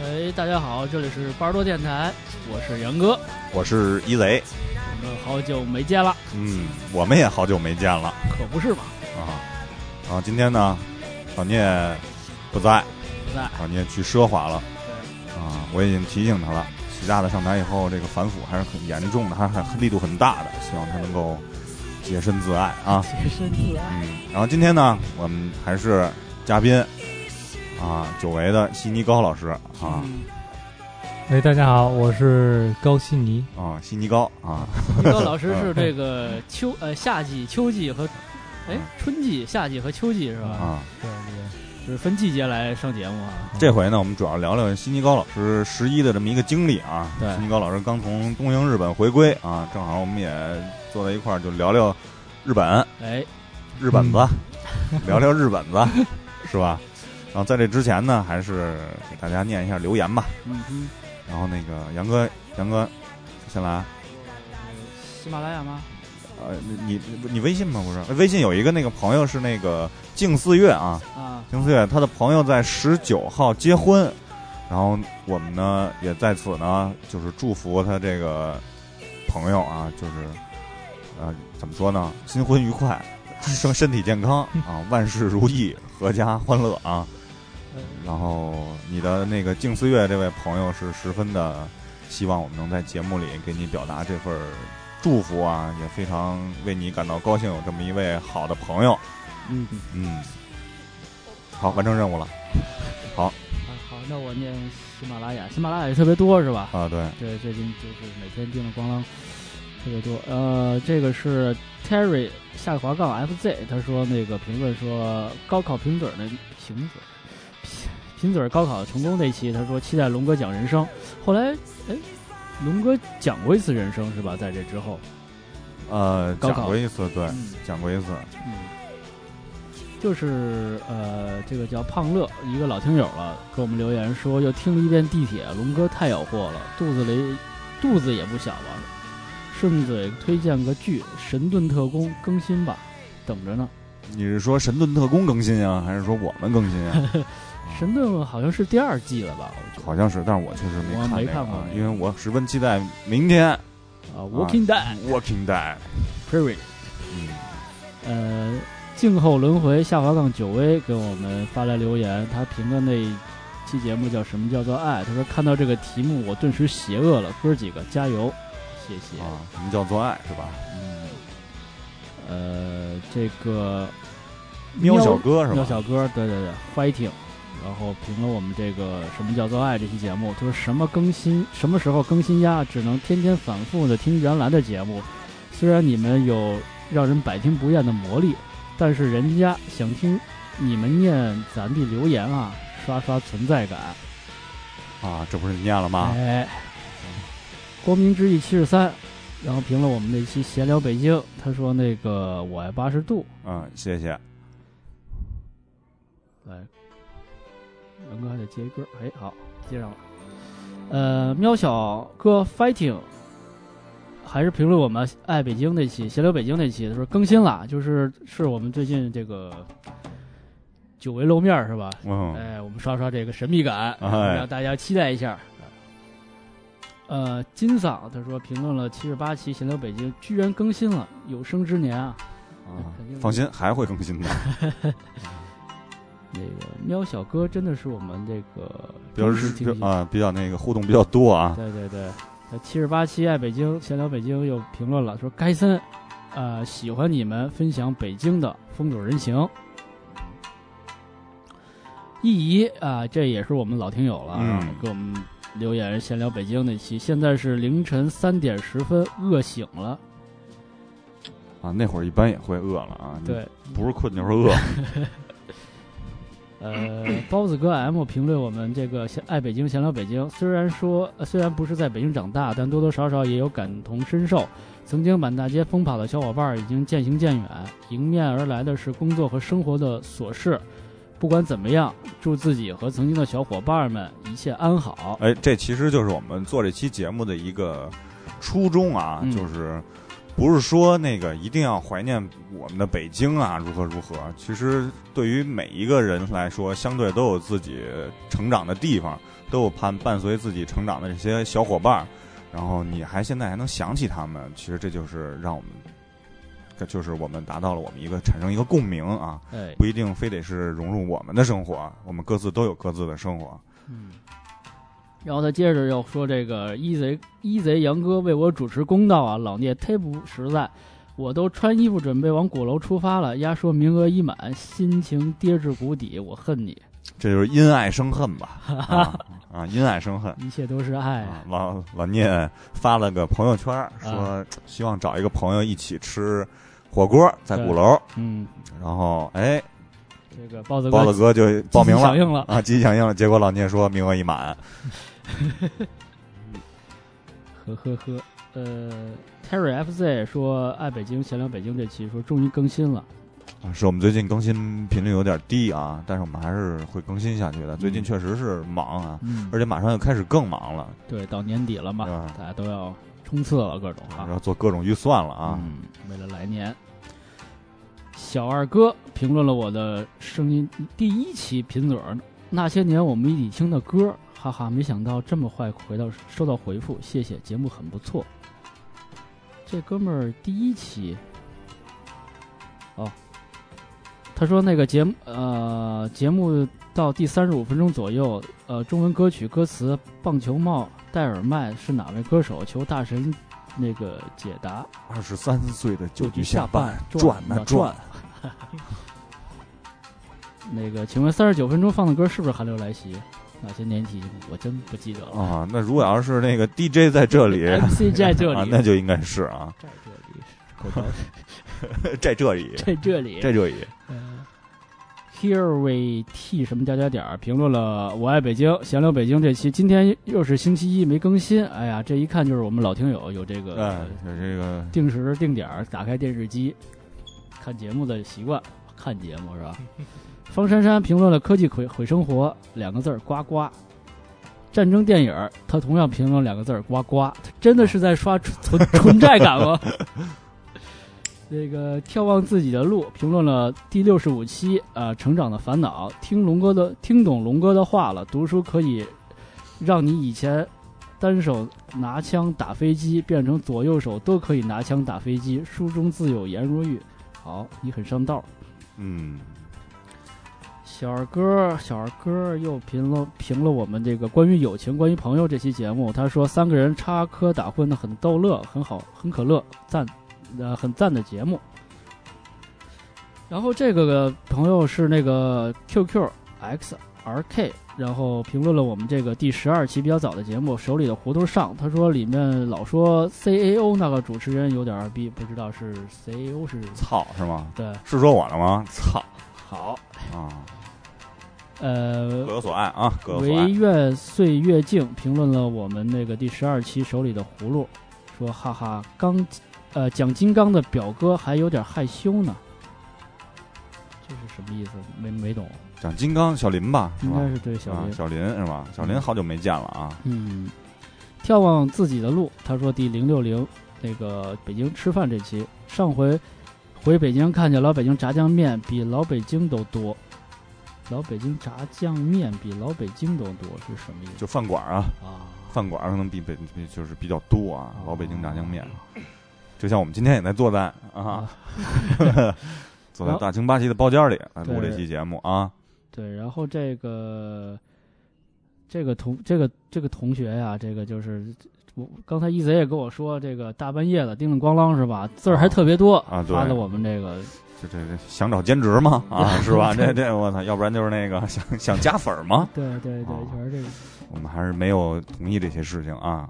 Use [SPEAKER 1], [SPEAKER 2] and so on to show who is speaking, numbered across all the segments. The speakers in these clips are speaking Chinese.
[SPEAKER 1] 哎大家好，这里是八十多电台，我是杨哥，
[SPEAKER 2] 我是一贼，
[SPEAKER 1] 我们好久没见了，
[SPEAKER 2] 嗯，我们也好久没见了
[SPEAKER 1] 可不是嘛？
[SPEAKER 2] 啊。然后今天呢，小聂不在，
[SPEAKER 1] 不在，
[SPEAKER 2] 小聂去奢华了
[SPEAKER 1] 对，
[SPEAKER 2] 啊。我已经提醒他了，习大大上台以后，这个反腐还是很严重的，还是很力度很大的，希望他能够洁身自爱啊。
[SPEAKER 1] 洁身自爱。
[SPEAKER 2] 嗯，然后今天呢，我们还是嘉宾啊，久违的悉尼高老师啊
[SPEAKER 1] 嗯，
[SPEAKER 3] 哎，大家好，我是高希尼。
[SPEAKER 2] 啊，悉尼高啊，
[SPEAKER 1] 一高老师是这个 秋呃夏季、秋季和哎春季、夏季和秋季是吧？
[SPEAKER 2] 啊，
[SPEAKER 3] 对对，
[SPEAKER 1] 就是分季节来上节目啊。
[SPEAKER 2] 这回呢，我们主要聊聊悉尼高老师十一的这么一个经历啊。
[SPEAKER 1] 对
[SPEAKER 2] 悉尼高老师刚从东瀛日本回归啊，正好我们也坐在一块儿，就聊聊日本，
[SPEAKER 1] 哎，
[SPEAKER 2] 日本子， 聊聊日本子，是吧？然后在这之前呢，还是给大家念一下留言吧。
[SPEAKER 1] 嗯哼，
[SPEAKER 2] 然后那个杨哥，杨哥，先来啊。
[SPEAKER 1] 喜马拉雅吗？
[SPEAKER 2] 呃，你你你微信吗？不是，微信有一个那个朋友是那个静四月啊，
[SPEAKER 1] 啊，
[SPEAKER 2] 邢思月，他的朋友在十九号结婚，然后我们呢也在此呢，就是祝福他这个朋友啊，就是呃怎么说呢，新婚愉快，身身体健康啊，万事如意，阖家欢乐啊。然后你的那个静思月这位朋友是十分的希望我们能在节目里给你表达这份儿祝福啊，也非常为你感到高兴，有这么一位好的朋友。
[SPEAKER 1] 嗯，
[SPEAKER 2] 嗯，好，完成任务了
[SPEAKER 1] 啊好，那我念喜马拉雅，喜马拉雅也特别多是吧？
[SPEAKER 2] 啊！对，
[SPEAKER 1] 对，最近就是每天叮了咣啷特别多。呃，这个是 Terry 下划杠 FZ，他说那个评论说高考贫嘴儿的贫嘴儿 贫贫嘴儿高考成功那期，他说期待龙哥讲人生。后来哎，龙哥讲过一次人生是吧？在这之后，
[SPEAKER 2] 呃，
[SPEAKER 1] 高
[SPEAKER 2] 讲
[SPEAKER 1] 考
[SPEAKER 2] 过一次，对，
[SPEAKER 1] 嗯
[SPEAKER 2] 讲过一次，
[SPEAKER 1] 嗯，就是呃，这个叫胖乐，一个老听友了，给我们留言说又听了一遍地铁，龙哥太有货了，肚子里肚子也不小了。顺嘴推荐个剧《神盾特工》，更新吧，等着呢。
[SPEAKER 2] 你是说《神盾特工》更新啊，还是说我们更新 啊？
[SPEAKER 1] 神盾好像是第二季了吧？我觉得
[SPEAKER 2] 好像是，但是我确实没
[SPEAKER 1] 我
[SPEAKER 2] 看
[SPEAKER 1] 没
[SPEAKER 2] 这个
[SPEAKER 1] 看过
[SPEAKER 2] 啊
[SPEAKER 1] 那个
[SPEAKER 2] 因为我十分期待明天
[SPEAKER 1] 啊，《Walking Dead
[SPEAKER 2] Walking Dead。》
[SPEAKER 1] Perry，
[SPEAKER 2] 嗯，
[SPEAKER 1] 呃，静候轮回下滑杠九威给我们发来留言，他评论那一期节目叫什么叫做爱？他说看到这个题目我顿时邪恶了，哥几个加油，谢谢。
[SPEAKER 2] 啊，什么叫做爱是吧？
[SPEAKER 1] 嗯，呃，这个
[SPEAKER 2] 喵小哥是
[SPEAKER 1] 喵
[SPEAKER 2] 吧？
[SPEAKER 1] 小哥，对对对，fighting。然后评论我们这个什么叫做爱这期节目，他说什么更新，什么时候更新呀？只能天天反复的听原来的节目。虽然你们有让人百听不厌的魔力，但是人家想听你们念咱的留言啊，刷刷存在感。
[SPEAKER 2] 啊，这不是念了吗？
[SPEAKER 1] 哎，光明之翼七十三，然后评论我们那期闲聊北京，他说那个我爱八十度，
[SPEAKER 2] 嗯，谢谢。
[SPEAKER 1] 来，文哥还得接一歌，哎，好，接上了。呃，喵小哥 fighting，还是评论我们爱北京那期闲聊北京那期，他说更新了，就是是我们最近这个久违露面儿是吧？
[SPEAKER 2] 嗯，
[SPEAKER 1] 哎，我们刷刷这个神秘感，
[SPEAKER 2] 哎
[SPEAKER 1] 让大家期待一下。呃，金嗓他说评论了七十八期《闲聊北京》，居然更新了，有生之年啊！
[SPEAKER 2] 啊
[SPEAKER 1] 肯定是
[SPEAKER 2] 放心，还会 更新的，
[SPEAKER 1] 那个喵小哥真的是我们这个
[SPEAKER 2] 比较
[SPEAKER 1] 忠实
[SPEAKER 2] 是
[SPEAKER 1] 听
[SPEAKER 2] 比较
[SPEAKER 1] 众，
[SPEAKER 2] 啊，比较那个互动比较多啊。
[SPEAKER 1] 对对对。他七十八期《爱北京》闲聊北京又评论了，说该森，呃，喜欢你们分享北京的风土人情。易怡啊，这也是我们老听友了，啊
[SPEAKER 2] 嗯
[SPEAKER 1] 给我们留言闲聊北京那期，现在是凌晨三点十分，饿醒了。
[SPEAKER 2] 啊，那会儿一般也会饿了啊。，
[SPEAKER 1] 对，
[SPEAKER 2] 不是困就是饿。
[SPEAKER 1] 呃，包子哥 M 评论我们这个闲爱北京闲聊北京，虽然说、呃虽然不是在北京长大，但多多少少也有感同身受。曾经满大街疯跑的小伙伴儿已经渐行渐远，迎面而来的是工作和生活的琐事。不管怎么样，祝自己和曾经的小伙伴们一切安好。
[SPEAKER 2] 哎，这其实就是我们做这期节目的一个初衷啊，
[SPEAKER 1] 嗯
[SPEAKER 2] 就是不是说那个一定要怀念我们的北京啊，如何如何。其实对于每一个人来说，相对都有自己成长的地方，都有伴伴随自己成长的这些小伙伴儿。然后你还现在还能想起他们，其实这就是让我们，这就是我们达到了我们一个产生一个共鸣啊，
[SPEAKER 1] 哎，
[SPEAKER 2] 不一定非得是融入我们的生活，啊我们各自都有各自的生活。
[SPEAKER 1] 嗯，然后他接着又说这个一贼一贼杨哥为我主持公道啊，老聂忒不实在，我都穿衣服准备往鼓楼出发了，丫说名额已满，心情跌至谷底，我恨你，
[SPEAKER 2] 这就是因爱生恨 吧？啊，啊因爱生恨。
[SPEAKER 1] 一切都是爱
[SPEAKER 2] 啊
[SPEAKER 1] 啊，
[SPEAKER 2] 老老聂发了个朋友圈儿，说希望找一个朋友一起吃火锅，在鼓楼。
[SPEAKER 1] 嗯，
[SPEAKER 2] 然后哎，
[SPEAKER 1] 这个包子哥
[SPEAKER 2] 包子哥就报名
[SPEAKER 1] 积极响应
[SPEAKER 2] 了
[SPEAKER 1] 了
[SPEAKER 2] 啊，积极响应了。结果老聂说名额已满，
[SPEAKER 1] 呵呵呵，呃，Terry FZ 说爱北京闲聊北京这期说终于更新了，
[SPEAKER 2] 啊是我们最近更新频率有点低啊，但是我们还是会更新下去的。最近确实是忙啊，
[SPEAKER 1] 嗯
[SPEAKER 2] 而且马上又开始更忙了，
[SPEAKER 1] 对，到年底了嘛，
[SPEAKER 2] 对吧？
[SPEAKER 1] 大家都要冲刺了，各种啊
[SPEAKER 2] 然。后做各种预算了啊。
[SPEAKER 1] 嗯，为了来年。小二哥评论了我的声音第一期贫嘴儿那些年我们一起听的歌，哈哈，没想到这么快回到收到回复，谢谢，节目很不错。这哥们儿第一期，哦，他说那个节目呃节目到第三十五分钟左右，呃，中文歌曲歌词《棒球帽》戴尔麦是哪位歌手？求大神那个解答。
[SPEAKER 2] 二十三岁的旧
[SPEAKER 1] 就
[SPEAKER 2] 局
[SPEAKER 1] 去
[SPEAKER 2] 下
[SPEAKER 1] 下
[SPEAKER 2] 半
[SPEAKER 1] 半
[SPEAKER 2] 转
[SPEAKER 1] 转
[SPEAKER 2] 呐
[SPEAKER 1] 呐
[SPEAKER 2] 转
[SPEAKER 1] 转，那个，请问三十九分钟放的歌是不是《寒流来袭》？哪些年题目？我真不记得了。
[SPEAKER 2] 啊，那如果要是那个 DJ 在这里
[SPEAKER 1] MC 在哎这
[SPEAKER 2] 啊，
[SPEAKER 1] 里，
[SPEAKER 2] 那就应该是啊，
[SPEAKER 1] 在这里，口头
[SPEAKER 2] 在这里，
[SPEAKER 1] 在这里。
[SPEAKER 2] 在这里。
[SPEAKER 1] 呃 Here we t 什么点点点儿评论了我爱北京闲聊北京这期，今天又是星期一没更新，哎呀，这一看就是我们老听友有这个、
[SPEAKER 2] 哎，有这个
[SPEAKER 1] 定时定点儿打开电视机看节目的习惯，看节目是吧？方珊珊评论了“科技毁毁生活”两个字儿，呱呱。战争电影儿，他同样评论两个字儿，呱呱。他真的是在刷存存在感吗？ 那个眺望自己的路，评论了第六十五期啊、呃成长的烦恼》，听龙哥的，听懂龙哥的话了。读书可以让你以前单手拿枪打飞机变成左右手都可以拿枪打飞机，书中自有颜如玉。好，你很上道。
[SPEAKER 2] 嗯，
[SPEAKER 1] 小二哥，小二哥又评了评了我们这个关于友情、关于朋友这期节目，他说三个人插科打诨的很逗乐，很好，很可乐，赞，呃，很赞的节目。然后这个朋友是那个 QQXRK，然后评论了我们这个第十二期比较早的节目《手里的糊涂上》，他说里面老说 CAO 那个主持人有点儿逼，不知道是 CAO 是
[SPEAKER 2] 操是吗？
[SPEAKER 1] 对
[SPEAKER 2] 是说我了吗？操
[SPEAKER 1] 好，
[SPEAKER 2] 啊，
[SPEAKER 1] 呃
[SPEAKER 2] 各，有所爱啊，各有所
[SPEAKER 1] 唯
[SPEAKER 2] 爱。
[SPEAKER 1] 愿岁月静评论了我们那个第十二期手里的葫芦，说哈哈，刚，呃，蒋金刚的表哥还有点害羞呢，这是什么意思？没没懂，
[SPEAKER 2] 讲金刚小林吧，是
[SPEAKER 1] 应
[SPEAKER 2] 吧
[SPEAKER 1] 该？是对小
[SPEAKER 2] 啊
[SPEAKER 1] 林，。
[SPEAKER 2] 小林是吧？小林好久没见了啊。
[SPEAKER 1] 嗯，眺望自己的路，他说第零六零那个北京吃饭这期，上回回北京看见老北京炸酱面比老北京都多，老北京炸酱面比老北京都多是什么意思
[SPEAKER 2] 就饭馆啊，
[SPEAKER 1] 啊？
[SPEAKER 2] 饭馆可能比北比就是比较多啊，
[SPEAKER 1] 哦
[SPEAKER 2] 老北京炸酱面，啊就像我们今天也在坐在啊， 坐在大清八旗的包间里来录
[SPEAKER 1] 对
[SPEAKER 2] 这期节目啊。
[SPEAKER 1] 对，然后这个这个同这个这个同学呀、这个就是我刚才一贼也跟我说，这个大半夜的叮铃咣啷是吧？字儿还特别多
[SPEAKER 2] 啊对
[SPEAKER 1] 发的我们这个
[SPEAKER 2] 就这这想找兼 职吗？啊，是吧？这这我操，要不然就是那个想想加粉儿吗？
[SPEAKER 1] 对对对
[SPEAKER 2] 哦，
[SPEAKER 1] 全是这个。
[SPEAKER 2] 我们还是没有同意这些事情啊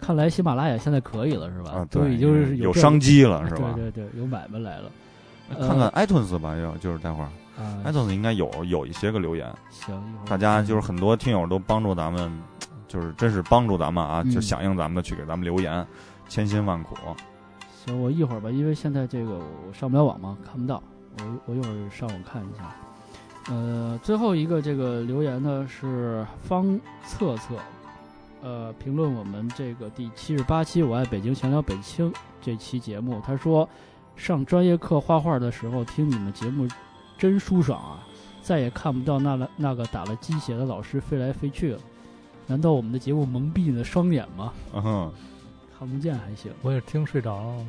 [SPEAKER 1] 看来喜马拉雅现在可以了是吧？
[SPEAKER 2] 啊，
[SPEAKER 1] 都
[SPEAKER 2] 对，
[SPEAKER 1] 已经是
[SPEAKER 2] 有
[SPEAKER 1] 这啊
[SPEAKER 2] 商机了是吧？
[SPEAKER 1] 对对对，有买卖来了。呃
[SPEAKER 2] 看看 iTunes 吧，要就是待会儿
[SPEAKER 1] 啊、
[SPEAKER 2] iTunes 应该有有一些个留言，
[SPEAKER 1] 行，一会儿
[SPEAKER 2] 大家就是很多听友都帮助咱们，就是真是帮助咱们啊，
[SPEAKER 1] 嗯
[SPEAKER 2] 就响应咱们的去给咱们留言，千辛万苦。
[SPEAKER 1] 行，我一会儿吧，因为现在这个我上不了网嘛，看不到。我我一会儿上网看一下。呃，最后一个这个留言呢是方策策，呃评论我们这个第七十八期《我爱北京闲聊北京》这期节目，他说上专业课画画的时候听你们节目真舒爽啊，再也看不到那了那个打了鸡血的老师飞来飞去了。难道我们的节目蒙蔽你的双眼吗？
[SPEAKER 2] 嗯哼，
[SPEAKER 1] 看不见还行。
[SPEAKER 3] 我也听睡着了。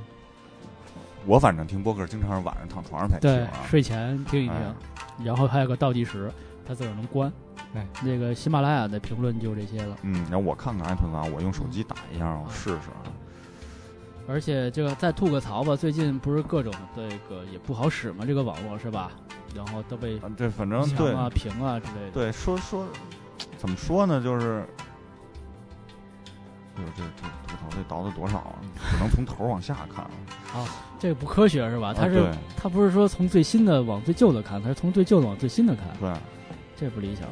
[SPEAKER 2] 我反正听播客经常是晚上躺床上才听
[SPEAKER 1] 对
[SPEAKER 2] 啊，。
[SPEAKER 1] 睡前听一听，
[SPEAKER 2] 哎
[SPEAKER 1] 然后还有个倒计时，它自个儿能关。
[SPEAKER 3] 哎，
[SPEAKER 1] 那个喜马拉雅的评论就这些了，
[SPEAKER 2] 嗯，然后我看看 iTunes 啊，我用手机打一下，我试试啊。
[SPEAKER 1] 嗯而且这个再吐个槽吧，最近不是各种这个也不好使嘛，这个网络是吧？然后都被
[SPEAKER 2] 啊这反正
[SPEAKER 1] 墙
[SPEAKER 2] 对
[SPEAKER 1] 啊、屏啊之类的。
[SPEAKER 2] 对，说说怎么说呢，就是。哎呦，这这吐槽这倒了多少啊？只能从头往下看啊。
[SPEAKER 1] 这个不科学是吧？它是、
[SPEAKER 2] 啊
[SPEAKER 1] 它不是说从最新的往最旧的看，它是从最旧的往最新的看，
[SPEAKER 2] 对对，
[SPEAKER 1] 这不理想。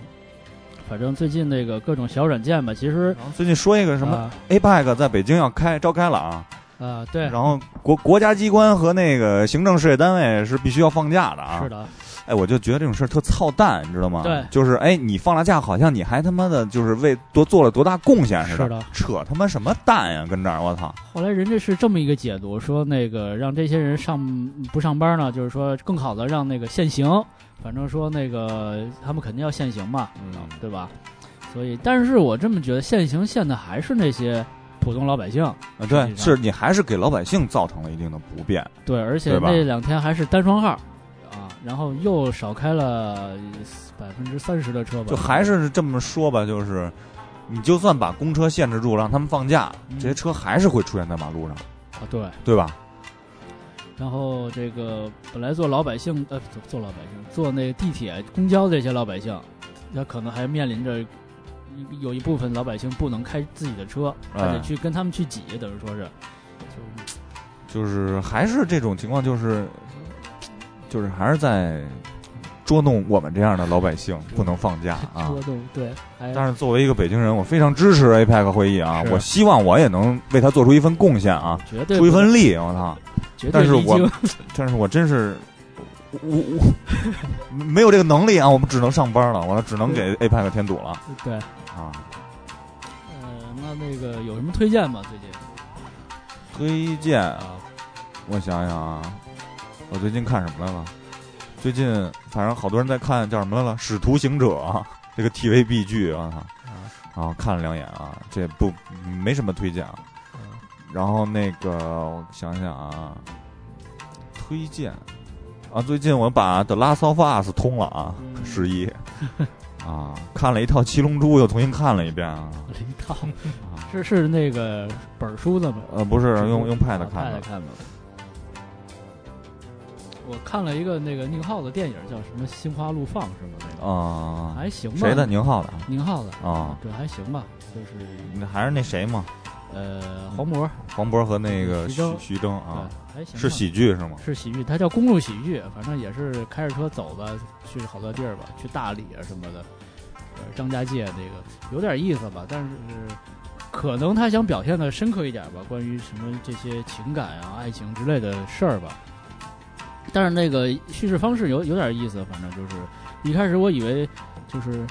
[SPEAKER 1] 反正最近那个各种小软件吧，其实
[SPEAKER 2] 然后最近说一个什么
[SPEAKER 1] 啊
[SPEAKER 2] APEC 在北京要开召开了啊，
[SPEAKER 1] 啊对，
[SPEAKER 2] 然后国国家机关和那个行政事业单位是必须要放假的啊。
[SPEAKER 1] 是。的，
[SPEAKER 2] 哎，我就觉得这种事儿特操蛋，你知道吗？
[SPEAKER 1] 对
[SPEAKER 2] 就是哎，你放了假，好像你还他妈的就是为多做了多大贡献啊似的。
[SPEAKER 1] 是的
[SPEAKER 2] 扯他妈什么蛋呀、跟这儿我操！
[SPEAKER 1] 后来人家是这么一个解读，说那个让这些人上不上班呢，就是说更好的让那个限行，反正说那个他们肯定要限行嘛，
[SPEAKER 2] 嗯
[SPEAKER 1] 对吧？所以，但是我这么觉得，限行限的还是那些普通老百姓，
[SPEAKER 2] 啊，
[SPEAKER 1] 实
[SPEAKER 2] 对，
[SPEAKER 1] 际上
[SPEAKER 2] 是你还是给老百姓造成了一定的不便。
[SPEAKER 1] 对，而且
[SPEAKER 2] 对吧
[SPEAKER 1] 那两天还是单双号，啊，然后又少开了百分之三十的车吧，
[SPEAKER 2] 就还是这么说吧，就是你就算把公车限制住，让他们放假，
[SPEAKER 1] 嗯
[SPEAKER 2] 这些车还是会出现在马路上，
[SPEAKER 1] 啊，对，
[SPEAKER 2] 对吧？
[SPEAKER 1] 然后这个本来做老百姓，呃，做做老百姓，坐那地铁、公交这些老百姓，那可能还面临着一有一部分老百姓不能开自己的车，还得
[SPEAKER 2] 哎啊
[SPEAKER 1] 去跟他们去挤，等于说是，就
[SPEAKER 2] 就是还是这种情况，就是就是还是在捉弄我们这样的老百姓不能放假 啊
[SPEAKER 1] 波。动，对，还
[SPEAKER 2] 但是作为一个北京人，我非常支持 APEC 会议啊！
[SPEAKER 3] 是
[SPEAKER 2] 我希望我也能为他做出一份贡献啊，
[SPEAKER 1] 绝对
[SPEAKER 2] 出一
[SPEAKER 1] 不
[SPEAKER 2] 份力。我操！
[SPEAKER 1] 绝对
[SPEAKER 2] 但是
[SPEAKER 1] 离
[SPEAKER 2] 我
[SPEAKER 1] 经
[SPEAKER 2] 但是我真是，我我我 没有这个能力啊！我们只能上班了，完了只能给 APEC 添堵了
[SPEAKER 1] 对，
[SPEAKER 2] 啊！
[SPEAKER 1] 呃，那那个有什么推荐吗？最近
[SPEAKER 2] 推荐
[SPEAKER 1] 啊，
[SPEAKER 2] 我想想啊，我最近看什么来了？最近反正好多人在看叫什么来了，《使徒行者》 啊，这个 TVB 剧啊，啊看了两眼啊，这不没什么推荐啊。然后那个我想想啊，推荐啊，最近我把《The Last of Us》通了啊，
[SPEAKER 1] 嗯
[SPEAKER 2] 十一啊，看了一套《七龙珠》，又重新看了一遍啊。
[SPEAKER 1] 一套
[SPEAKER 2] 啊
[SPEAKER 1] 是是那个本儿书的吗？
[SPEAKER 2] 呃，不是用用 Pad
[SPEAKER 1] 啊看
[SPEAKER 2] 看的，
[SPEAKER 1] 看吧。我看了一个那个宁浩的电影，叫什么《心花怒放》是吗？那个
[SPEAKER 2] 啊，
[SPEAKER 1] 还行吧。
[SPEAKER 2] 谁的？？宁浩的
[SPEAKER 1] 宁浩的。
[SPEAKER 2] 啊。
[SPEAKER 1] 对，还行吧，就是
[SPEAKER 2] 那还是那谁嘛，嗯
[SPEAKER 1] 呃，黄渤
[SPEAKER 2] 黄渤和那个
[SPEAKER 1] 徐
[SPEAKER 2] 徐
[SPEAKER 1] 峥
[SPEAKER 2] 徐峥
[SPEAKER 1] 对
[SPEAKER 2] 啊，，
[SPEAKER 1] 还行吧。
[SPEAKER 2] 是喜剧是吗？
[SPEAKER 1] 是喜剧，它叫公路喜剧，反正也是开着车走吧，去好多地儿吧，去大理啊什么的。呃，张家界这个有点意思吧，但是可能他想表现的深刻一点吧，关于什么这些情感啊、爱情之类的事儿吧。但是那个叙事方式有有点意思，反正就是一开始我以为就是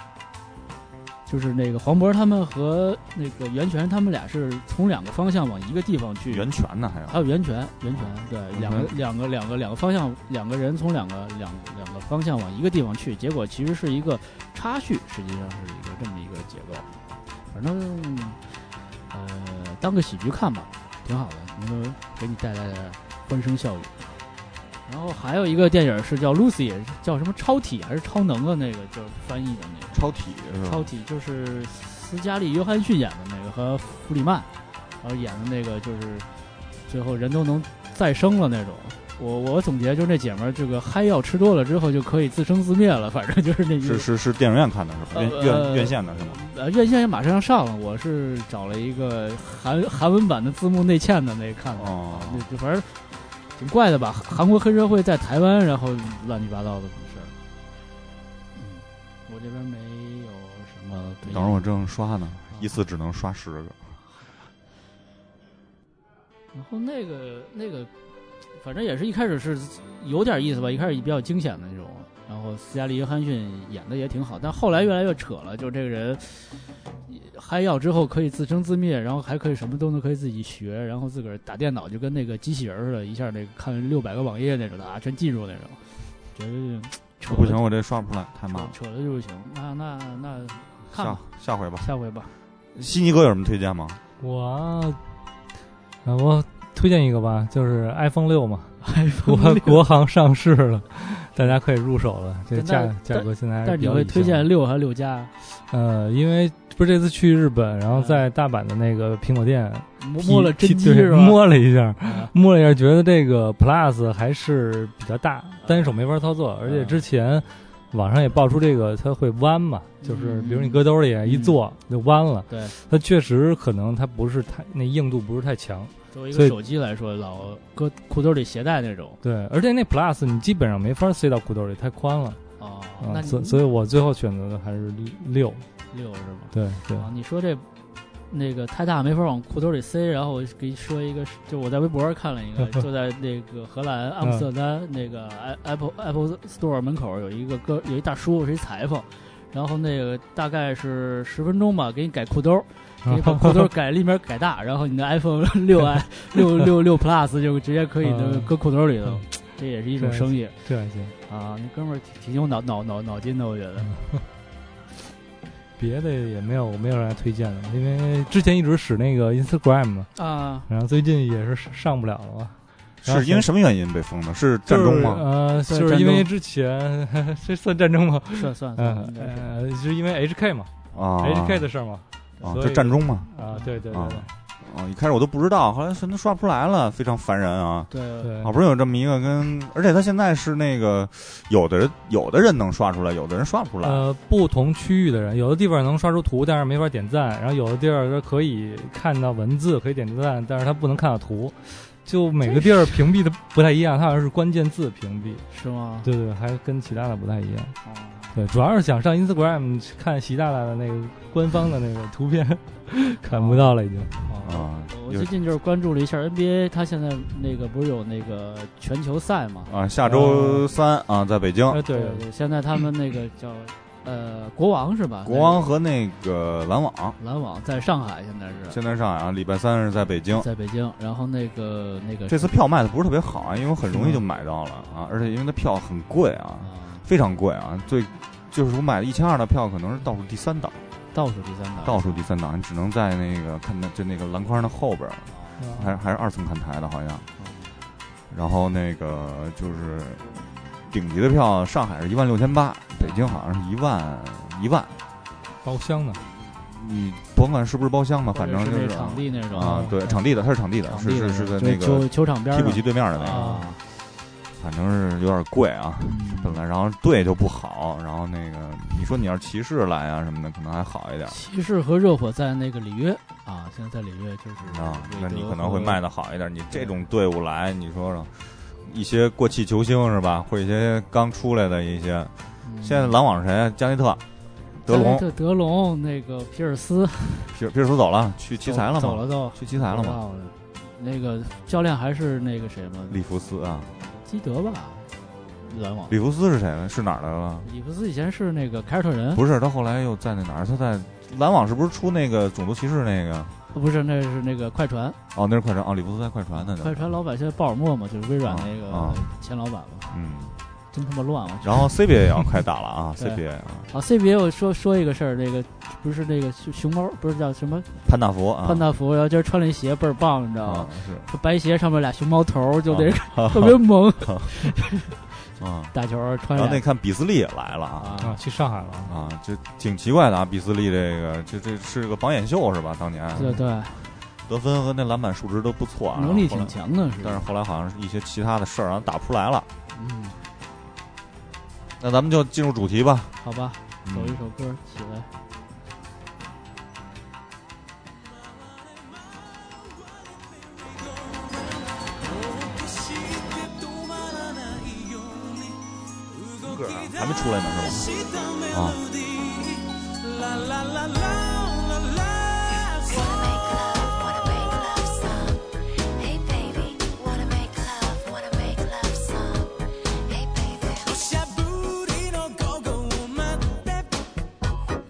[SPEAKER 1] 就是那个黄渤他们和那个袁泉他们俩是从两个方向往一个地方去
[SPEAKER 2] 袁泉呢还有
[SPEAKER 1] 还有源泉，源泉，对，两个
[SPEAKER 2] 嗯
[SPEAKER 1] 两个两个两个方向，两个人从两个两两个方向往一个地方去，结果其实是一个插叙，实际上是一个这么一个结构。反正，呃，当个喜剧看吧，挺好的，能够给你带来点欢声笑语。然后还有一个电影是叫《Lucy》，叫什么超体还是超能的那个，就是翻译的那个。
[SPEAKER 2] 超体是
[SPEAKER 1] 超
[SPEAKER 2] 吧？
[SPEAKER 1] 体就是斯嘉丽·约翰逊演的那个和弗里曼，然后演的那个就是最后人都能再生了那种。我我总结就是那姐们儿这个嗨药吃多了之后就可以自生自灭了，反正就是那意思
[SPEAKER 2] 是是是电影院看的是吧？
[SPEAKER 1] 呃
[SPEAKER 2] 院院
[SPEAKER 1] 呃
[SPEAKER 2] 院线的是吗？
[SPEAKER 1] 呃，院线也马上要上了，我是找了一个韩 韩文版的字幕内嵌的那看的，
[SPEAKER 2] 哦
[SPEAKER 1] 那就反正挺怪的吧？韩国黑社会在台湾，然后乱七八糟的事儿。嗯，我这边没有什么推荐。
[SPEAKER 2] 等会儿我正刷呢，一次只能刷十个。
[SPEAKER 1] 然后那个那个，反正也是一开始是有点意思吧，一开始比较惊险的那种。然后斯嘉丽·约翰逊演的也挺好，但后来越来越扯了，就这个人，嗨药之后可以自生自灭，然后还可以什么都能可以自己学，然后自个儿打电脑就跟那个机器人儿似的，一下那个看六百个网页那种的啊，全进入那种，觉得就扯
[SPEAKER 2] 不行，我这刷不出来，太慢
[SPEAKER 1] 扯
[SPEAKER 2] 了。
[SPEAKER 1] 扯的就不行。那那那看
[SPEAKER 2] 下
[SPEAKER 1] 吧，
[SPEAKER 2] 下回吧。
[SPEAKER 1] 下回吧。
[SPEAKER 2] 悉尼哥有什么推荐吗？
[SPEAKER 3] 我啊，啊我推荐一个吧，就是 iPhone 六嘛， 国国行上市了， 大家可以入手了。这
[SPEAKER 1] 但
[SPEAKER 3] 价
[SPEAKER 1] 但
[SPEAKER 3] 价格现在还
[SPEAKER 1] 但是
[SPEAKER 3] 比
[SPEAKER 1] 你
[SPEAKER 3] 较
[SPEAKER 1] 会
[SPEAKER 3] 理
[SPEAKER 1] 推
[SPEAKER 3] 性的
[SPEAKER 1] 荐六还是六加？
[SPEAKER 3] 呃，因为不是这次去日本，然后
[SPEAKER 1] 嗯
[SPEAKER 3] 在大阪的那个苹果店
[SPEAKER 1] 摸
[SPEAKER 3] 体
[SPEAKER 1] 摸了
[SPEAKER 3] 体
[SPEAKER 1] 真机
[SPEAKER 3] 对
[SPEAKER 1] 是吧？
[SPEAKER 3] 摸了一下，
[SPEAKER 1] 啊
[SPEAKER 3] 摸了一下，觉得这个 Plus 还是比较
[SPEAKER 1] 啊
[SPEAKER 3] 大，单手没法操作，而且之前网上也爆出这个它会弯嘛，就是比如你搁兜里一坐就弯了，
[SPEAKER 1] 嗯对，
[SPEAKER 3] 它确实可能它不是太那硬度不是太强，
[SPEAKER 1] 作为一
[SPEAKER 3] 所
[SPEAKER 1] 个
[SPEAKER 3] 以
[SPEAKER 1] 手机来说，老搁裤兜里携带那种
[SPEAKER 3] 对，而且那 Plus 你基本上没法塞到裤兜里，太宽了
[SPEAKER 1] 哦，
[SPEAKER 3] 啊
[SPEAKER 1] 那，
[SPEAKER 3] 所
[SPEAKER 1] 你
[SPEAKER 3] 所以我最后选择的还是六，
[SPEAKER 1] 六是吗？
[SPEAKER 3] 对对，，
[SPEAKER 1] 啊，你说这那个太大没法往裤兜里塞，然后我给你说一个，就我在微博上看了一个 就在那个荷兰阿姆斯特丹那个
[SPEAKER 3] 嗯
[SPEAKER 1] i- Apple Apple Store 门口有一个哥，有一大叔是一裁缝，然后那个大概是十分钟吧，给你改裤 兜，给你把裤兜改立面改大，然后你的 iPhone 六 i 六六六 Plus 就直接可以就
[SPEAKER 3] 嗯
[SPEAKER 1] 搁裤兜里头
[SPEAKER 3] 嗯，
[SPEAKER 1] 这也是一种生意
[SPEAKER 3] 这样行。
[SPEAKER 1] 啊！那哥们儿挺挺有脑脑脑脑筋的，我觉
[SPEAKER 2] 嗯
[SPEAKER 1] 得。
[SPEAKER 3] 别的也没有没有人来推荐的，因为之前一直使那个 Instagram 嘛，
[SPEAKER 1] 啊，
[SPEAKER 3] 然后最近也是上不了了嘛。然后
[SPEAKER 2] 是因为什么原因被封的？是战争
[SPEAKER 3] 就是
[SPEAKER 2] 吗？
[SPEAKER 3] 呃，
[SPEAKER 1] 对
[SPEAKER 3] 就是因
[SPEAKER 1] 战
[SPEAKER 3] 为
[SPEAKER 1] 争
[SPEAKER 3] 之前 这算战争吗？
[SPEAKER 1] 算算算，
[SPEAKER 3] 嗯
[SPEAKER 1] 应，该是
[SPEAKER 3] 呃，就是因为 HK 嘛
[SPEAKER 1] 呃
[SPEAKER 2] 啊，
[SPEAKER 3] ，HK 的事儿嘛，
[SPEAKER 2] 啊，
[SPEAKER 3] 所以
[SPEAKER 2] 这战争吗？
[SPEAKER 3] 啊，对对对
[SPEAKER 2] 啊
[SPEAKER 3] 对
[SPEAKER 2] 啊，一开始我都不知道，后来什么刷不出来了，非常烦人啊。
[SPEAKER 1] 对
[SPEAKER 3] 对
[SPEAKER 2] 好不容易有这么一个跟，而且他现在是那个，有的人有的人能刷出来，有的人刷不出来。
[SPEAKER 3] 呃，不同区域的人，有的地方能刷出图，但是没法点赞；然后有的地儿它可以看到文字，可以点赞，但是它不能看到图。就每个地儿屏蔽的不太一样，它好像是关键字屏蔽，
[SPEAKER 1] 是吗？
[SPEAKER 3] 对对，还跟其他的不太一样。
[SPEAKER 1] 哦
[SPEAKER 3] 对，主要是想上 Instagram 看习大大的那个官方的那个图片， 看不到了已经。
[SPEAKER 1] 哦
[SPEAKER 2] 啊，
[SPEAKER 1] 我
[SPEAKER 2] 有
[SPEAKER 1] 最近就是关注了一下 NBA，它现在那个不是有那个全球赛嘛？
[SPEAKER 2] 啊，下周
[SPEAKER 1] 呃
[SPEAKER 2] 三啊，在北京，
[SPEAKER 3] 哎，对，
[SPEAKER 1] 对，现在他们那个叫呃国王是吧？
[SPEAKER 2] 国王和那个篮网，
[SPEAKER 1] 那个篮网在上海，现在是
[SPEAKER 2] 现在上海啊，礼拜三是在北京。
[SPEAKER 1] 在北京，然后那个那个
[SPEAKER 2] 这次票卖的不是特别好啊，因为我很容
[SPEAKER 1] 嗯
[SPEAKER 2] 易就
[SPEAKER 3] 是吗
[SPEAKER 2] 买到了啊，而且因为它票很贵啊，
[SPEAKER 1] 啊
[SPEAKER 2] 非常贵啊，最就是我买了一千二的票，可能是倒数第三档，
[SPEAKER 1] 倒数第三的
[SPEAKER 2] 倒数第三档，你只能在那个看那就那个篮筐的后边儿，
[SPEAKER 3] 啊
[SPEAKER 2] 还是还是二层看台的好像。
[SPEAKER 1] 嗯
[SPEAKER 2] 然后那个就是顶级的票，上海是一万六千八，北京好像是一万一万，
[SPEAKER 3] 包厢呢，
[SPEAKER 2] 你甭管是不是包厢吧，
[SPEAKER 1] 或
[SPEAKER 2] 反
[SPEAKER 1] 者
[SPEAKER 2] 正
[SPEAKER 1] 是
[SPEAKER 2] 就
[SPEAKER 1] 那
[SPEAKER 2] 是
[SPEAKER 1] 场地那种
[SPEAKER 2] 啊，对，场地的，它是场地的，
[SPEAKER 1] 场
[SPEAKER 2] 是
[SPEAKER 1] 地
[SPEAKER 2] 是
[SPEAKER 1] 的
[SPEAKER 2] 是在
[SPEAKER 1] 就是
[SPEAKER 2] 那个
[SPEAKER 1] 球球场边
[SPEAKER 2] 替补
[SPEAKER 1] 上
[SPEAKER 2] 席对面的那个，
[SPEAKER 1] 啊，
[SPEAKER 2] 反正是有点贵啊。
[SPEAKER 1] 嗯
[SPEAKER 2] 本来，然后队就不好，然后那个你说你要是骑士来啊什么的，可能还好一点
[SPEAKER 1] 骑士和热火在那个里约啊，现在在里约就是
[SPEAKER 2] 啊。
[SPEAKER 1] 韦
[SPEAKER 2] 那
[SPEAKER 1] 德
[SPEAKER 2] 你可能
[SPEAKER 1] 和
[SPEAKER 2] 会卖的好一点。你这种队伍来，你说说一些过气球星是吧，或者一些刚出来的一些，
[SPEAKER 1] 嗯
[SPEAKER 2] 现在篮网是谁啊？加内特、德
[SPEAKER 1] 加内
[SPEAKER 2] 隆、
[SPEAKER 1] 特德隆那个皮尔斯
[SPEAKER 2] 皮尔皮尔斯走了，去 奇才了吗？
[SPEAKER 1] 走了都。
[SPEAKER 2] 去奇才了吗？
[SPEAKER 1] 不知道？那个教练还是那个谁吗？
[SPEAKER 2] 里弗斯啊，
[SPEAKER 1] 基德吧，篮网。
[SPEAKER 2] 里弗斯是谁呢？是哪儿的了？
[SPEAKER 1] 里弗斯以前是那个凯尔特人，
[SPEAKER 2] 不是，他后来又在那哪儿？他在篮网是不是出那个种族歧视那个？
[SPEAKER 1] 不是，那是那个快船，
[SPEAKER 2] 哦，那是快船哦，里弗斯在快船呢。
[SPEAKER 1] 快船老板现在鲍尔默嘛，就是微软
[SPEAKER 2] 啊
[SPEAKER 1] 那
[SPEAKER 2] 啊
[SPEAKER 1] 个前老板嘛，
[SPEAKER 2] 嗯，
[SPEAKER 1] 真他妈乱了。
[SPEAKER 2] 然后 CBA 也要开打了啊
[SPEAKER 1] 对
[SPEAKER 2] ，CBA 啊，
[SPEAKER 1] 啊，CBA 我说说一个事儿，那个不是那个熊熊猫，不是叫什么
[SPEAKER 2] 潘大福啊，
[SPEAKER 1] 潘大福，然后今儿穿了一鞋倍儿棒，你知道
[SPEAKER 2] 啊
[SPEAKER 1] 吗？
[SPEAKER 2] 是
[SPEAKER 1] 这白鞋上面俩熊猫头儿，就那 个
[SPEAKER 2] 啊
[SPEAKER 1] 特别萌，
[SPEAKER 2] 啊。
[SPEAKER 1] 打球穿
[SPEAKER 2] 然后那
[SPEAKER 1] 俩
[SPEAKER 2] 看比斯利也来了啊
[SPEAKER 3] 啊，
[SPEAKER 1] 啊，
[SPEAKER 3] 去上海了啊。
[SPEAKER 2] 啊，就挺奇怪的啊，比斯利这个这这是个榜眼秀是吧？当年
[SPEAKER 1] 对对，
[SPEAKER 2] 啊得分和那篮板数值都不错啊，
[SPEAKER 1] 能力
[SPEAKER 2] 然后后来
[SPEAKER 1] 挺强的，是
[SPEAKER 2] 但是后来好像是一些其他的事儿，然后打不出来了。
[SPEAKER 1] 嗯，
[SPEAKER 2] 那咱们就进入主题吧。
[SPEAKER 1] 好吧，走一
[SPEAKER 2] 嗯
[SPEAKER 1] 首歌起来。
[SPEAKER 2] 嗯啊还没出来呢
[SPEAKER 1] 嗯
[SPEAKER 2] 是吧？啊，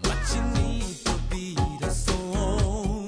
[SPEAKER 4] What you need to be the soul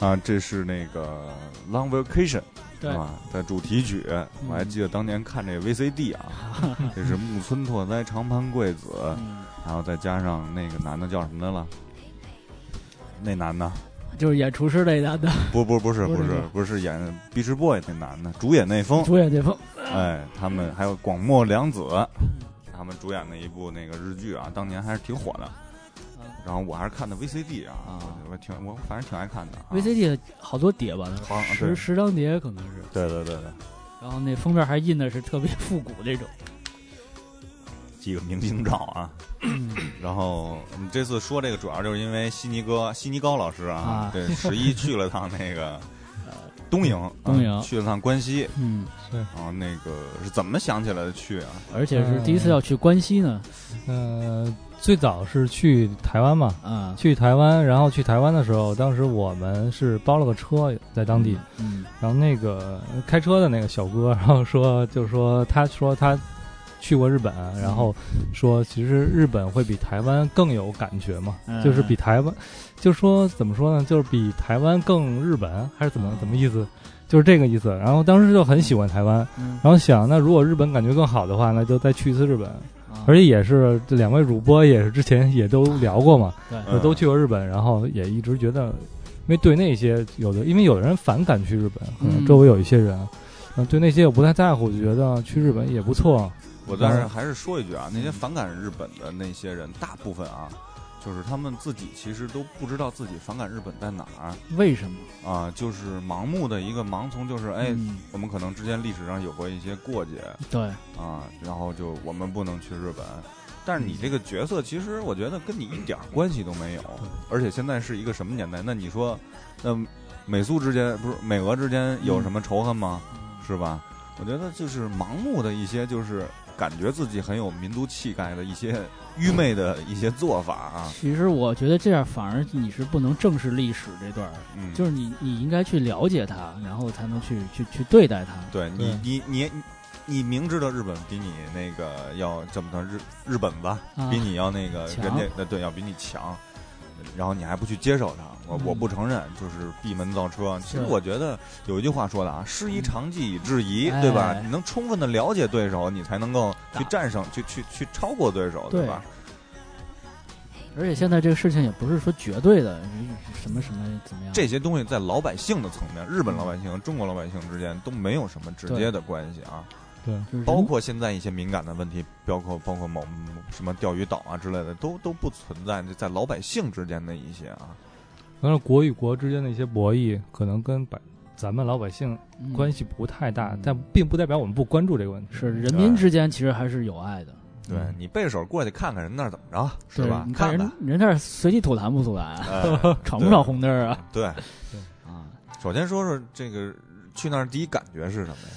[SPEAKER 2] 啊，这是那个《Long Vacation
[SPEAKER 1] 对》
[SPEAKER 2] 啊的主题曲，我还记得当年看这 VCD 啊，这是木村拓哉、长盘贵子，
[SPEAKER 1] 嗯
[SPEAKER 2] 然后再加上那个男的叫什么来了？那男的
[SPEAKER 1] 就是演厨师类的，
[SPEAKER 2] 不不不是
[SPEAKER 1] 不是
[SPEAKER 2] 不是
[SPEAKER 1] 那个
[SPEAKER 2] 不是演《Beach Boy》那男的，主演内丰，
[SPEAKER 1] 主演这风，
[SPEAKER 2] 哎，他们还有广末凉子，他们主演的一部那个日剧啊，当年还是挺火的。然后我还是看的 VCD 啊，
[SPEAKER 1] 啊
[SPEAKER 2] 我我挺我反正挺爱看的、啊。
[SPEAKER 1] VCD 好多碟吧，
[SPEAKER 2] 好啊对
[SPEAKER 1] 十十张碟可能是，
[SPEAKER 2] 对对对对，
[SPEAKER 1] 然后那封面还印的是特别复古这种，
[SPEAKER 2] 几个明星照 啊。然后我们这次说这个，主要就是因为悉尼哥悉尼高老师啊
[SPEAKER 1] 啊，
[SPEAKER 2] 对十一去了趟 那个东营，啊
[SPEAKER 1] 东营
[SPEAKER 2] 去了趟关西，
[SPEAKER 1] 嗯，
[SPEAKER 2] 然后那个是怎么想起来的去啊？
[SPEAKER 1] 而且是第一次要去关西呢，
[SPEAKER 3] 呃，最早是去台湾嘛，
[SPEAKER 2] 嗯
[SPEAKER 1] 啊，
[SPEAKER 3] 去台湾，然后去台湾的时候，当时我们是包了个车在当地，
[SPEAKER 1] 嗯，
[SPEAKER 3] 然后那个开车的那个小哥，然后说就说他说他去过日本，
[SPEAKER 1] 嗯
[SPEAKER 3] 然后说其实日本会比台湾更有感觉嘛，
[SPEAKER 1] 嗯
[SPEAKER 3] 就是比台湾，就说怎么说呢，就是比台湾更日本，还是怎么
[SPEAKER 1] 嗯
[SPEAKER 3] 怎么意思？就是这个意思。然后当时就很喜欢台湾，
[SPEAKER 1] 嗯，
[SPEAKER 3] 然后想那如果日本感觉更好的话，那就再去一次日本。
[SPEAKER 1] 啊
[SPEAKER 3] 而且也是这两位主播也是之前也都聊过嘛，
[SPEAKER 1] 对，
[SPEAKER 2] 嗯
[SPEAKER 3] 都去过日本，然后也一直觉得，因为对那些有的，因为有的人反感去日本，可能
[SPEAKER 1] 嗯
[SPEAKER 3] 周围有一些人，嗯，对那些我不太在乎，就觉得去日本也不错。
[SPEAKER 2] 嗯我但
[SPEAKER 1] 嗯
[SPEAKER 2] 是还是说一句啊，那些反感日本的那些人，大部分啊，就是他们自己其实都不知道自己反感日本在哪儿
[SPEAKER 1] 为什么？
[SPEAKER 2] 啊，就是盲目的一个盲从，就是哎，
[SPEAKER 1] 嗯
[SPEAKER 2] 我们可能之间历史上有过一些 过节
[SPEAKER 1] 对，
[SPEAKER 2] 啊，然后就我们不能去日本。但是你这个角色，其实我觉得跟你一点儿关系都没有，而且现在是一个什么年代？那你说，那美苏之间不是美俄之间有什么仇恨吗？是吧？我觉得就是盲目的一些，就是感觉自己很有民族气概的一些愚昧的一些做法啊。
[SPEAKER 1] 其实我觉得这样反而你是不能正视历史这段儿，
[SPEAKER 2] 嗯，
[SPEAKER 1] 就是你你应该去了解它，然后才能去去去对待它。
[SPEAKER 2] 对你，你，你，你明知道日本比你那个要怎么着日日本吧，
[SPEAKER 1] 啊
[SPEAKER 2] 比你要那个人
[SPEAKER 1] 强
[SPEAKER 2] 家呃对要比你强，然后你还不去接受他，我、
[SPEAKER 1] 嗯
[SPEAKER 2] 我不承认，就是闭门造车。其实
[SPEAKER 1] 是嗯
[SPEAKER 2] 我觉得有一句话说的啊，师夷长技以制夷，
[SPEAKER 1] 哎
[SPEAKER 2] 对吧？你能充分的了解对手，你才能够去
[SPEAKER 1] 打
[SPEAKER 2] 战胜，去去去超过对手，
[SPEAKER 1] 对嗯
[SPEAKER 2] 吧？
[SPEAKER 1] 而且现在这个事情也不是说绝对的，什么什么怎么样？
[SPEAKER 2] 这些东西在老百姓的层面，日本老
[SPEAKER 1] 嗯
[SPEAKER 2] 百姓、中国老百姓之间都没有什么直接的关系啊。
[SPEAKER 3] 对，
[SPEAKER 1] 就是人
[SPEAKER 2] 包括现在一些敏感的问题，包括包括某某什么钓鱼岛啊之类的，都都不存在在老百姓之间的一些啊。
[SPEAKER 3] 但是国与国之间的一些博弈，可能跟百咱们老百姓
[SPEAKER 1] 嗯
[SPEAKER 3] 关系不太大，
[SPEAKER 1] 嗯
[SPEAKER 3] 但并不代表我们不关注这个问题。
[SPEAKER 1] 是人民之间其实还是有爱的，
[SPEAKER 2] 对
[SPEAKER 3] 嗯
[SPEAKER 2] 你背着手过去看看人那儿怎么着，是
[SPEAKER 1] 对
[SPEAKER 2] 吧
[SPEAKER 1] 你？看
[SPEAKER 2] 看
[SPEAKER 1] 人
[SPEAKER 2] 看，
[SPEAKER 1] 人那儿随地吐痰不吐痰 啊，
[SPEAKER 2] 哎
[SPEAKER 1] 闯不闯红灯啊？
[SPEAKER 2] 对，
[SPEAKER 1] 啊，
[SPEAKER 2] 首先说说这个去那儿第一感觉是什么呀？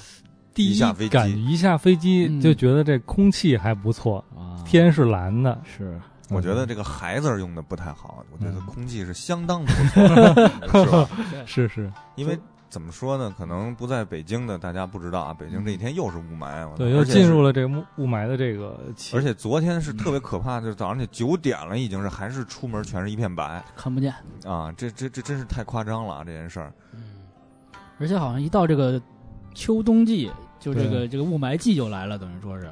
[SPEAKER 3] 第
[SPEAKER 2] 一
[SPEAKER 3] 一
[SPEAKER 2] 下飞机
[SPEAKER 3] 感一下飞机
[SPEAKER 1] 嗯
[SPEAKER 3] 就觉得这空气还不错，
[SPEAKER 1] 啊
[SPEAKER 3] 天是蓝的，
[SPEAKER 1] 是
[SPEAKER 2] 我觉
[SPEAKER 3] 嗯
[SPEAKER 2] 得这个“孩”字儿用的不太好，我觉得空气是相当不 错，是吧？
[SPEAKER 3] 是是，
[SPEAKER 2] 因为怎么说呢？可能不在北京的大家不知道啊，北京这几天又是雾霾，我
[SPEAKER 3] 嗯对，
[SPEAKER 2] 而
[SPEAKER 3] 又
[SPEAKER 2] 且
[SPEAKER 3] 进
[SPEAKER 2] 是。
[SPEAKER 3] 入
[SPEAKER 2] 呃
[SPEAKER 3] 了嗯这个雾雾霾的这个气
[SPEAKER 2] 而且昨天是特别可怕，就是早上这九点了，已经是还是出门全是一片白
[SPEAKER 1] 看不见，
[SPEAKER 2] 啊！这这这真是太夸张了啊！这件事儿，
[SPEAKER 1] 而且好像一到这个秋冬季，就这
[SPEAKER 3] 对
[SPEAKER 1] 个这个雾霾季就来了，等于说是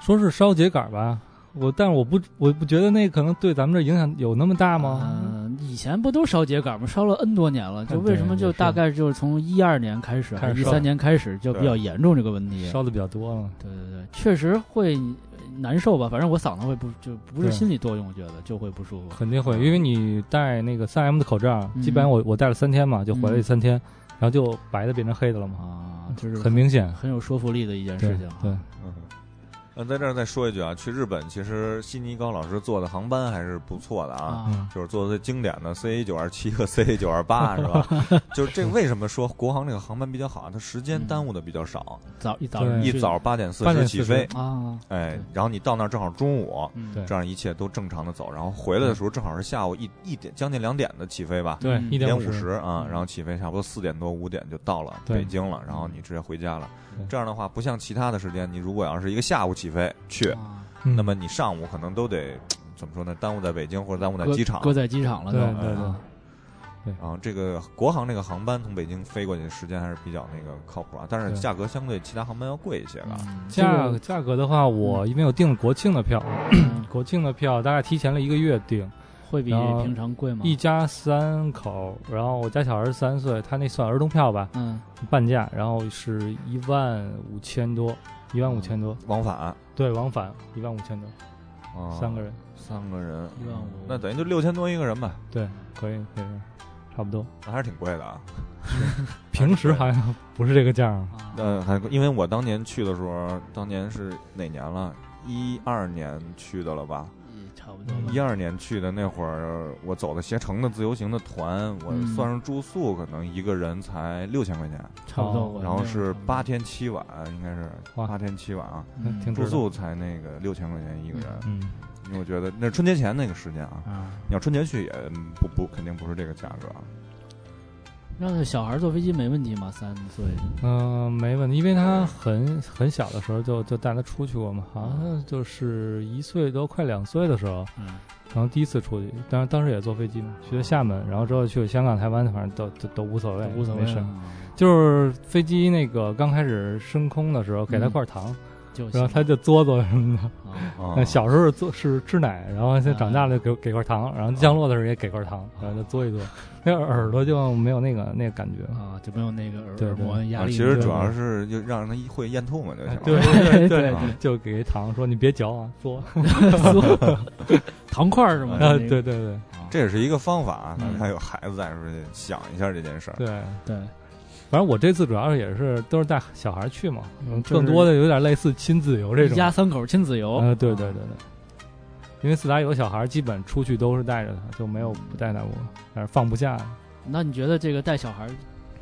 [SPEAKER 3] 说是烧秸秆吧，我但是我不我不觉得那可能对咱们这影响有那么大吗？
[SPEAKER 1] 嗯、以前不都烧秸秆吗？烧了 N 多年了，就
[SPEAKER 3] 嗯
[SPEAKER 1] 为
[SPEAKER 3] 对
[SPEAKER 1] 什么就
[SPEAKER 3] 也是
[SPEAKER 1] 大概就是从一二年开始，
[SPEAKER 3] 开
[SPEAKER 1] 还
[SPEAKER 3] 始
[SPEAKER 1] 是一
[SPEAKER 3] 烧
[SPEAKER 1] 三年开始就比较严重这个问题。
[SPEAKER 3] 烧的比较多啊了，
[SPEAKER 1] 对对对，确实会难受吧，反正我嗓子会不就不是
[SPEAKER 3] 对
[SPEAKER 1] 心理作用，我觉得就会不舒服。
[SPEAKER 3] 肯定会，因为你戴那个三 M 的口罩，
[SPEAKER 1] 嗯
[SPEAKER 3] 基本上我我戴了三天嘛，就回来
[SPEAKER 1] 嗯
[SPEAKER 3] 三天，然后就白的变成黑的了嘛，
[SPEAKER 1] 啊，就是
[SPEAKER 3] 很明显。
[SPEAKER 1] 很有说服力的一件
[SPEAKER 3] 对
[SPEAKER 1] 事情。啊
[SPEAKER 3] 对，
[SPEAKER 2] 嗯，呃，在这儿再说一句啊，去日本其实悉尼高老师坐的航班还是不错的啊，
[SPEAKER 1] 啊，
[SPEAKER 2] 就是坐的最经典的 CA 九二七和 CA 九二八是吧？ 就是这为什么说国航这个航班比较好啊？它时间耽误的比较少，
[SPEAKER 1] 早一早
[SPEAKER 3] 对
[SPEAKER 1] 上
[SPEAKER 2] 一
[SPEAKER 1] 去
[SPEAKER 2] 早嗯八点四十
[SPEAKER 3] 8:40
[SPEAKER 2] 起飞，
[SPEAKER 1] 啊，
[SPEAKER 2] 哎
[SPEAKER 1] 对，
[SPEAKER 2] 然后你到那儿正好中午。
[SPEAKER 1] 嗯
[SPEAKER 3] 对
[SPEAKER 2] 这样一切都正常的走，然后回来的时候正好是下午一一点将近两点的起飞吧，
[SPEAKER 3] 对
[SPEAKER 1] 嗯
[SPEAKER 3] 一
[SPEAKER 2] 一点
[SPEAKER 3] 点
[SPEAKER 2] 五十
[SPEAKER 3] 十，
[SPEAKER 2] 啊，
[SPEAKER 1] 嗯
[SPEAKER 2] 然后起飞差不多四点多五点就到了
[SPEAKER 3] 对
[SPEAKER 2] 北京了，然后你直接回家了
[SPEAKER 3] 对。
[SPEAKER 2] 这样的话，不像其他的时间，你如果要是一个下午起飞去，
[SPEAKER 1] 啊
[SPEAKER 3] 嗯
[SPEAKER 2] 那么你上午可能都得怎么说呢？耽误在北京或者耽误在
[SPEAKER 1] 搁
[SPEAKER 2] 机场。
[SPEAKER 1] 搁在机场了都。
[SPEAKER 3] 对对对
[SPEAKER 1] 啊
[SPEAKER 3] 对
[SPEAKER 2] 然后这个国航这个航班从北京飞过去时间还是比较那个靠谱啊，但是
[SPEAKER 3] 对
[SPEAKER 2] 价格相对其他航班要贵一些吧。
[SPEAKER 1] 嗯这
[SPEAKER 3] 价
[SPEAKER 1] 个
[SPEAKER 3] 价格的话，我因为我订了国庆的票，
[SPEAKER 1] 嗯
[SPEAKER 3] 国庆的票大概提前了一个月订，
[SPEAKER 1] 会比
[SPEAKER 3] 然后
[SPEAKER 1] 平常贵吗？
[SPEAKER 3] 一家三口，然后我家小孩儿三岁，他那算儿童票吧，
[SPEAKER 1] 嗯，
[SPEAKER 3] 半价，然后是一万五千多，一万五千多，
[SPEAKER 2] 往返、啊
[SPEAKER 3] 对，往返一万五千多，
[SPEAKER 2] 嗯
[SPEAKER 3] 三个人，
[SPEAKER 2] 三个人，
[SPEAKER 1] 一万五
[SPEAKER 2] 那等于就六千多一个人吧，
[SPEAKER 3] 对，可以可以，差不多。
[SPEAKER 2] 那还是挺贵的啊。
[SPEAKER 3] 平时好像不是这个价儿，
[SPEAKER 1] 啊
[SPEAKER 2] 那还因为我当年去的时候，当年是哪年了？一二年去的了吧？
[SPEAKER 1] 嗯差不多吧
[SPEAKER 2] 一。二年去的那会儿，我走的携程的自由行的团，我
[SPEAKER 1] 嗯
[SPEAKER 2] 算上住宿，可能一个人才六千块钱，
[SPEAKER 1] 差不多我们这个差不多。
[SPEAKER 2] 哦然后是八天七晚，应该是
[SPEAKER 3] 哇
[SPEAKER 2] 八天七晚啊，
[SPEAKER 1] 嗯，
[SPEAKER 3] 挺
[SPEAKER 2] 住
[SPEAKER 3] 值的
[SPEAKER 2] 宿才那个六千块钱一个人，
[SPEAKER 3] 嗯，
[SPEAKER 2] 因为我觉得那是春节前那个时间啊，
[SPEAKER 1] 啊。
[SPEAKER 2] 你要春节去也嗯不不肯定不是这个价格啊，
[SPEAKER 1] 让小孩坐飞机没问题吗？三岁，
[SPEAKER 3] 嗯、没问题，因为他很很小的时候就就带他出去过嘛，好像就是一岁多快两岁的时候，
[SPEAKER 1] 嗯，
[SPEAKER 3] 然后第一次出去，当然当时也坐飞机嘛，去的厦门，然后之后去了香港、台湾，反正都都都无所谓，
[SPEAKER 1] 无所谓啊
[SPEAKER 3] 没事
[SPEAKER 1] 了。
[SPEAKER 3] 就是飞机那个刚开始升空的时候，给他块糖，
[SPEAKER 1] 就行
[SPEAKER 3] 然后他就嘬嘬什么的。
[SPEAKER 1] 啊
[SPEAKER 2] 啊
[SPEAKER 3] 小时候嘬是吃奶，然后现在长大了就给给块糖，然后降落的时候也给块糖，然后就嘬一嘬，那耳朵就没有那个那个感觉。了。
[SPEAKER 1] 啊，就没有那个耳
[SPEAKER 3] 对
[SPEAKER 1] 耳膜的压
[SPEAKER 2] 啊
[SPEAKER 1] 力。
[SPEAKER 2] 其实
[SPEAKER 1] 对
[SPEAKER 2] 主要是就让他会咽吐沫就行
[SPEAKER 3] 哎
[SPEAKER 2] 了，
[SPEAKER 3] 对
[SPEAKER 1] 对
[SPEAKER 3] 对
[SPEAKER 1] 对啊
[SPEAKER 2] 对
[SPEAKER 3] 就给糖说你别嚼啊， 嘬。
[SPEAKER 1] 糖块儿是吗？
[SPEAKER 3] 啊，
[SPEAKER 1] 那个
[SPEAKER 3] 对对对
[SPEAKER 1] 啊
[SPEAKER 2] 这也是一个方法啊，
[SPEAKER 1] 嗯
[SPEAKER 2] 大家有孩子在的时候得想一下这件事儿。
[SPEAKER 3] 对，
[SPEAKER 1] 对，
[SPEAKER 3] 反正我这次主要是也是都是带小孩去嘛，
[SPEAKER 1] 嗯就是
[SPEAKER 3] 更多的有点类似亲子游这
[SPEAKER 1] 一
[SPEAKER 3] 种。
[SPEAKER 1] 家三口亲子游。
[SPEAKER 3] 啊，对对对对，
[SPEAKER 1] 啊
[SPEAKER 3] 因为自打有了小孩，基本出去都是带着他，就没有不带他过，但是放不下。
[SPEAKER 1] 那你觉得这个带小孩儿，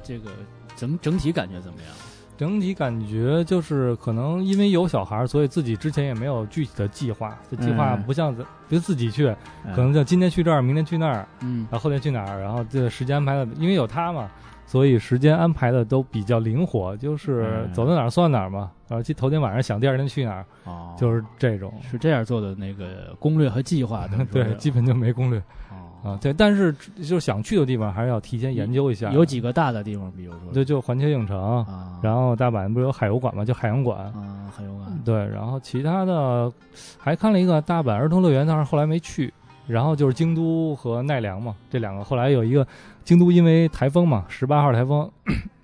[SPEAKER 1] 这个整整体感觉怎么样？
[SPEAKER 3] 整体感觉就是，可能因为有小孩，所以自己之前也没有具体的计划。这计划
[SPEAKER 1] 嗯
[SPEAKER 3] 不像自，比如自己去，可能就今天去这儿，明天去那儿，
[SPEAKER 1] 嗯
[SPEAKER 3] 然后后天去哪儿，然后这个时间安排的，因为有他嘛，所以时间安排的都比较灵活，就是
[SPEAKER 1] 嗯
[SPEAKER 3] 走到哪儿算哪儿嘛。然后记头天晚上想第二天去哪儿，
[SPEAKER 1] 哦，
[SPEAKER 3] 就是这种。。
[SPEAKER 1] 是这样做的那个攻略和计划的
[SPEAKER 3] 对，基本就没攻略
[SPEAKER 1] 啊
[SPEAKER 3] 啊。对，但是就是想去的地方还是要提前研究一下。
[SPEAKER 1] 有几个大的地方，比如说
[SPEAKER 3] 对，就环球影城，
[SPEAKER 1] 啊，
[SPEAKER 3] 然后大阪不是有海游馆吗？就海洋馆。
[SPEAKER 1] 啊很有感。
[SPEAKER 3] 对，然后其他的还看了一个大阪儿童乐园，但是后来没去。然后就是京都和奈良嘛，这两个后来有一个京都因为台风嘛，十八号台风，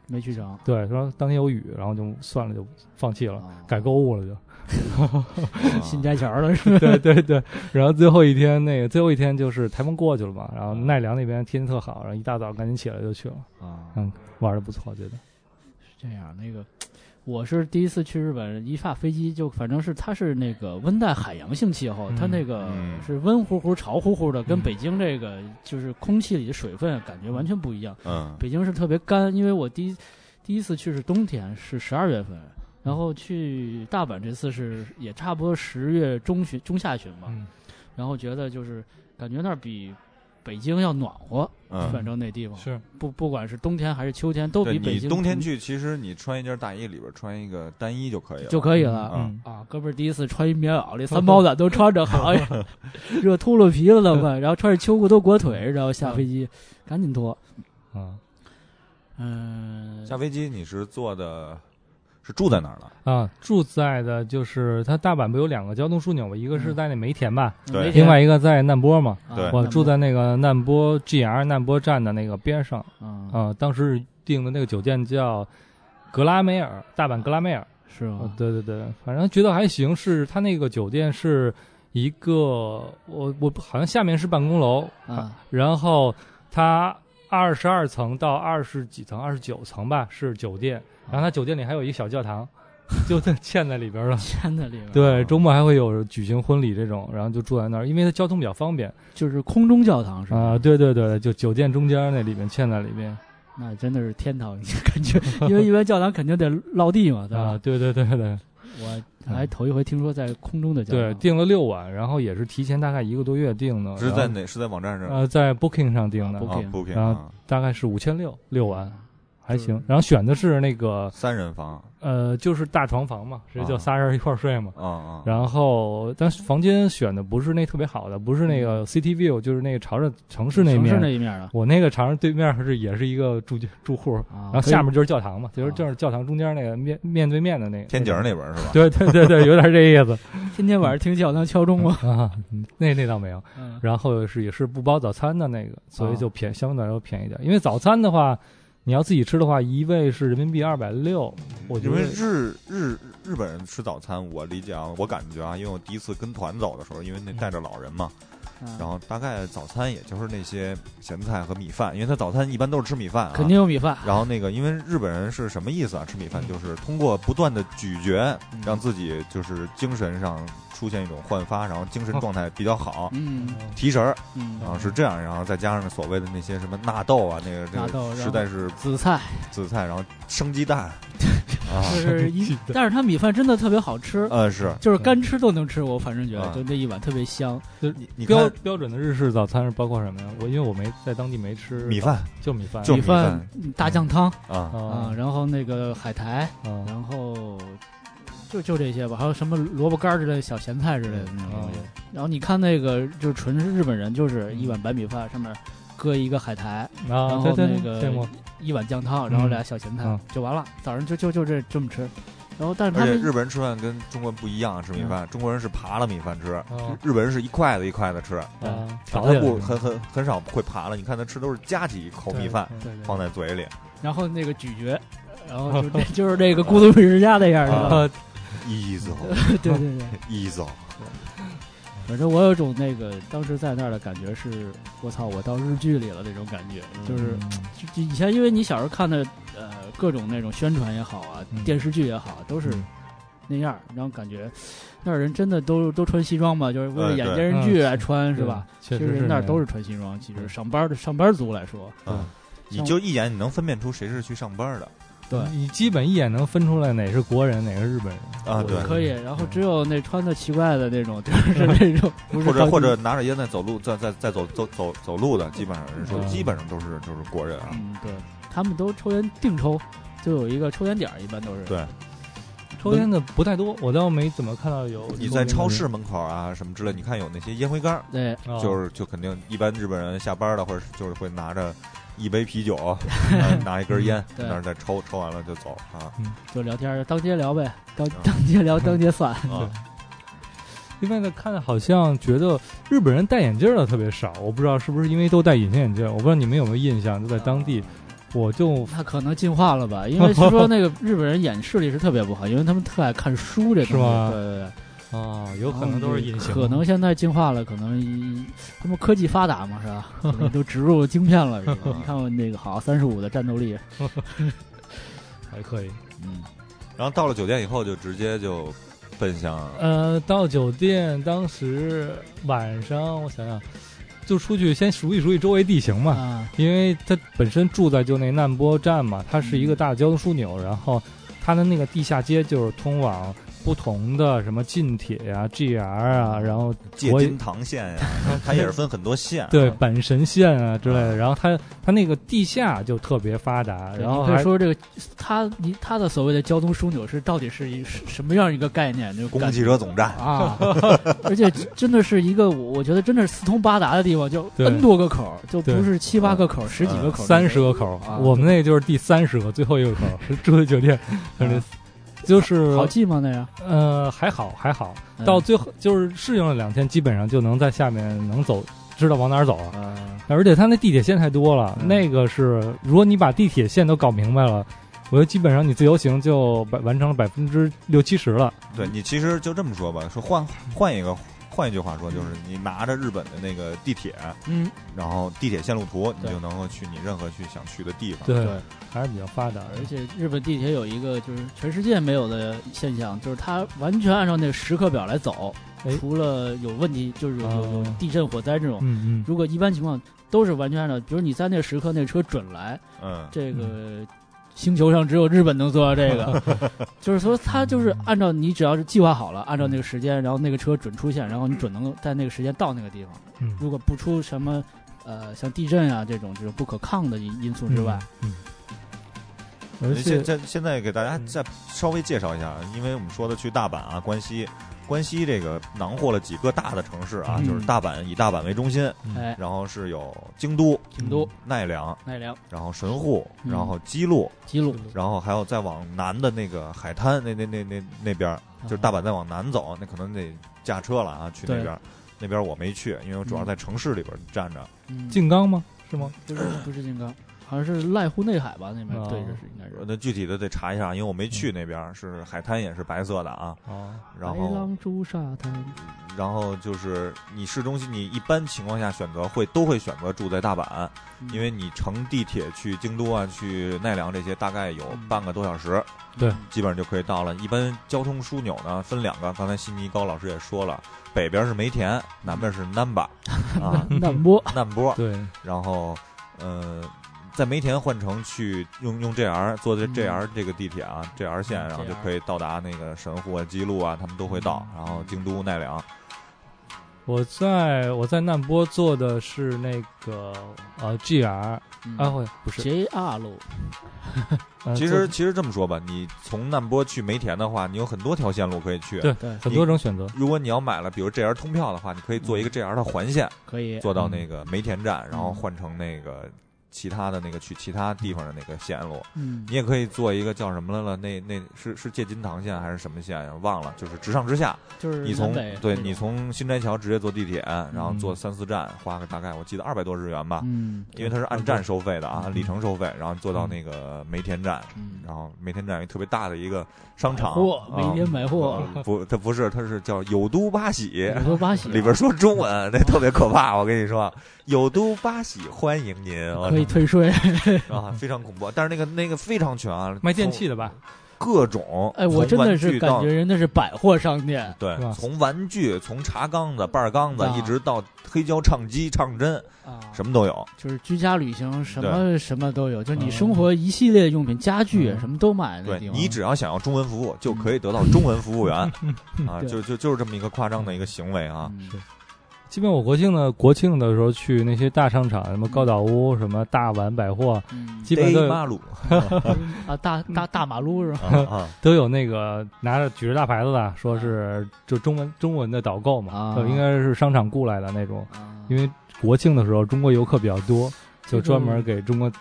[SPEAKER 1] 没去成，
[SPEAKER 3] 对，说当天有雨，然后就算了，就放弃了，
[SPEAKER 1] 啊
[SPEAKER 3] 改购物了就。
[SPEAKER 2] 啊
[SPEAKER 1] 新家桥了是吧？
[SPEAKER 3] 对对对，然后最后一天那个最后一天就是台风过去了嘛，然后奈良那边天气特好，然后一大早赶紧起来就去了，
[SPEAKER 1] 啊
[SPEAKER 3] 嗯，玩的不错，我觉得。
[SPEAKER 1] 这样，那个我是第一次去日本，一下飞机就反正是它是那个温带海洋性气候，
[SPEAKER 3] 嗯
[SPEAKER 1] 它那个
[SPEAKER 2] 嗯
[SPEAKER 1] 是温乎乎、潮乎乎的，跟
[SPEAKER 3] 嗯
[SPEAKER 1] 北京这个就是空气里的水分感觉完全不一样。
[SPEAKER 2] 嗯，
[SPEAKER 1] 北京是特别干，因为我第一第一次去是冬天，是十二月份。然后去大阪这次是也差不多十月中旬、中下旬吧，
[SPEAKER 3] 嗯，
[SPEAKER 1] 然后觉得就是感觉那儿比北京要暖和，
[SPEAKER 2] 嗯，
[SPEAKER 1] 反正那地方
[SPEAKER 3] 是
[SPEAKER 1] 不不管是冬天还是秋天都
[SPEAKER 2] 对
[SPEAKER 1] 比北
[SPEAKER 2] 你
[SPEAKER 1] 京
[SPEAKER 2] 冬天
[SPEAKER 1] 平
[SPEAKER 2] 去，其实你穿一件大衣，里边穿一个单衣就可以了，
[SPEAKER 1] 就可以了。
[SPEAKER 3] 嗯，
[SPEAKER 1] 啊，哥们儿第一次穿一棉袄，这 三包的都穿着，好呀，热秃噜皮了都快。然后穿着秋裤都裹腿，然后下飞机赶紧脱。
[SPEAKER 3] 啊
[SPEAKER 1] 嗯，
[SPEAKER 2] 下飞机你是坐的，是住在哪儿了？
[SPEAKER 3] 啊，住在的就是它大阪不有两个交通枢纽吗？一个是在那梅田吧，
[SPEAKER 2] 对
[SPEAKER 1] 没钱
[SPEAKER 3] 另外一个在难波嘛。
[SPEAKER 1] 啊
[SPEAKER 2] 对
[SPEAKER 3] 我住在
[SPEAKER 1] 那
[SPEAKER 3] 那个难波 GR 难波站的那个边上
[SPEAKER 1] 么啊，
[SPEAKER 3] 啊，当时订的那个酒店叫格拉梅尔，大阪格拉梅尔。
[SPEAKER 1] 是
[SPEAKER 3] 哦
[SPEAKER 1] 吗？
[SPEAKER 3] 对对对，反正觉得还行，是它那个酒店是一个，我我好像下面是办公楼，
[SPEAKER 1] 啊，
[SPEAKER 3] 然后它二十二层到二十几层，二十九层吧是酒店，然后它酒店里还有一个小教堂， 就在嵌在里边了。
[SPEAKER 1] 天在里边，， 啊
[SPEAKER 3] 对，周末还会有举行婚礼这种，然后就住在那儿，因为它交通比较方便
[SPEAKER 1] 就是空中教堂是吧？
[SPEAKER 3] 啊、对对对，就酒店中间那里面嵌在里面
[SPEAKER 1] 那真的是天堂， 感觉，因为一般教堂肯定得落地嘛，对
[SPEAKER 3] 啊，
[SPEAKER 1] 吧？
[SPEAKER 3] 对对对对
[SPEAKER 1] 我还头一回听说在空中的教
[SPEAKER 3] 对，
[SPEAKER 1] 堂，，
[SPEAKER 3] 订了六晚，然后也是提前大概一个多月订的，
[SPEAKER 2] 是
[SPEAKER 3] 然
[SPEAKER 2] 在
[SPEAKER 3] 后
[SPEAKER 2] 哪？是在网站上
[SPEAKER 3] 呃在 Booking 上订的，
[SPEAKER 1] 啊
[SPEAKER 2] 啊
[SPEAKER 1] 呃 Booking
[SPEAKER 2] ，Booking
[SPEAKER 3] 然后
[SPEAKER 2] 啊，
[SPEAKER 3] 大概是五千六六晚还行
[SPEAKER 1] 嗯。
[SPEAKER 3] 然后选的是那个
[SPEAKER 2] 三人房
[SPEAKER 3] 呃，就是大床房嘛，直接就
[SPEAKER 2] 啊
[SPEAKER 3] 仨人一块儿睡嘛。
[SPEAKER 2] 啊啊，
[SPEAKER 3] 然后，但是房间选的不是那特别好的，不是那个 City View，就是那个朝着城市那
[SPEAKER 1] 嗯城市
[SPEAKER 3] 面。
[SPEAKER 1] 那一面啊的
[SPEAKER 3] 我那个朝着对面是也是一个住住户，
[SPEAKER 1] 啊，
[SPEAKER 3] 然后
[SPEAKER 1] 可以
[SPEAKER 3] 下面就是教堂嘛，就是
[SPEAKER 1] 啊
[SPEAKER 3] 就是教堂中间那个面面对面的那个
[SPEAKER 2] 天井儿。那边 儿是吧？
[SPEAKER 3] 对对对对，有点这意思
[SPEAKER 1] 天天晚上听教堂敲钟吗？
[SPEAKER 3] 啊。 那那倒没有，
[SPEAKER 1] 嗯
[SPEAKER 3] 然后是也是不包早餐的那个，所
[SPEAKER 1] 啊
[SPEAKER 3] 以就便相对来说便宜点。因为早餐的话，你要自己吃的话，一位是人民币二百六，我觉
[SPEAKER 2] 因为
[SPEAKER 3] 得
[SPEAKER 2] 日日日本人吃早餐，我理解啊，我感觉啊，因为我第一次跟团走的时候，因为那带着老人嘛，
[SPEAKER 1] 嗯
[SPEAKER 2] 然后大概早餐也就是那些咸菜和米饭，因为他早餐一般都是吃米饭啊。
[SPEAKER 1] 肯定有米饭，
[SPEAKER 2] 然后那个，因为日本人是什么意思啊？吃米饭就是通过不断的咀嚼，
[SPEAKER 1] 嗯
[SPEAKER 2] 让自己就是精神上出现一种焕发，然后精神
[SPEAKER 3] 哦
[SPEAKER 2] 状态比较好，
[SPEAKER 1] 嗯
[SPEAKER 2] 提神儿，
[SPEAKER 1] 嗯
[SPEAKER 2] 然，后是这样，然后再加上所谓的那些什么纳豆啊，那个
[SPEAKER 1] 纳
[SPEAKER 2] 那
[SPEAKER 1] 豆
[SPEAKER 2] 个
[SPEAKER 1] 然后
[SPEAKER 2] 实在是
[SPEAKER 1] 紫菜
[SPEAKER 2] 紫菜，然后生鸡 蛋啊，
[SPEAKER 1] 就是一，但是它米饭真的特别好吃，
[SPEAKER 3] 啊
[SPEAKER 2] 呃是
[SPEAKER 1] 就是
[SPEAKER 3] 嗯
[SPEAKER 1] 干吃都能吃，我反正觉得
[SPEAKER 2] 啊
[SPEAKER 1] 就这一碗特别香。
[SPEAKER 2] 你你
[SPEAKER 3] 标
[SPEAKER 2] 看
[SPEAKER 3] 标准的日式早餐是包括什么呀？我因为我没在当地没吃
[SPEAKER 2] 米饭，
[SPEAKER 3] 就米饭，
[SPEAKER 2] 就
[SPEAKER 1] 米
[SPEAKER 2] 米饭
[SPEAKER 1] 饭大酱汤
[SPEAKER 2] 啊，
[SPEAKER 1] 啊，
[SPEAKER 3] 嗯啊
[SPEAKER 1] 然后那个海苔，
[SPEAKER 3] 啊
[SPEAKER 1] 然后就就这些吧，还有什么萝卜干儿之类的小咸菜之类的
[SPEAKER 3] 啊
[SPEAKER 1] 那种
[SPEAKER 3] 嗯
[SPEAKER 1] 东西。然后你看那个就是纯是日本人，就是一碗白米饭上面搁一个海苔，然
[SPEAKER 3] 啊！
[SPEAKER 1] 后
[SPEAKER 3] 对对
[SPEAKER 1] 那
[SPEAKER 3] 对
[SPEAKER 1] 个
[SPEAKER 3] 见过
[SPEAKER 1] 一碗酱汤，然后俩小咸菜、
[SPEAKER 3] 嗯
[SPEAKER 1] 就完了，早上就就就这这么吃。然后但是
[SPEAKER 2] 而
[SPEAKER 1] 他
[SPEAKER 2] 且
[SPEAKER 1] 们嗯
[SPEAKER 2] 日本人吃饭跟中国人不一样，吃米饭，中国人是扒了米饭吃，
[SPEAKER 1] 哦
[SPEAKER 3] 啊
[SPEAKER 2] 日本人是一筷子一筷子吃，
[SPEAKER 3] 啊，
[SPEAKER 2] 他
[SPEAKER 3] 搞起来
[SPEAKER 2] 不
[SPEAKER 3] 了
[SPEAKER 2] 很很很少会扒了，你看他吃都是夹起一口米饭
[SPEAKER 3] 对对对
[SPEAKER 2] 放在嘴 里，
[SPEAKER 1] 然后那个咀嚼，然 后就就是那个孤独美食家那样的，
[SPEAKER 3] 啊，
[SPEAKER 2] 一走
[SPEAKER 1] 对对 对。
[SPEAKER 2] 一走，
[SPEAKER 1] 反正我有种那个当时在那儿的感觉是，我操，我到日剧里了那种感觉，
[SPEAKER 3] 嗯
[SPEAKER 1] 就是就就以前因为你小时候看的呃各种那种宣传也好啊，
[SPEAKER 3] 嗯
[SPEAKER 1] 电视剧也好，都是
[SPEAKER 3] 嗯
[SPEAKER 1] 那样儿，然后感觉那儿人真的都都穿西装嘛，就是为了
[SPEAKER 2] 哎
[SPEAKER 1] 演
[SPEAKER 2] 对
[SPEAKER 1] 电视剧来穿
[SPEAKER 3] 嗯
[SPEAKER 1] 是吧？？
[SPEAKER 3] 确
[SPEAKER 1] 其
[SPEAKER 3] 实
[SPEAKER 1] 实那儿
[SPEAKER 3] 样啊
[SPEAKER 1] 都是穿西装，其实上班的上班族来说，
[SPEAKER 2] 嗯，
[SPEAKER 1] 像
[SPEAKER 2] 你就一眼你能分辨出谁是去上班的
[SPEAKER 1] 对
[SPEAKER 3] 你基本一眼能分出来哪是国人，哪个是日本人。
[SPEAKER 2] 啊，
[SPEAKER 1] 我
[SPEAKER 2] 对，
[SPEAKER 1] 可以。然后只有那穿的奇怪的那种， 就
[SPEAKER 3] 嗯
[SPEAKER 1] 是那种不是
[SPEAKER 2] 或
[SPEAKER 1] 当
[SPEAKER 2] 者
[SPEAKER 1] 地
[SPEAKER 2] 或者拿着烟在走路，在在在走走走走路的，基本上人说
[SPEAKER 3] 嗯
[SPEAKER 2] 基本上都是就是国人啊，
[SPEAKER 1] 嗯，对，他们都抽烟定抽，就有一个抽烟点儿，一般都是
[SPEAKER 2] 对
[SPEAKER 3] 抽烟的不太多，我倒没怎么看到有。
[SPEAKER 2] 你
[SPEAKER 1] 嗯
[SPEAKER 2] 在超市门口啊什么之类，你看有那些烟灰缸，
[SPEAKER 1] 对，
[SPEAKER 3] 啊
[SPEAKER 2] 就是就肯定一般日本人下班了，或者是就是会拿着一杯啤酒， 拿一根烟，
[SPEAKER 1] 嗯对
[SPEAKER 2] 那儿再抽，抽完了就走啊
[SPEAKER 1] 就聊天儿，当街聊呗，当
[SPEAKER 3] 啊
[SPEAKER 1] 当街聊，当街算。
[SPEAKER 2] 啊！
[SPEAKER 3] 另外呢，看好像觉得日本人戴眼镜的特别少，我不知道是不是因为都戴隐形眼镜，我不知道你们有没有印象，就在当地，
[SPEAKER 2] 啊
[SPEAKER 3] 我就
[SPEAKER 1] 那可能进化了吧，因为是说那个日本人眼视力是特别不好，因为他们特爱看书这东西。
[SPEAKER 3] 是吗
[SPEAKER 1] 对对对，
[SPEAKER 3] 啊，有可能都是隐形，
[SPEAKER 1] 可能现在进化了，可能一他们科技发达嘛，是吧？可能都植入晶片了。是吧你看我那个好三十五的战斗 力，
[SPEAKER 3] 还可以。
[SPEAKER 1] 嗯，
[SPEAKER 2] 然后到了酒店以后，就直接就奔向
[SPEAKER 3] 呃，到酒店当时晚上，我想想，就出去先熟悉熟悉周围地形嘛，
[SPEAKER 1] 啊，
[SPEAKER 3] 因为它本身住在就那难波站嘛，它是一个大的交通枢纽，然后它的那个地下街就是通往不同的什么近铁呀、
[SPEAKER 1] 嗯
[SPEAKER 3] GR 啊，然后
[SPEAKER 2] 借金堂 县呀，它也是分很多县，
[SPEAKER 3] 对
[SPEAKER 1] 嗯
[SPEAKER 3] 阪神线啊之类的，然后它它那个地下就特别发达，
[SPEAKER 1] 对
[SPEAKER 3] 然后
[SPEAKER 1] 你可
[SPEAKER 3] 还
[SPEAKER 1] 以说这个他你他的所谓的交通枢纽是到底是一是什么样一个概念？就
[SPEAKER 2] 公
[SPEAKER 1] 感
[SPEAKER 2] 共汽车总站，
[SPEAKER 1] 啊， 而且真的是一个我我觉得真的是四通八达的地方，就
[SPEAKER 3] 对
[SPEAKER 1] N 多个口儿，就
[SPEAKER 3] 对啊
[SPEAKER 1] 不是七八个口儿，十几个口儿，
[SPEAKER 3] 三十个口，
[SPEAKER 1] 啊
[SPEAKER 3] 我们那就是第三十个最后一个口是住的酒 店，就是就是
[SPEAKER 1] 嗯好嗯记吗？那样
[SPEAKER 3] 呃还好还好，到最后就是适应了两天，基本上就能在下面能走，知道往哪儿走了。啊
[SPEAKER 1] 嗯
[SPEAKER 3] 而且它那地铁线太多了，
[SPEAKER 1] 嗯
[SPEAKER 3] 那个是如果你把地铁线都搞明白了，我觉得基本上你自由行就百完成了百分之六七十了。
[SPEAKER 2] 对你其实就这么说吧，说换换一个换一句话说，就是你拿着日本的那个地铁，
[SPEAKER 1] 嗯，
[SPEAKER 2] 然后地铁线路图，你
[SPEAKER 1] 对
[SPEAKER 2] 就能够去你任何去想去的地方。
[SPEAKER 3] 对
[SPEAKER 1] 对
[SPEAKER 3] 还是比较发达。
[SPEAKER 1] 而且日本地铁有一个就是全世界没有的现象，就是它完全按照那时刻表来走
[SPEAKER 3] 哎，
[SPEAKER 1] 除了有问题就是有有有
[SPEAKER 3] 哦
[SPEAKER 1] 地震、火灾这种，
[SPEAKER 3] 嗯嗯，
[SPEAKER 1] 如果一般情况都是完全按照，比如你在那时刻那车准来，
[SPEAKER 2] 嗯，
[SPEAKER 1] 这个星球上只有日本能做到这个， 就是说他就是按照你只要是计划好了，按照那个时间，然后那个车准出现，然后你准能在那个时间到那个地方。
[SPEAKER 3] 嗯
[SPEAKER 1] 如果不出什么呃像地震啊这种就是不可抗的因因素之外，
[SPEAKER 3] 嗯，嗯而且
[SPEAKER 2] 现现现在给大家再稍微介绍一下，因为我们说的去大阪啊、关西，关西这个囊括了几个大的城市啊，
[SPEAKER 1] 嗯
[SPEAKER 2] 就是大阪以大阪为中心，
[SPEAKER 1] 哎，
[SPEAKER 2] 然后是有京都、
[SPEAKER 1] 京都、
[SPEAKER 2] 奈良，
[SPEAKER 1] 奈良、
[SPEAKER 2] 然后神户，
[SPEAKER 1] 嗯
[SPEAKER 2] 然后姬路，
[SPEAKER 1] 吉鲁，
[SPEAKER 2] 然后还有再往南的那个海滩，那那那那那边儿，
[SPEAKER 1] 啊
[SPEAKER 2] 就是大阪再往南走，那可能得驾车了啊，去那
[SPEAKER 1] 嗯对
[SPEAKER 2] 边儿。那边儿我没去，因为我主要在城市里边儿站着。
[SPEAKER 1] 嗯
[SPEAKER 3] 静冈吗？是吗？
[SPEAKER 1] 不是不是金刚，好像是濑户内海吧？那边
[SPEAKER 3] 哦
[SPEAKER 1] 对着是应该是
[SPEAKER 2] 呃。那具体的得查一下，因为我
[SPEAKER 1] 嗯
[SPEAKER 2] 没去那边儿，是海滩也是白色的啊。
[SPEAKER 3] 啊，
[SPEAKER 2] 然
[SPEAKER 1] 白
[SPEAKER 2] 后
[SPEAKER 1] 浪逐沙滩，
[SPEAKER 2] 然后就是你市中心，你一般情况下选择会都会选择住在大阪，
[SPEAKER 1] 嗯
[SPEAKER 2] 因为你乘地铁去京都啊、去奈良这些，大概有
[SPEAKER 1] 嗯
[SPEAKER 2] 半个多小时，
[SPEAKER 3] 对
[SPEAKER 2] 基本上就可以到了。一般交通枢纽呢分两个，刚才悉尼高老师也说了，北边是梅田，南边是难波，啊
[SPEAKER 1] 难嗯波，
[SPEAKER 2] 难波，
[SPEAKER 3] 对，
[SPEAKER 2] 然后呃。在梅田换乘去用用 JR 坐这
[SPEAKER 1] 嗯
[SPEAKER 2] JR 这个地铁啊、j r 线，然后就
[SPEAKER 1] JR
[SPEAKER 2] 可以到达那个神户啊、姬路啊，他们都会到。然后京都、奈良，
[SPEAKER 3] 我在我在难波坐的是那个呃 GR 啊，
[SPEAKER 1] 嗯
[SPEAKER 3] 会不是？
[SPEAKER 1] ，JR 路，
[SPEAKER 3] 呃
[SPEAKER 2] 其
[SPEAKER 3] 坐
[SPEAKER 2] 实其实这么说吧，你从难波去梅田的话，你有很多条线路可以去。
[SPEAKER 3] 对
[SPEAKER 1] 对，
[SPEAKER 3] 很多种选择，
[SPEAKER 2] 如果你要买了，比如 JR 通票的话，你可以坐一个 JR 的环线，
[SPEAKER 1] 可以，
[SPEAKER 2] 坐到那个梅田站，然后
[SPEAKER 1] 嗯
[SPEAKER 2] 换成那个其他的那个去其他地方的那个线路。
[SPEAKER 1] 嗯
[SPEAKER 2] 你也可以坐一个叫什么来了？那那是是借金堂线还是什么线？忘了，就是直上直下。
[SPEAKER 1] 就是
[SPEAKER 2] 你从
[SPEAKER 1] 南北
[SPEAKER 2] 对
[SPEAKER 1] 那
[SPEAKER 2] 你
[SPEAKER 1] 种
[SPEAKER 2] 从新斋桥直接坐地铁，然后坐
[SPEAKER 3] 嗯
[SPEAKER 2] 三四站，花个大概我记得二百多日元吧，
[SPEAKER 1] 嗯
[SPEAKER 2] 啊因为它是按站收费的啊，
[SPEAKER 3] 嗯
[SPEAKER 2] 按里程收费，然后坐到那个梅田站，
[SPEAKER 1] 嗯
[SPEAKER 2] 然后梅田站有一特别大的一个商场，
[SPEAKER 1] 百货
[SPEAKER 2] 啊
[SPEAKER 1] 每天百货
[SPEAKER 2] 呃不，它不是，它是叫有都八喜，
[SPEAKER 1] 有多巴西
[SPEAKER 2] 里边说中
[SPEAKER 1] 嗯
[SPEAKER 2] 文，那特别可怕。我跟你说，有都八喜欢迎您，我
[SPEAKER 1] 啊可以 退税，
[SPEAKER 2] 操啊，非常恐怖。但是那个那个非常全啊，
[SPEAKER 3] 卖电器的吧？
[SPEAKER 2] 从各种，
[SPEAKER 1] 哎，我真
[SPEAKER 2] 从
[SPEAKER 1] 的
[SPEAKER 2] 玩
[SPEAKER 1] 是
[SPEAKER 2] 具
[SPEAKER 1] 感
[SPEAKER 2] 到
[SPEAKER 1] 觉人家是百货商店，
[SPEAKER 2] 对
[SPEAKER 3] 是吧，
[SPEAKER 2] 从玩具，从茶缸子、半缸子
[SPEAKER 1] 啊，
[SPEAKER 2] 一直到黑胶唱机、唱针，
[SPEAKER 1] 啊，
[SPEAKER 2] 什么都有。
[SPEAKER 1] 就是居家旅行，什么什么都有，就是你生活一系列用品、家具
[SPEAKER 3] 嗯
[SPEAKER 1] 什么都买那
[SPEAKER 2] 对
[SPEAKER 1] 地方。嗯
[SPEAKER 2] 你只要想要中文服务，就可以得到中文服 务员啊，
[SPEAKER 1] 对
[SPEAKER 2] 就就就是这么一个夸张的一个行为啊。
[SPEAKER 1] 嗯
[SPEAKER 3] 是基本我国庆的国庆的时候去那些大商场，什么高岛屋、什么大丸百货，
[SPEAKER 1] 嗯
[SPEAKER 3] 基本都
[SPEAKER 2] Day
[SPEAKER 3] 有
[SPEAKER 2] 马路
[SPEAKER 1] 啊，大大大马路是吧？
[SPEAKER 2] 啊 啊，
[SPEAKER 3] 都有那个拿着举着大牌子的，说是就中文中文的导购嘛
[SPEAKER 1] 啊，
[SPEAKER 3] 就应该是商场雇来的那种。
[SPEAKER 1] 啊
[SPEAKER 3] 因为国庆的时候中国游客比较多，就专门给中国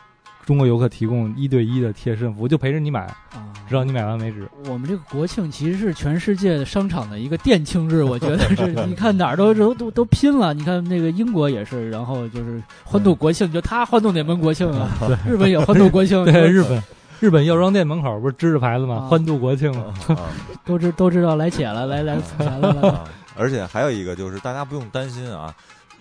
[SPEAKER 3] 中国游客提供一对一的贴身服务，就陪着你买，
[SPEAKER 1] 啊，
[SPEAKER 3] 直到你买完为止。
[SPEAKER 1] 我们这个国庆其实是全世界的商场的一个店庆日，我觉得 是，你看哪儿都都都都拼了。你看那个英国也是，然后就是欢度国庆，就他欢度哪门国庆啊？日本也欢度国 庆，
[SPEAKER 3] 对，
[SPEAKER 1] 都
[SPEAKER 3] 日本日本药妆店门口不是支着牌子
[SPEAKER 1] 啊
[SPEAKER 3] 吗？欢度国庆嘛。
[SPEAKER 2] 啊
[SPEAKER 1] 都知都知道来且了，来来此前了来。
[SPEAKER 2] 啊， 而且还有一个就是，大家不用担心啊，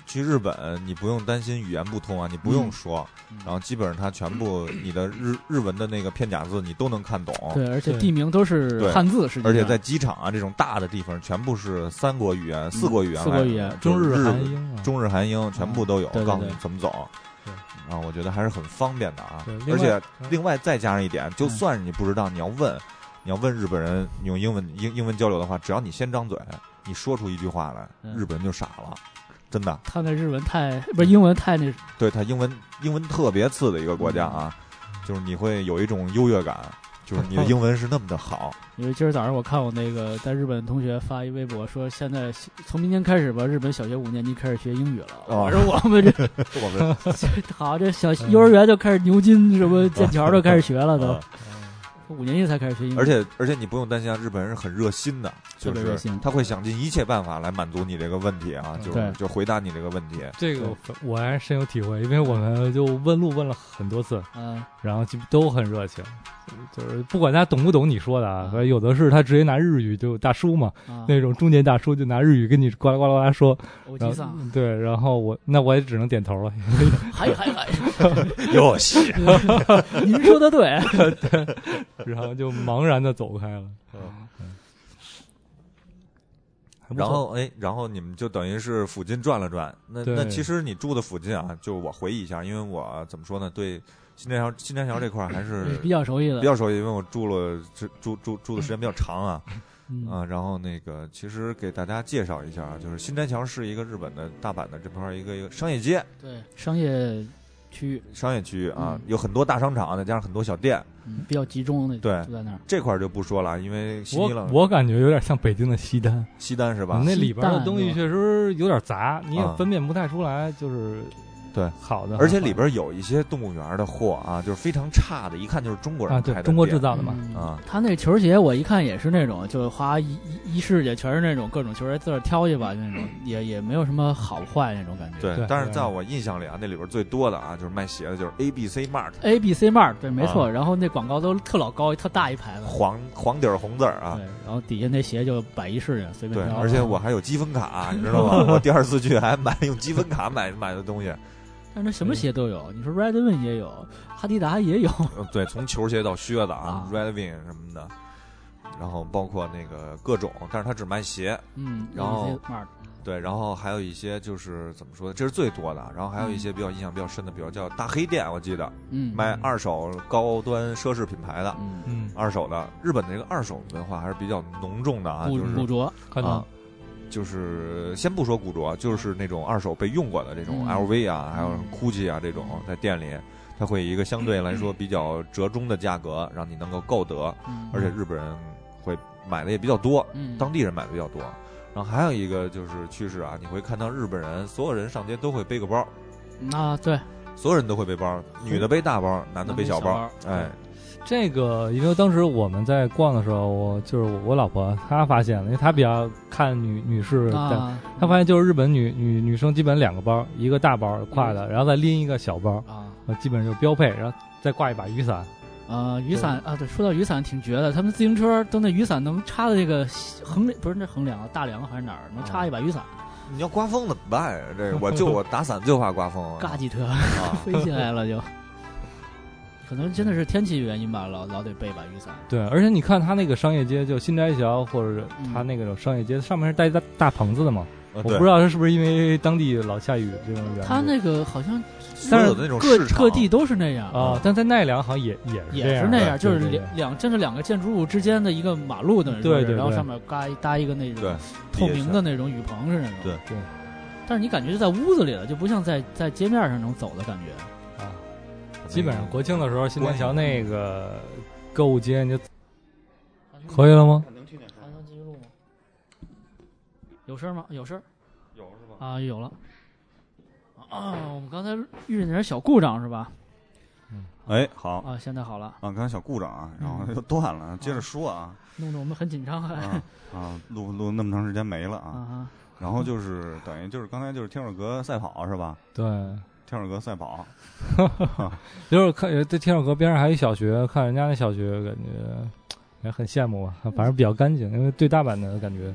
[SPEAKER 2] 去日本你不用担心语言不通啊，你不用说，
[SPEAKER 1] 嗯
[SPEAKER 2] 然后基本上它 全部你的日日文的那个片假字你都能看懂，
[SPEAKER 1] 对，而且
[SPEAKER 3] 对
[SPEAKER 1] 地名都是
[SPEAKER 2] 对
[SPEAKER 1] 汉字，实际上
[SPEAKER 2] 而且在机场啊这种大的地方，全部是三国语言、四国语言
[SPEAKER 1] 四
[SPEAKER 2] 来、
[SPEAKER 1] 国语言
[SPEAKER 2] 就
[SPEAKER 3] 中
[SPEAKER 2] 是
[SPEAKER 3] 日
[SPEAKER 2] 日
[SPEAKER 3] 韩英啊，
[SPEAKER 2] 中日韩英全部都有，
[SPEAKER 1] 对对
[SPEAKER 2] 告诉
[SPEAKER 1] 对
[SPEAKER 2] 你怎么走
[SPEAKER 3] 对。
[SPEAKER 2] 啊，我觉得还是很方便的啊
[SPEAKER 3] 对，另
[SPEAKER 2] 而
[SPEAKER 3] 外
[SPEAKER 2] 且另外再加上一点，
[SPEAKER 1] 嗯
[SPEAKER 2] 就算你不知道，你要问，你要问日本人，你用英文英英文交流的话，只要你先张嘴，你说出一句话来，
[SPEAKER 1] 嗯
[SPEAKER 2] 日本人就傻了，真的。
[SPEAKER 1] 他那日文太不是英文太那
[SPEAKER 2] 对他英文英文特别次的一个国家啊，
[SPEAKER 1] 嗯
[SPEAKER 2] 就是你会有一种优越感，就是你的英文是那么的好，
[SPEAKER 1] 因为今儿早上我看我那个在日本的同学发一微博说，现在从明年开始吧，日本小学五年级开始学英语了。
[SPEAKER 2] 哦
[SPEAKER 1] 我说 我们这
[SPEAKER 2] 我们
[SPEAKER 1] 好，这小
[SPEAKER 3] 嗯
[SPEAKER 1] 幼儿园就开始牛津什么剑桥都开始学了 都，
[SPEAKER 2] 嗯
[SPEAKER 3] 啊
[SPEAKER 1] 五年级才开始学英语。
[SPEAKER 2] 而且而且你不用担心啊，日本人是很热心的，就
[SPEAKER 1] 特别热
[SPEAKER 2] 是
[SPEAKER 1] 心
[SPEAKER 2] 他会想尽一切办法来满足你这个问题啊，
[SPEAKER 3] 嗯
[SPEAKER 2] 就是
[SPEAKER 1] 对
[SPEAKER 2] 就回答你这个问 题。
[SPEAKER 3] 这个我还深有体会，因为我们就问路问了很多次，
[SPEAKER 1] 嗯，
[SPEAKER 3] 然后就都很热情，就是不管他懂不懂你说的啊，反正有的是他直接拿日语就大叔嘛，
[SPEAKER 1] 啊，
[SPEAKER 3] 那种中年大叔就拿日语跟你呱啦呱啦呱啦说，
[SPEAKER 1] 欧吉
[SPEAKER 3] 然 后
[SPEAKER 1] 桑，
[SPEAKER 3] 对，然后我那我也只能点头了，
[SPEAKER 1] 嗨嗨嗨，
[SPEAKER 2] 哟西，
[SPEAKER 1] 您说的对。
[SPEAKER 3] 然后就茫然的走开了。嗯还
[SPEAKER 2] 嗯
[SPEAKER 3] 不错
[SPEAKER 2] 然后哎，然后你们就等于是附近转了转。那
[SPEAKER 3] 对
[SPEAKER 2] 那其实你住的附近啊，就我回忆一下，因为我怎么说呢，对新斋桥新斋桥这块儿还是
[SPEAKER 3] 嗯
[SPEAKER 1] 比较熟悉的，
[SPEAKER 2] 比较熟悉，因为我住了住住住住的时间比较长啊。
[SPEAKER 1] 嗯
[SPEAKER 2] 啊，然后那个其实给大家介绍一下啊，就是新斋桥是一个日本的大阪的这块儿一个一个商业街，
[SPEAKER 1] 对商业区域，
[SPEAKER 2] 商业区域啊
[SPEAKER 1] 嗯，
[SPEAKER 2] 有很多大商场，再加上很多小店，
[SPEAKER 1] 嗯，比较集中的，
[SPEAKER 2] 对
[SPEAKER 1] 就在那儿。
[SPEAKER 2] 这块儿就不说了，因为新西
[SPEAKER 3] 我
[SPEAKER 2] 兰
[SPEAKER 3] 我嗯感觉有点像北京的西单，
[SPEAKER 2] 西单是吧？
[SPEAKER 3] 那里边
[SPEAKER 1] 西
[SPEAKER 3] 的
[SPEAKER 1] 单
[SPEAKER 3] 东西
[SPEAKER 1] 是吧
[SPEAKER 3] 确实有点杂，你也
[SPEAKER 2] 啊
[SPEAKER 3] 分辨不太出来，就是
[SPEAKER 2] 对
[SPEAKER 3] 好的，
[SPEAKER 2] 而且里边有一些动物园的货啊，就是非常差的，一看就是中国
[SPEAKER 3] 啊，
[SPEAKER 2] 人开
[SPEAKER 3] 对
[SPEAKER 2] 的，
[SPEAKER 3] 中国
[SPEAKER 2] 店
[SPEAKER 3] 制造的嘛，
[SPEAKER 1] 嗯
[SPEAKER 2] 啊
[SPEAKER 1] 他那球鞋我一看也是那种，就是花一一一世界全是那种各种球鞋，自个儿挑去吧，就那种也也没有什么好坏那种感觉。
[SPEAKER 2] 嗯对
[SPEAKER 3] 对，
[SPEAKER 2] 但是
[SPEAKER 3] 对
[SPEAKER 2] 在我印象里啊，那里边最多的啊，就是卖鞋的，就是 A B C Mart，
[SPEAKER 1] ，A B C Mart 对，没错。
[SPEAKER 2] 啊
[SPEAKER 1] 然后那广告都特老高，特大一排子，
[SPEAKER 2] 黄黄底儿红字儿啊
[SPEAKER 1] 对。，然后底下那鞋就摆一世界，随便
[SPEAKER 2] 对，
[SPEAKER 1] 挑。
[SPEAKER 2] 而且我，还有积分卡，啊你知道吗？我第二次去还买用积分卡买买的东西。
[SPEAKER 1] 但是那什么鞋都有，你说 Redman 也有，哈迪达也有，
[SPEAKER 2] 呃对，从球鞋到靴子啊
[SPEAKER 1] 啊
[SPEAKER 2] ，Red Wing 什么的，然后包括那个各种，但是他只卖鞋。
[SPEAKER 1] 嗯，
[SPEAKER 2] 然后
[SPEAKER 1] ABC Mart
[SPEAKER 2] 对，然后还有一些就是怎么说，这是最多的。然后还有一些比较印象比较深的，比如叫大黑店，我记得
[SPEAKER 1] 嗯，
[SPEAKER 2] 卖二手高端奢侈品牌的
[SPEAKER 1] 嗯，
[SPEAKER 3] 嗯，
[SPEAKER 2] 二手的。日本的这个二手文化还是比较浓重的啊，
[SPEAKER 1] 古
[SPEAKER 2] 就是
[SPEAKER 1] 古着，
[SPEAKER 3] 看
[SPEAKER 2] 啊
[SPEAKER 3] 到，
[SPEAKER 2] 就是先不说古着，啊就是那种二手被用过的这种
[SPEAKER 1] 嗯
[SPEAKER 2] LV 啊，还有
[SPEAKER 1] 嗯
[SPEAKER 2] GUCCI 啊这种，在店里，它会以一个相对来说比较折中的价格，让你能够购得，
[SPEAKER 1] 嗯
[SPEAKER 2] 而且日本人会买的也比较多，
[SPEAKER 1] 嗯，
[SPEAKER 2] 当地人买的比较多。然后还有一个就是趋势啊，你会看到日本人所有人上街都会背个包，
[SPEAKER 1] 啊对，
[SPEAKER 2] 所有人都会背包，女的背大包，男的背小包，
[SPEAKER 1] 男的背小包嗯
[SPEAKER 2] 哎，
[SPEAKER 3] 这个，因为当时我们在逛的时候，我就是我我老婆她发现了，因为她比较看女女士的，
[SPEAKER 1] 啊，
[SPEAKER 3] 她发现就是日本女女女生基本两个包，一个大包挎的，然后再拎一个小包，
[SPEAKER 1] 啊。
[SPEAKER 3] 呃，基本就是标配，然后再挂一把雨伞，
[SPEAKER 1] 啊，雨伞啊，对，说到雨伞挺绝的，他们自行车都那雨伞能插到这个横不是那横梁啊，大梁还是哪儿能插一把雨伞，
[SPEAKER 3] 啊
[SPEAKER 2] 你要刮风怎么办呀？这个我就我打伞就怕刮风啊，
[SPEAKER 1] 嘎叽车
[SPEAKER 2] 啊，
[SPEAKER 1] 飞起来了就。可能真的是天气原因吧，老老得备把雨伞。
[SPEAKER 3] 对，而且你看她那个商业街，就新斋桥或者
[SPEAKER 1] 嗯
[SPEAKER 3] 她那个商业街上面是带大大棚子的嘛，
[SPEAKER 2] 我
[SPEAKER 3] 我不知道她是不是因为当地老下雨这种原因。
[SPEAKER 1] 他那个好像
[SPEAKER 2] 所有的那种
[SPEAKER 1] 各
[SPEAKER 2] 市场
[SPEAKER 1] 各地都是那样，
[SPEAKER 3] 啊，但在奈良好像也也是
[SPEAKER 1] 也
[SPEAKER 3] 这
[SPEAKER 1] 是
[SPEAKER 3] 样
[SPEAKER 1] 那
[SPEAKER 3] 的
[SPEAKER 1] 样，就是
[SPEAKER 3] 对对
[SPEAKER 1] 两两真是两个建筑物之间的一个马路等于说
[SPEAKER 3] 对
[SPEAKER 1] 是
[SPEAKER 3] 对
[SPEAKER 1] 然后
[SPEAKER 3] 对
[SPEAKER 1] 上面嘎一搭一个那
[SPEAKER 2] 对
[SPEAKER 1] 种透明的那种雨棚是那种。
[SPEAKER 2] 对
[SPEAKER 3] 对。
[SPEAKER 1] 但是你感觉就在屋子里了，就不像在在街面上能走的感觉。
[SPEAKER 3] 啊。基本
[SPEAKER 2] 嗯
[SPEAKER 3] 上国庆的时候，新天桥
[SPEAKER 2] 关
[SPEAKER 3] 那个购物街你就可以了吗？
[SPEAKER 1] 还能继续录吗？有事儿吗？有事儿
[SPEAKER 2] 有是吧？
[SPEAKER 1] 啊，有了。啊，我们刚才遇见点小故障是吧？
[SPEAKER 2] 哎，好
[SPEAKER 1] 啊，现在好了，
[SPEAKER 2] 啊，刚才小故障啊，然后
[SPEAKER 1] 嗯
[SPEAKER 2] 就断了，接着说啊
[SPEAKER 1] 弄得我们很紧张还
[SPEAKER 2] 啊啊，录录那么长时间没了啊，
[SPEAKER 1] 啊
[SPEAKER 2] 然后就是等于就是刚才就是天水阁赛跑是吧？
[SPEAKER 3] 对，
[SPEAKER 2] 天水阁赛跑，
[SPEAKER 3] 就是看呃这天水河边上还有一小学，看人家那小学感觉也很羡慕吧，
[SPEAKER 1] 嗯
[SPEAKER 3] 反正比较干净，因为对大阪的感觉。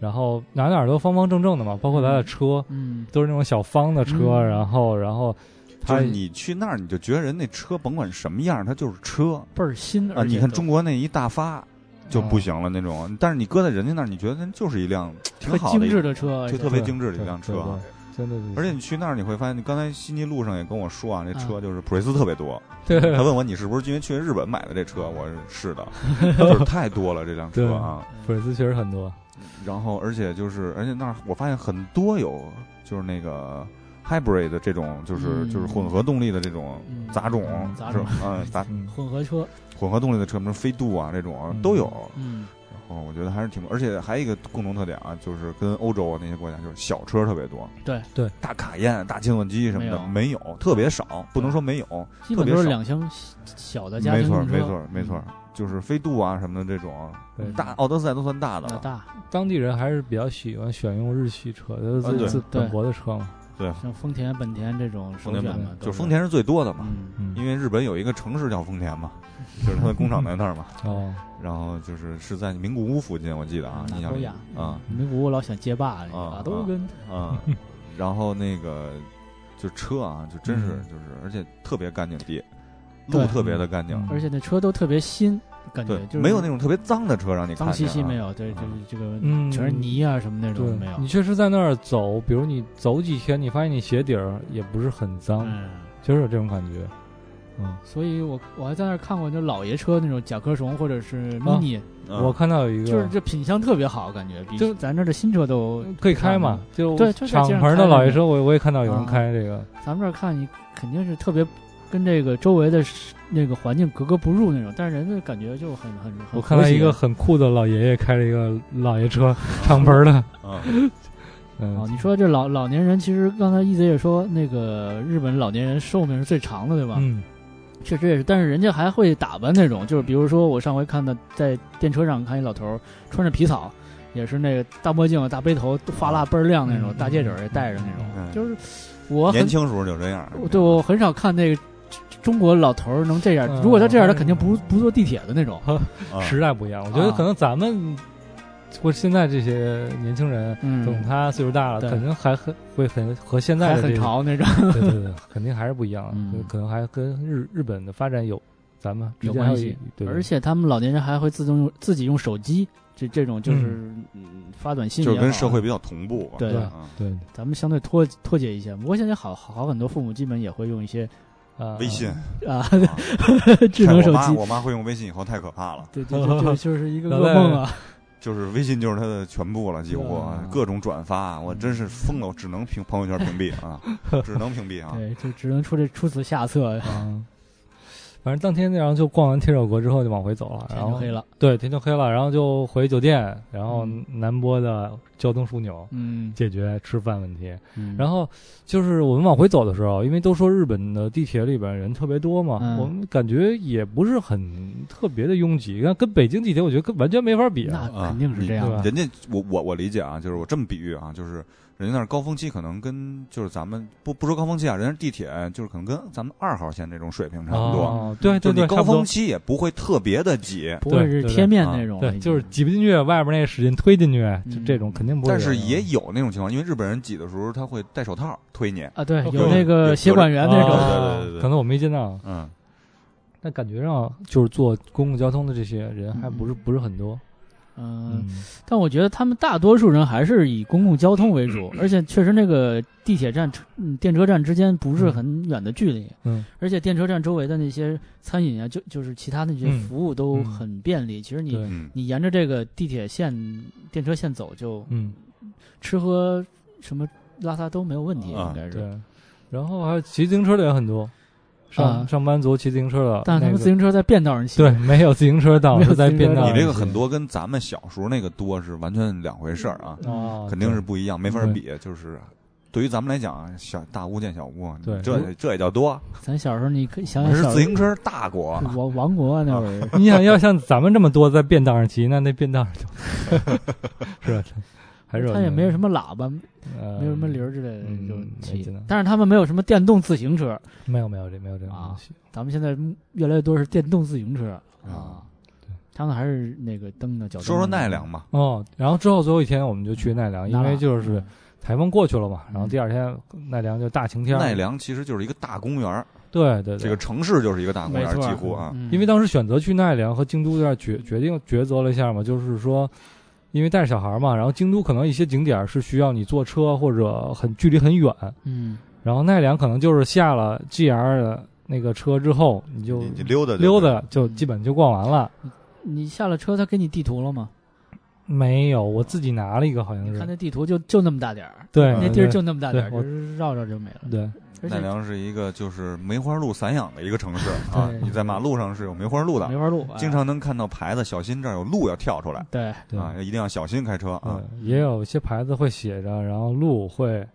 [SPEAKER 3] 然后哪哪都方方正正的嘛，包括咱的车
[SPEAKER 1] 嗯
[SPEAKER 3] 都是那种小方的车，
[SPEAKER 1] 嗯
[SPEAKER 3] 然后然后
[SPEAKER 2] 就
[SPEAKER 3] 它
[SPEAKER 2] 是你去那儿你就觉得人那车甭管什么样，它就是车
[SPEAKER 1] 倍儿新
[SPEAKER 2] 啊。
[SPEAKER 1] 而且
[SPEAKER 2] 你看
[SPEAKER 1] 都哦
[SPEAKER 2] 中国那一大发就不行了那种，但是你搁在人家那儿，你觉得就是一辆挺
[SPEAKER 1] 特
[SPEAKER 2] 好的
[SPEAKER 1] 精
[SPEAKER 2] 一，
[SPEAKER 1] 致的车，
[SPEAKER 2] 就
[SPEAKER 1] 而且
[SPEAKER 2] 特别精致的一
[SPEAKER 3] 对
[SPEAKER 2] 辆
[SPEAKER 3] 对
[SPEAKER 2] 车
[SPEAKER 3] 对
[SPEAKER 2] 啊。
[SPEAKER 3] 真的是，
[SPEAKER 2] 而且你去那儿你会发现，你刚才悉尼路上也跟我说啊，那
[SPEAKER 1] 啊
[SPEAKER 2] 车就是普锐斯特别多。
[SPEAKER 3] 对
[SPEAKER 2] 他问我你是不是因为去日本买的这车？我说是的，就是太多了这辆车啊。
[SPEAKER 3] 粉丝确实很多，
[SPEAKER 2] 然后而且就是，而且那儿我发现很多有就是那个 hybrid 的这种，就是、
[SPEAKER 1] 嗯
[SPEAKER 2] 就是混合动力的这种
[SPEAKER 1] 嗯
[SPEAKER 2] 杂种，
[SPEAKER 1] 嗯杂
[SPEAKER 2] 是
[SPEAKER 1] 种
[SPEAKER 2] 吧嗯杂
[SPEAKER 3] 嗯，
[SPEAKER 1] 混合车，
[SPEAKER 2] 混合动力的车，比如飞度啊这种
[SPEAKER 3] 嗯
[SPEAKER 2] 都有。
[SPEAKER 1] 嗯
[SPEAKER 2] 然后我觉得还是挺，而且还有一个共同特点啊，就是跟欧洲啊那些国家就是小车特别多，
[SPEAKER 1] 对
[SPEAKER 3] 对，
[SPEAKER 2] 大卡宴、大切诺基什么的
[SPEAKER 1] 没
[SPEAKER 2] 没有，特别少，不能说没有，
[SPEAKER 1] 基
[SPEAKER 2] 特
[SPEAKER 1] 本
[SPEAKER 2] 别
[SPEAKER 1] 都是
[SPEAKER 2] 少
[SPEAKER 1] 两厢小的家
[SPEAKER 2] 没
[SPEAKER 1] 庭嗯
[SPEAKER 2] 错
[SPEAKER 1] 用车，嗯
[SPEAKER 2] 没错没错，就是飞度啊什么的这种
[SPEAKER 3] 对
[SPEAKER 2] 大奥德赛都算大的
[SPEAKER 1] 那
[SPEAKER 2] 了，
[SPEAKER 1] 大
[SPEAKER 3] 当地人还是比较喜欢选用日系车，就是
[SPEAKER 2] 啊对
[SPEAKER 3] 自自本
[SPEAKER 1] 对
[SPEAKER 3] 国的车嘛，
[SPEAKER 1] 像丰田、本田这种首
[SPEAKER 2] 丰田
[SPEAKER 1] 选
[SPEAKER 3] 本
[SPEAKER 1] 嘛，
[SPEAKER 2] 就
[SPEAKER 1] 都
[SPEAKER 2] 是丰，田是最多的嘛，
[SPEAKER 1] 嗯，嗯
[SPEAKER 3] 嗯，
[SPEAKER 2] 因为日本有一个城市叫丰田嘛，就是它的工厂在那儿嘛，
[SPEAKER 3] 哦，
[SPEAKER 2] 然后就是是在名古屋附近，我记得啊，
[SPEAKER 1] 嗯
[SPEAKER 2] 印象里
[SPEAKER 1] 哪都
[SPEAKER 2] 啊
[SPEAKER 1] 名古屋老想街霸，
[SPEAKER 2] 啊
[SPEAKER 1] 啊都跟
[SPEAKER 2] 啊，然后那个就车啊，就真是
[SPEAKER 3] 嗯
[SPEAKER 2] 就是，而且特别干净地，
[SPEAKER 1] 对
[SPEAKER 2] 路特别的干净，
[SPEAKER 3] 嗯
[SPEAKER 1] 而且那车都特别新，感觉
[SPEAKER 2] 对，
[SPEAKER 1] 就是
[SPEAKER 2] 没有那种特别脏的车让你看
[SPEAKER 1] 脏兮兮
[SPEAKER 2] 见啊
[SPEAKER 1] 没，有，对，
[SPEAKER 2] 啊
[SPEAKER 1] 就是这个
[SPEAKER 3] 嗯，
[SPEAKER 1] 全是泥啊什么那
[SPEAKER 3] 对
[SPEAKER 1] 种没有
[SPEAKER 3] 你，确实在那儿走，比如你走几天，你发现你鞋底儿也不是很脏，
[SPEAKER 1] 嗯，
[SPEAKER 3] 就是有这种感觉。嗯，
[SPEAKER 1] 所以我我还在那儿看过，就老爷车那种甲壳虫或者是
[SPEAKER 3] 啊
[SPEAKER 1] mini，、
[SPEAKER 2] 嗯
[SPEAKER 3] 我看到有一个
[SPEAKER 1] 就是这品相特别好，感觉比
[SPEAKER 3] 就嗯
[SPEAKER 1] 咱这儿的新车都
[SPEAKER 3] 可以开嘛，就
[SPEAKER 1] 对就在街上
[SPEAKER 3] 敞篷的老爷车，我我也看到有人
[SPEAKER 1] 啊
[SPEAKER 3] 开这个，
[SPEAKER 1] 咱们这儿看你肯定是特别跟这个周围的是那个环境格格不入那种，但是人家感觉就很很很
[SPEAKER 3] 我看到一个
[SPEAKER 1] 和
[SPEAKER 3] 很酷的老爷爷开了一个老爷车，敞篷的，
[SPEAKER 1] 谐
[SPEAKER 2] 嗯
[SPEAKER 1] 啊
[SPEAKER 3] 嗯，，
[SPEAKER 1] 你说这老老年人，其实刚才一贼也说，那个日本老年人寿命是最长的，对吧？
[SPEAKER 3] 嗯，
[SPEAKER 1] 确实也是，但是人家还会打扮那种，就是比如说我上回看到在电车上看一老头儿穿着皮草，也是那个大墨镜、大背头、发蜡倍儿亮那种，
[SPEAKER 3] 嗯
[SPEAKER 1] 大戒指儿也戴着那种，
[SPEAKER 2] 嗯
[SPEAKER 1] 就是我很
[SPEAKER 2] 年轻时候就这样，
[SPEAKER 1] 我对我很少看那个中国老头儿能这样，
[SPEAKER 3] 嗯
[SPEAKER 1] 如果他这样，他肯定不不坐地铁的那种。
[SPEAKER 2] 嗯
[SPEAKER 3] 时代不一样，我觉得
[SPEAKER 1] 啊
[SPEAKER 3] 可能咱们或者现在这些年轻人。等
[SPEAKER 1] 嗯，
[SPEAKER 3] 他岁数大了，
[SPEAKER 1] 对
[SPEAKER 3] 肯定还很会很和现
[SPEAKER 1] 还
[SPEAKER 3] 在的这
[SPEAKER 1] 很
[SPEAKER 3] 个
[SPEAKER 1] 潮那种。
[SPEAKER 3] 对对对，肯定还是不一样，
[SPEAKER 1] 嗯
[SPEAKER 3] 可能还跟日日本的发展有咱们
[SPEAKER 1] 有
[SPEAKER 3] 之间还
[SPEAKER 1] 关系，
[SPEAKER 3] 对对
[SPEAKER 1] 而且他们老年人还会自动用自己用手机，这这种就是嗯发短信，
[SPEAKER 2] 就是跟社会。比较同步吧。
[SPEAKER 1] 对啊
[SPEAKER 2] 嗯
[SPEAKER 3] 对对
[SPEAKER 1] 咱们相对脱脱节一些，不过现在好好很多父母基本也会用一些
[SPEAKER 3] 啊，
[SPEAKER 2] 微信，
[SPEAKER 1] 啊
[SPEAKER 2] 啊
[SPEAKER 3] 哦
[SPEAKER 1] 智能手
[SPEAKER 2] 我妈
[SPEAKER 1] 机，
[SPEAKER 2] 我妈会用微信以后太可怕了，
[SPEAKER 1] 对对对，对就是一个
[SPEAKER 3] 老
[SPEAKER 1] 噩
[SPEAKER 3] 在
[SPEAKER 1] 梦啊！
[SPEAKER 2] 就是微信就是她的全部了，几乎啊
[SPEAKER 1] 嗯
[SPEAKER 2] 各种转发，我真是疯了，我只能屏朋友圈屏蔽 啊，只能屏蔽啊。
[SPEAKER 1] 对，就只能出这出此下策，
[SPEAKER 3] 啊，反正当天然后就逛完天守阁之后就往回走了，
[SPEAKER 1] 天
[SPEAKER 3] 然
[SPEAKER 1] 就
[SPEAKER 3] 后
[SPEAKER 1] 黑了。
[SPEAKER 3] 对天就黑了，然后就回酒店，然后
[SPEAKER 1] 嗯
[SPEAKER 3] 南波的交通枢纽
[SPEAKER 1] 嗯，
[SPEAKER 3] 解决吃饭问题，
[SPEAKER 1] 嗯
[SPEAKER 3] 然后就是我们往回走的时候，因为都说日本的地铁里边人特别多嘛，
[SPEAKER 1] 嗯
[SPEAKER 3] 我们感觉也不是很特别的拥挤，跟跟北京地铁我觉得跟完全没法比啊。
[SPEAKER 1] 那肯定是这样
[SPEAKER 3] 啊
[SPEAKER 1] 的，
[SPEAKER 2] 人家我我我理解啊，就是我这么比喻啊，就是人家那儿高峰期可能跟就是咱们不不说高峰期啊，人家地铁就是可能跟咱们二号线这种水平差不多，
[SPEAKER 3] 哦，对
[SPEAKER 2] 就
[SPEAKER 3] 对
[SPEAKER 2] 是你
[SPEAKER 3] 对，
[SPEAKER 2] 高
[SPEAKER 3] 差不
[SPEAKER 2] 峰
[SPEAKER 3] 多。
[SPEAKER 2] 期也不会特别的挤，
[SPEAKER 1] 不会是贴面那种了已
[SPEAKER 3] 对，
[SPEAKER 1] 经，
[SPEAKER 3] 就是挤不进去，外边那使劲推进去，就
[SPEAKER 1] 哦哎嗯
[SPEAKER 3] 这种肯定不会有啊
[SPEAKER 2] 但
[SPEAKER 3] 的。
[SPEAKER 2] 是也有那种情况，因为日本人挤的时候他会戴手套推你，
[SPEAKER 1] 啊，对，
[SPEAKER 3] 有
[SPEAKER 1] 有那个协管员那
[SPEAKER 2] 有
[SPEAKER 1] 种，
[SPEAKER 3] 啊
[SPEAKER 2] 哦对对对对对
[SPEAKER 3] 可能我没见到，
[SPEAKER 2] 嗯，
[SPEAKER 3] 但感觉上就是坐公共交通的这些人还不是不是很多。
[SPEAKER 1] 嗯，，但我觉得他们大多数人还是以公共交通为 主，而且确实那个地铁站、嗯电车站之间不是很远的距离，
[SPEAKER 3] 嗯，
[SPEAKER 1] 而且电车站周围的那些餐饮啊，就就是其他那些
[SPEAKER 3] 嗯
[SPEAKER 1] 服务都
[SPEAKER 3] 嗯
[SPEAKER 1] 很便利。其实你
[SPEAKER 3] 对
[SPEAKER 2] 嗯
[SPEAKER 1] 你沿着这个地铁线、电车线走，就
[SPEAKER 3] 嗯，
[SPEAKER 1] 吃喝什么拉撒都没有问题，
[SPEAKER 2] 啊
[SPEAKER 1] 应该
[SPEAKER 3] 对
[SPEAKER 1] 是。。
[SPEAKER 3] 然后还有骑自行车的也很多，
[SPEAKER 1] 啊
[SPEAKER 3] 上上班族骑自行车的，
[SPEAKER 1] 但是他们
[SPEAKER 3] 那个
[SPEAKER 1] 自行车在变道上骑，
[SPEAKER 3] 对，没有自行车 道，
[SPEAKER 1] 没有
[SPEAKER 3] 是在
[SPEAKER 1] 自行车
[SPEAKER 3] 变道
[SPEAKER 1] 道
[SPEAKER 3] 上
[SPEAKER 2] 你
[SPEAKER 3] 骑。
[SPEAKER 2] 这个很多跟咱们小时候那个多是完全两回事儿啊，
[SPEAKER 1] 哦
[SPEAKER 3] 啊，
[SPEAKER 2] 肯定是不一样，没法比。就是对于咱们来讲，小大巫见小啊巫，
[SPEAKER 3] 对
[SPEAKER 2] 这这也叫多。
[SPEAKER 1] 咱小时候你可以想
[SPEAKER 2] 我
[SPEAKER 1] 想
[SPEAKER 2] 是
[SPEAKER 1] 哎小嗯
[SPEAKER 2] 自
[SPEAKER 1] 时候
[SPEAKER 2] 行车大国，
[SPEAKER 1] 是王王国啊那会儿，
[SPEAKER 3] 对。你想要像咱们这么多在变道上骑，那那变道上就 是吧？ 还是有
[SPEAKER 1] 他也没有什
[SPEAKER 3] 么，
[SPEAKER 1] 么喇叭，
[SPEAKER 3] 呃
[SPEAKER 1] 没有什么铃儿之类的
[SPEAKER 3] 嗯
[SPEAKER 1] 就
[SPEAKER 3] 没
[SPEAKER 1] 骑
[SPEAKER 3] 见到，
[SPEAKER 1] 但是他们没有什么电动自行车，
[SPEAKER 3] 没有没有这没有这种
[SPEAKER 1] 啊
[SPEAKER 3] 东西。
[SPEAKER 1] 咱们现在越来越多是电动自行车啊
[SPEAKER 2] 啊，
[SPEAKER 1] 他们还是那个蹬的脚。
[SPEAKER 2] 说说奈良
[SPEAKER 1] 嗯
[SPEAKER 2] 吧。
[SPEAKER 3] 哦，然后之后最后一天我们就去奈良，因
[SPEAKER 1] 那
[SPEAKER 3] 为
[SPEAKER 1] 了
[SPEAKER 3] 就是台风过去了嘛，然后
[SPEAKER 1] 嗯
[SPEAKER 3] 第二天奈良就大晴天。
[SPEAKER 2] 奈，良其实就是一个大公园儿，
[SPEAKER 3] 对对对，
[SPEAKER 2] 这个城市就是一个大公园儿，
[SPEAKER 1] 没错
[SPEAKER 2] 几乎啊，
[SPEAKER 1] 嗯
[SPEAKER 3] 因为当时选择去奈良和京都这儿决决定抉择了一下嘛，就是说，因为带着小孩嘛，然后京都可能一些景点是需要你坐车或者很距离很远，
[SPEAKER 1] 嗯，
[SPEAKER 3] 然后奈良可能就是下了 GR 的那个车之后，你就
[SPEAKER 2] 你你溜达就
[SPEAKER 3] 溜达就
[SPEAKER 1] 嗯
[SPEAKER 3] 基本就逛完了。
[SPEAKER 1] 你下了车，他给你地图了吗？
[SPEAKER 3] 没有，我自己拿了一个，好像
[SPEAKER 1] 你看
[SPEAKER 3] 是
[SPEAKER 1] 那地图就就那么大点儿，
[SPEAKER 3] 啊对
[SPEAKER 1] 那地儿就那么大点儿，
[SPEAKER 3] 对我
[SPEAKER 1] 就是绕绕就没了。
[SPEAKER 3] 对
[SPEAKER 1] 而
[SPEAKER 2] 奈
[SPEAKER 1] 且
[SPEAKER 2] 良是一个就是梅花鹿散养的一个城市啊
[SPEAKER 1] 对，
[SPEAKER 2] 你在马路上是有梅花鹿的
[SPEAKER 1] 梅，花鹿哎
[SPEAKER 2] 经常能看到牌子，小心这儿有鹿要跳出来
[SPEAKER 1] 对
[SPEAKER 3] 对
[SPEAKER 2] 啊，一定要小心开车
[SPEAKER 3] 对
[SPEAKER 2] 啊。
[SPEAKER 3] 也有一些牌子会写着，然后鹿会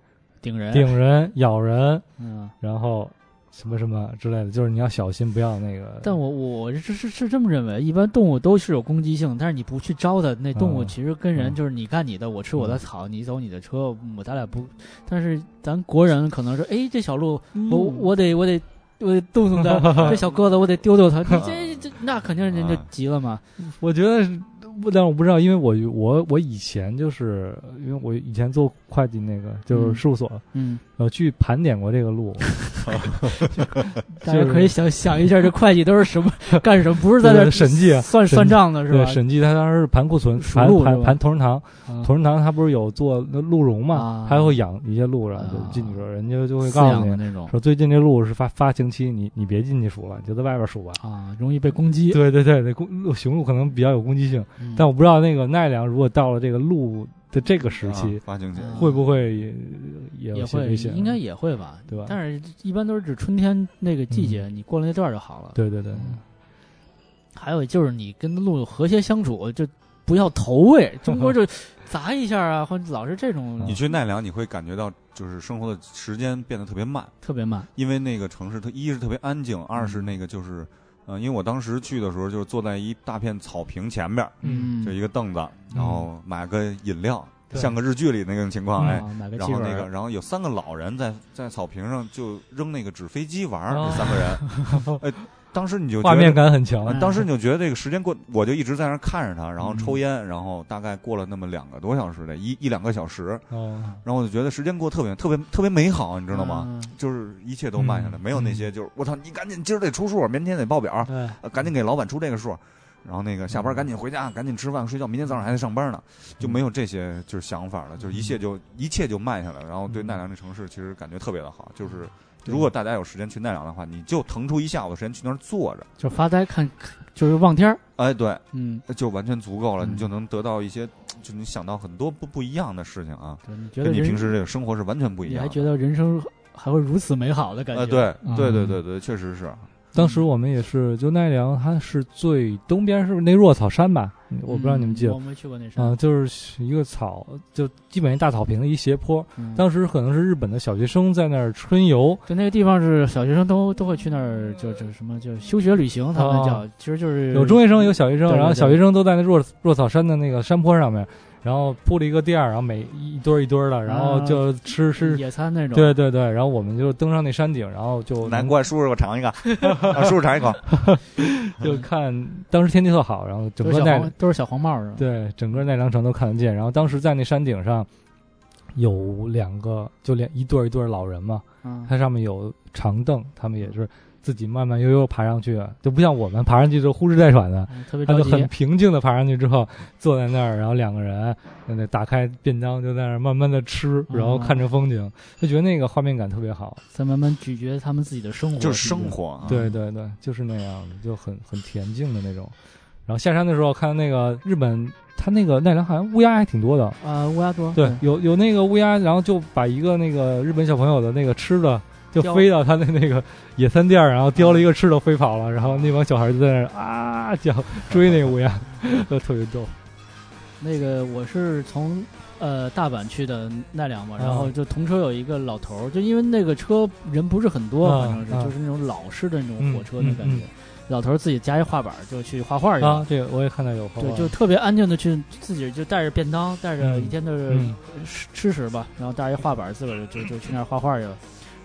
[SPEAKER 1] 顶人，
[SPEAKER 3] 顶人、咬人，
[SPEAKER 1] 嗯。
[SPEAKER 3] 然后什么什么之类的，就是你要小心，不要那个。
[SPEAKER 1] 但我我是是是这么认为，一般动物都是有攻击性，但是你不去招它，那动物
[SPEAKER 3] 嗯
[SPEAKER 1] 其实跟人
[SPEAKER 3] 嗯
[SPEAKER 1] 就是你干你的，我吃我的草，你走你的车，我咱俩不。但是咱国人可能说，哎，这小鹿
[SPEAKER 2] 嗯
[SPEAKER 1] 我我得我得我得动 动它，这小鸽子我得丢丢它，你这这那肯定人就急了嘛。
[SPEAKER 3] 我觉得不但我不知道，因为我我我以前就是因为我以前做会计那个就是事务所，
[SPEAKER 1] 嗯，
[SPEAKER 3] 呃，去盘点过这个路，啊
[SPEAKER 1] 大家可以想想一下，这会计都是什么干什么？不是在那
[SPEAKER 3] 对审计啊
[SPEAKER 1] 算
[SPEAKER 3] 审计
[SPEAKER 1] 算账的是
[SPEAKER 3] 对
[SPEAKER 1] 吧？
[SPEAKER 3] 审计，他当时是盘库存，
[SPEAKER 1] 数
[SPEAKER 3] 盘
[SPEAKER 1] 鹿是
[SPEAKER 3] 盘
[SPEAKER 1] 吧
[SPEAKER 3] 盘同仁堂，
[SPEAKER 1] 啊
[SPEAKER 3] 同仁堂他不是有做那鹿茸嘛
[SPEAKER 1] 啊，
[SPEAKER 3] 他会养一些鹿，然后就
[SPEAKER 1] 啊
[SPEAKER 3] 进去了，人家就会
[SPEAKER 1] 饲
[SPEAKER 3] 告诉
[SPEAKER 1] 养的
[SPEAKER 3] 你
[SPEAKER 1] 那种
[SPEAKER 3] 说最近这鹿是发发情期，你你别进去数了，你就在外边数吧。
[SPEAKER 1] 啊，容易被攻击。
[SPEAKER 3] 对对对，那公鹿雄鹿可能比较有攻击性，
[SPEAKER 1] 嗯
[SPEAKER 3] 但我不知道那个奈良如果到了这个鹿的这个时
[SPEAKER 2] 啊
[SPEAKER 3] 期，
[SPEAKER 2] 发情期
[SPEAKER 1] 啊
[SPEAKER 3] 会不会也也
[SPEAKER 1] 也
[SPEAKER 3] 有些
[SPEAKER 1] 会
[SPEAKER 3] 危险？啊
[SPEAKER 1] 应该也会吧，
[SPEAKER 3] 对吧嗯
[SPEAKER 1] 但是一般都是指春天那个季节，你过了那段儿就好了。
[SPEAKER 3] 对对对，
[SPEAKER 1] 还有就是你跟鹿和谐相处，就不要投喂，中 国就砸一下啊，或者老是这种
[SPEAKER 2] 你
[SPEAKER 3] 嗯
[SPEAKER 2] 去奈良，你会感觉到就是生活的时间变得特别慢，
[SPEAKER 1] 特别慢。
[SPEAKER 2] 因为那个城市它一是特别安静，二
[SPEAKER 1] 嗯
[SPEAKER 2] 是那个就是，呃，因为我当时去的时候就是坐在一大片草坪前边儿，
[SPEAKER 3] 嗯
[SPEAKER 2] 就一个凳子，然后买个饮料，
[SPEAKER 3] 对
[SPEAKER 2] 像个日剧里那种情况，
[SPEAKER 3] 嗯
[SPEAKER 2] 哎，
[SPEAKER 1] 啊，买个
[SPEAKER 2] 然
[SPEAKER 1] 气
[SPEAKER 2] 后
[SPEAKER 1] 味
[SPEAKER 2] 那个，
[SPEAKER 1] 儿，
[SPEAKER 2] 然后有三个老人在在草坪上就扔那个纸飞机玩儿，
[SPEAKER 3] 哦
[SPEAKER 2] 这三个人，哎，当时你就觉
[SPEAKER 3] 画
[SPEAKER 2] 得
[SPEAKER 3] 面感很强
[SPEAKER 1] 哎
[SPEAKER 2] 啊，
[SPEAKER 1] 嗯
[SPEAKER 2] 当时你就觉得这个时间过，我就一直在那儿看着他，然后抽烟，然后大概过了那么两个多小时的一一两个小时，
[SPEAKER 3] 哦，
[SPEAKER 2] 然后我就觉得时间过得特别特别特别美好，你知道吗？
[SPEAKER 1] 嗯？
[SPEAKER 2] 就是一切都慢下来，
[SPEAKER 3] 嗯
[SPEAKER 2] 没有那些就是我操，你赶紧今儿得出数，明天得报表，
[SPEAKER 3] 对，
[SPEAKER 2] 呃赶紧给老板出这个数。然后那个下班赶紧回家，赶紧吃饭睡觉，明天早上还得上班呢，就没有这些就是想法了，就是一切就一切就慢下来了。然后对
[SPEAKER 3] 嗯
[SPEAKER 2] 奈良这城市其实感觉特别的好，就是
[SPEAKER 3] 对
[SPEAKER 2] 如果大家有时间去奈良的话，你就腾出一下午的时间去那儿坐着，
[SPEAKER 1] 就发呆看，就是望天儿。
[SPEAKER 2] 哎，对，
[SPEAKER 1] 嗯，
[SPEAKER 2] 就完全足够了，
[SPEAKER 1] 嗯
[SPEAKER 2] 你就能得到一些，就你想到很多不不一样的事情啊，
[SPEAKER 1] 对，你觉得
[SPEAKER 2] 跟你
[SPEAKER 1] 人
[SPEAKER 2] 平时这个生活是完全不一
[SPEAKER 1] 你
[SPEAKER 2] 样
[SPEAKER 1] 还
[SPEAKER 2] 的。
[SPEAKER 1] 觉得人生还会如此美好的感觉？
[SPEAKER 2] 呃，对
[SPEAKER 3] 嗯
[SPEAKER 2] 对对对对，确实是。
[SPEAKER 3] 当时我们也是，就奈良，它是最东边是不是那若草山吧？嗯我不知道你们
[SPEAKER 1] 嗯
[SPEAKER 3] 记得
[SPEAKER 1] 我没去过那山
[SPEAKER 3] 啊，，就是一个草，就基本一大草坪的一斜坡。
[SPEAKER 1] 嗯
[SPEAKER 3] 当时可能是日本的小学生在那儿春游，
[SPEAKER 1] 对，那个地方是小学生都都会去那儿，就就什么就休学旅行，他们叫，其实就是
[SPEAKER 3] 哦有中学生有小学
[SPEAKER 1] 嗯
[SPEAKER 3] 生，
[SPEAKER 1] 对对
[SPEAKER 3] 然后
[SPEAKER 1] 对
[SPEAKER 3] 小学生都在那若若草山的那个山坡上面，然后铺了一个垫儿，然后每一堆儿一堆儿的，然
[SPEAKER 1] 啊
[SPEAKER 3] 后就吃吃。
[SPEAKER 1] 野餐那种，
[SPEAKER 3] 对对对，然后我们就登上那山顶，然后 就
[SPEAKER 2] 难怪叔叔给我尝一个，啊叔叔尝一口。
[SPEAKER 3] 就看当时天气特好，然后整
[SPEAKER 1] 都是小
[SPEAKER 3] 个奈
[SPEAKER 1] 黄都是小黄帽是吧？
[SPEAKER 3] 对，整个奈良城都看得见。然后当时在那山顶上，有两个，就两一对儿一对儿老人嘛，
[SPEAKER 1] 嗯，
[SPEAKER 3] 它上面有长凳，他们也是自己慢慢悠悠爬上去，就不像我们爬上去就呼哧带喘的，
[SPEAKER 1] 嗯特别
[SPEAKER 3] 他
[SPEAKER 1] 着
[SPEAKER 3] 就很
[SPEAKER 1] 急，
[SPEAKER 3] 平静的爬上去之后，坐在那儿，然后两个人在那打开便当，就在那儿慢慢的吃，然
[SPEAKER 1] 哦
[SPEAKER 3] 后看着风景，就觉得那个画面感特别好。
[SPEAKER 1] 在慢慢咀嚼他们自己的生活，
[SPEAKER 2] 就是生活
[SPEAKER 1] 哦
[SPEAKER 2] 啊，
[SPEAKER 3] 对对对，就是那样的，就很很恬静的那种。然后下山的时候看到那个日本，它那个奈良好像乌鸦还挺多的，
[SPEAKER 1] 啊，乌鸦多，
[SPEAKER 3] 对，有有那个乌鸦，然后就把一个那个日本小朋友的那个吃的就
[SPEAKER 1] 叼嗯
[SPEAKER 3] 飞到他的那个野餐垫儿，然后叼了一个吃的飞跑了，然后那帮小孩就在那儿啊叫追那个乌鸦， 就特别逗。
[SPEAKER 1] 那个我是从呃大阪去的奈良嘛，
[SPEAKER 3] 嗯
[SPEAKER 1] 然后就同车有一个老头儿，就因为那个车人不是很多，
[SPEAKER 3] 嗯
[SPEAKER 1] 反正是
[SPEAKER 3] 嗯
[SPEAKER 1] 就是那种老式的那种
[SPEAKER 3] 嗯
[SPEAKER 1] 火车的感
[SPEAKER 3] 嗯
[SPEAKER 1] 觉
[SPEAKER 3] 嗯，
[SPEAKER 1] 老头儿自己加一画板儿就去画画去了
[SPEAKER 3] 啊，。这个我也看到有画
[SPEAKER 1] 对，
[SPEAKER 3] 画，
[SPEAKER 1] 就特别安静的去自己就带着便当，带着
[SPEAKER 3] 嗯
[SPEAKER 1] 一天的
[SPEAKER 3] 嗯
[SPEAKER 1] 吃吃食吧，然后带着一画板，自个儿就就去那儿画画去了。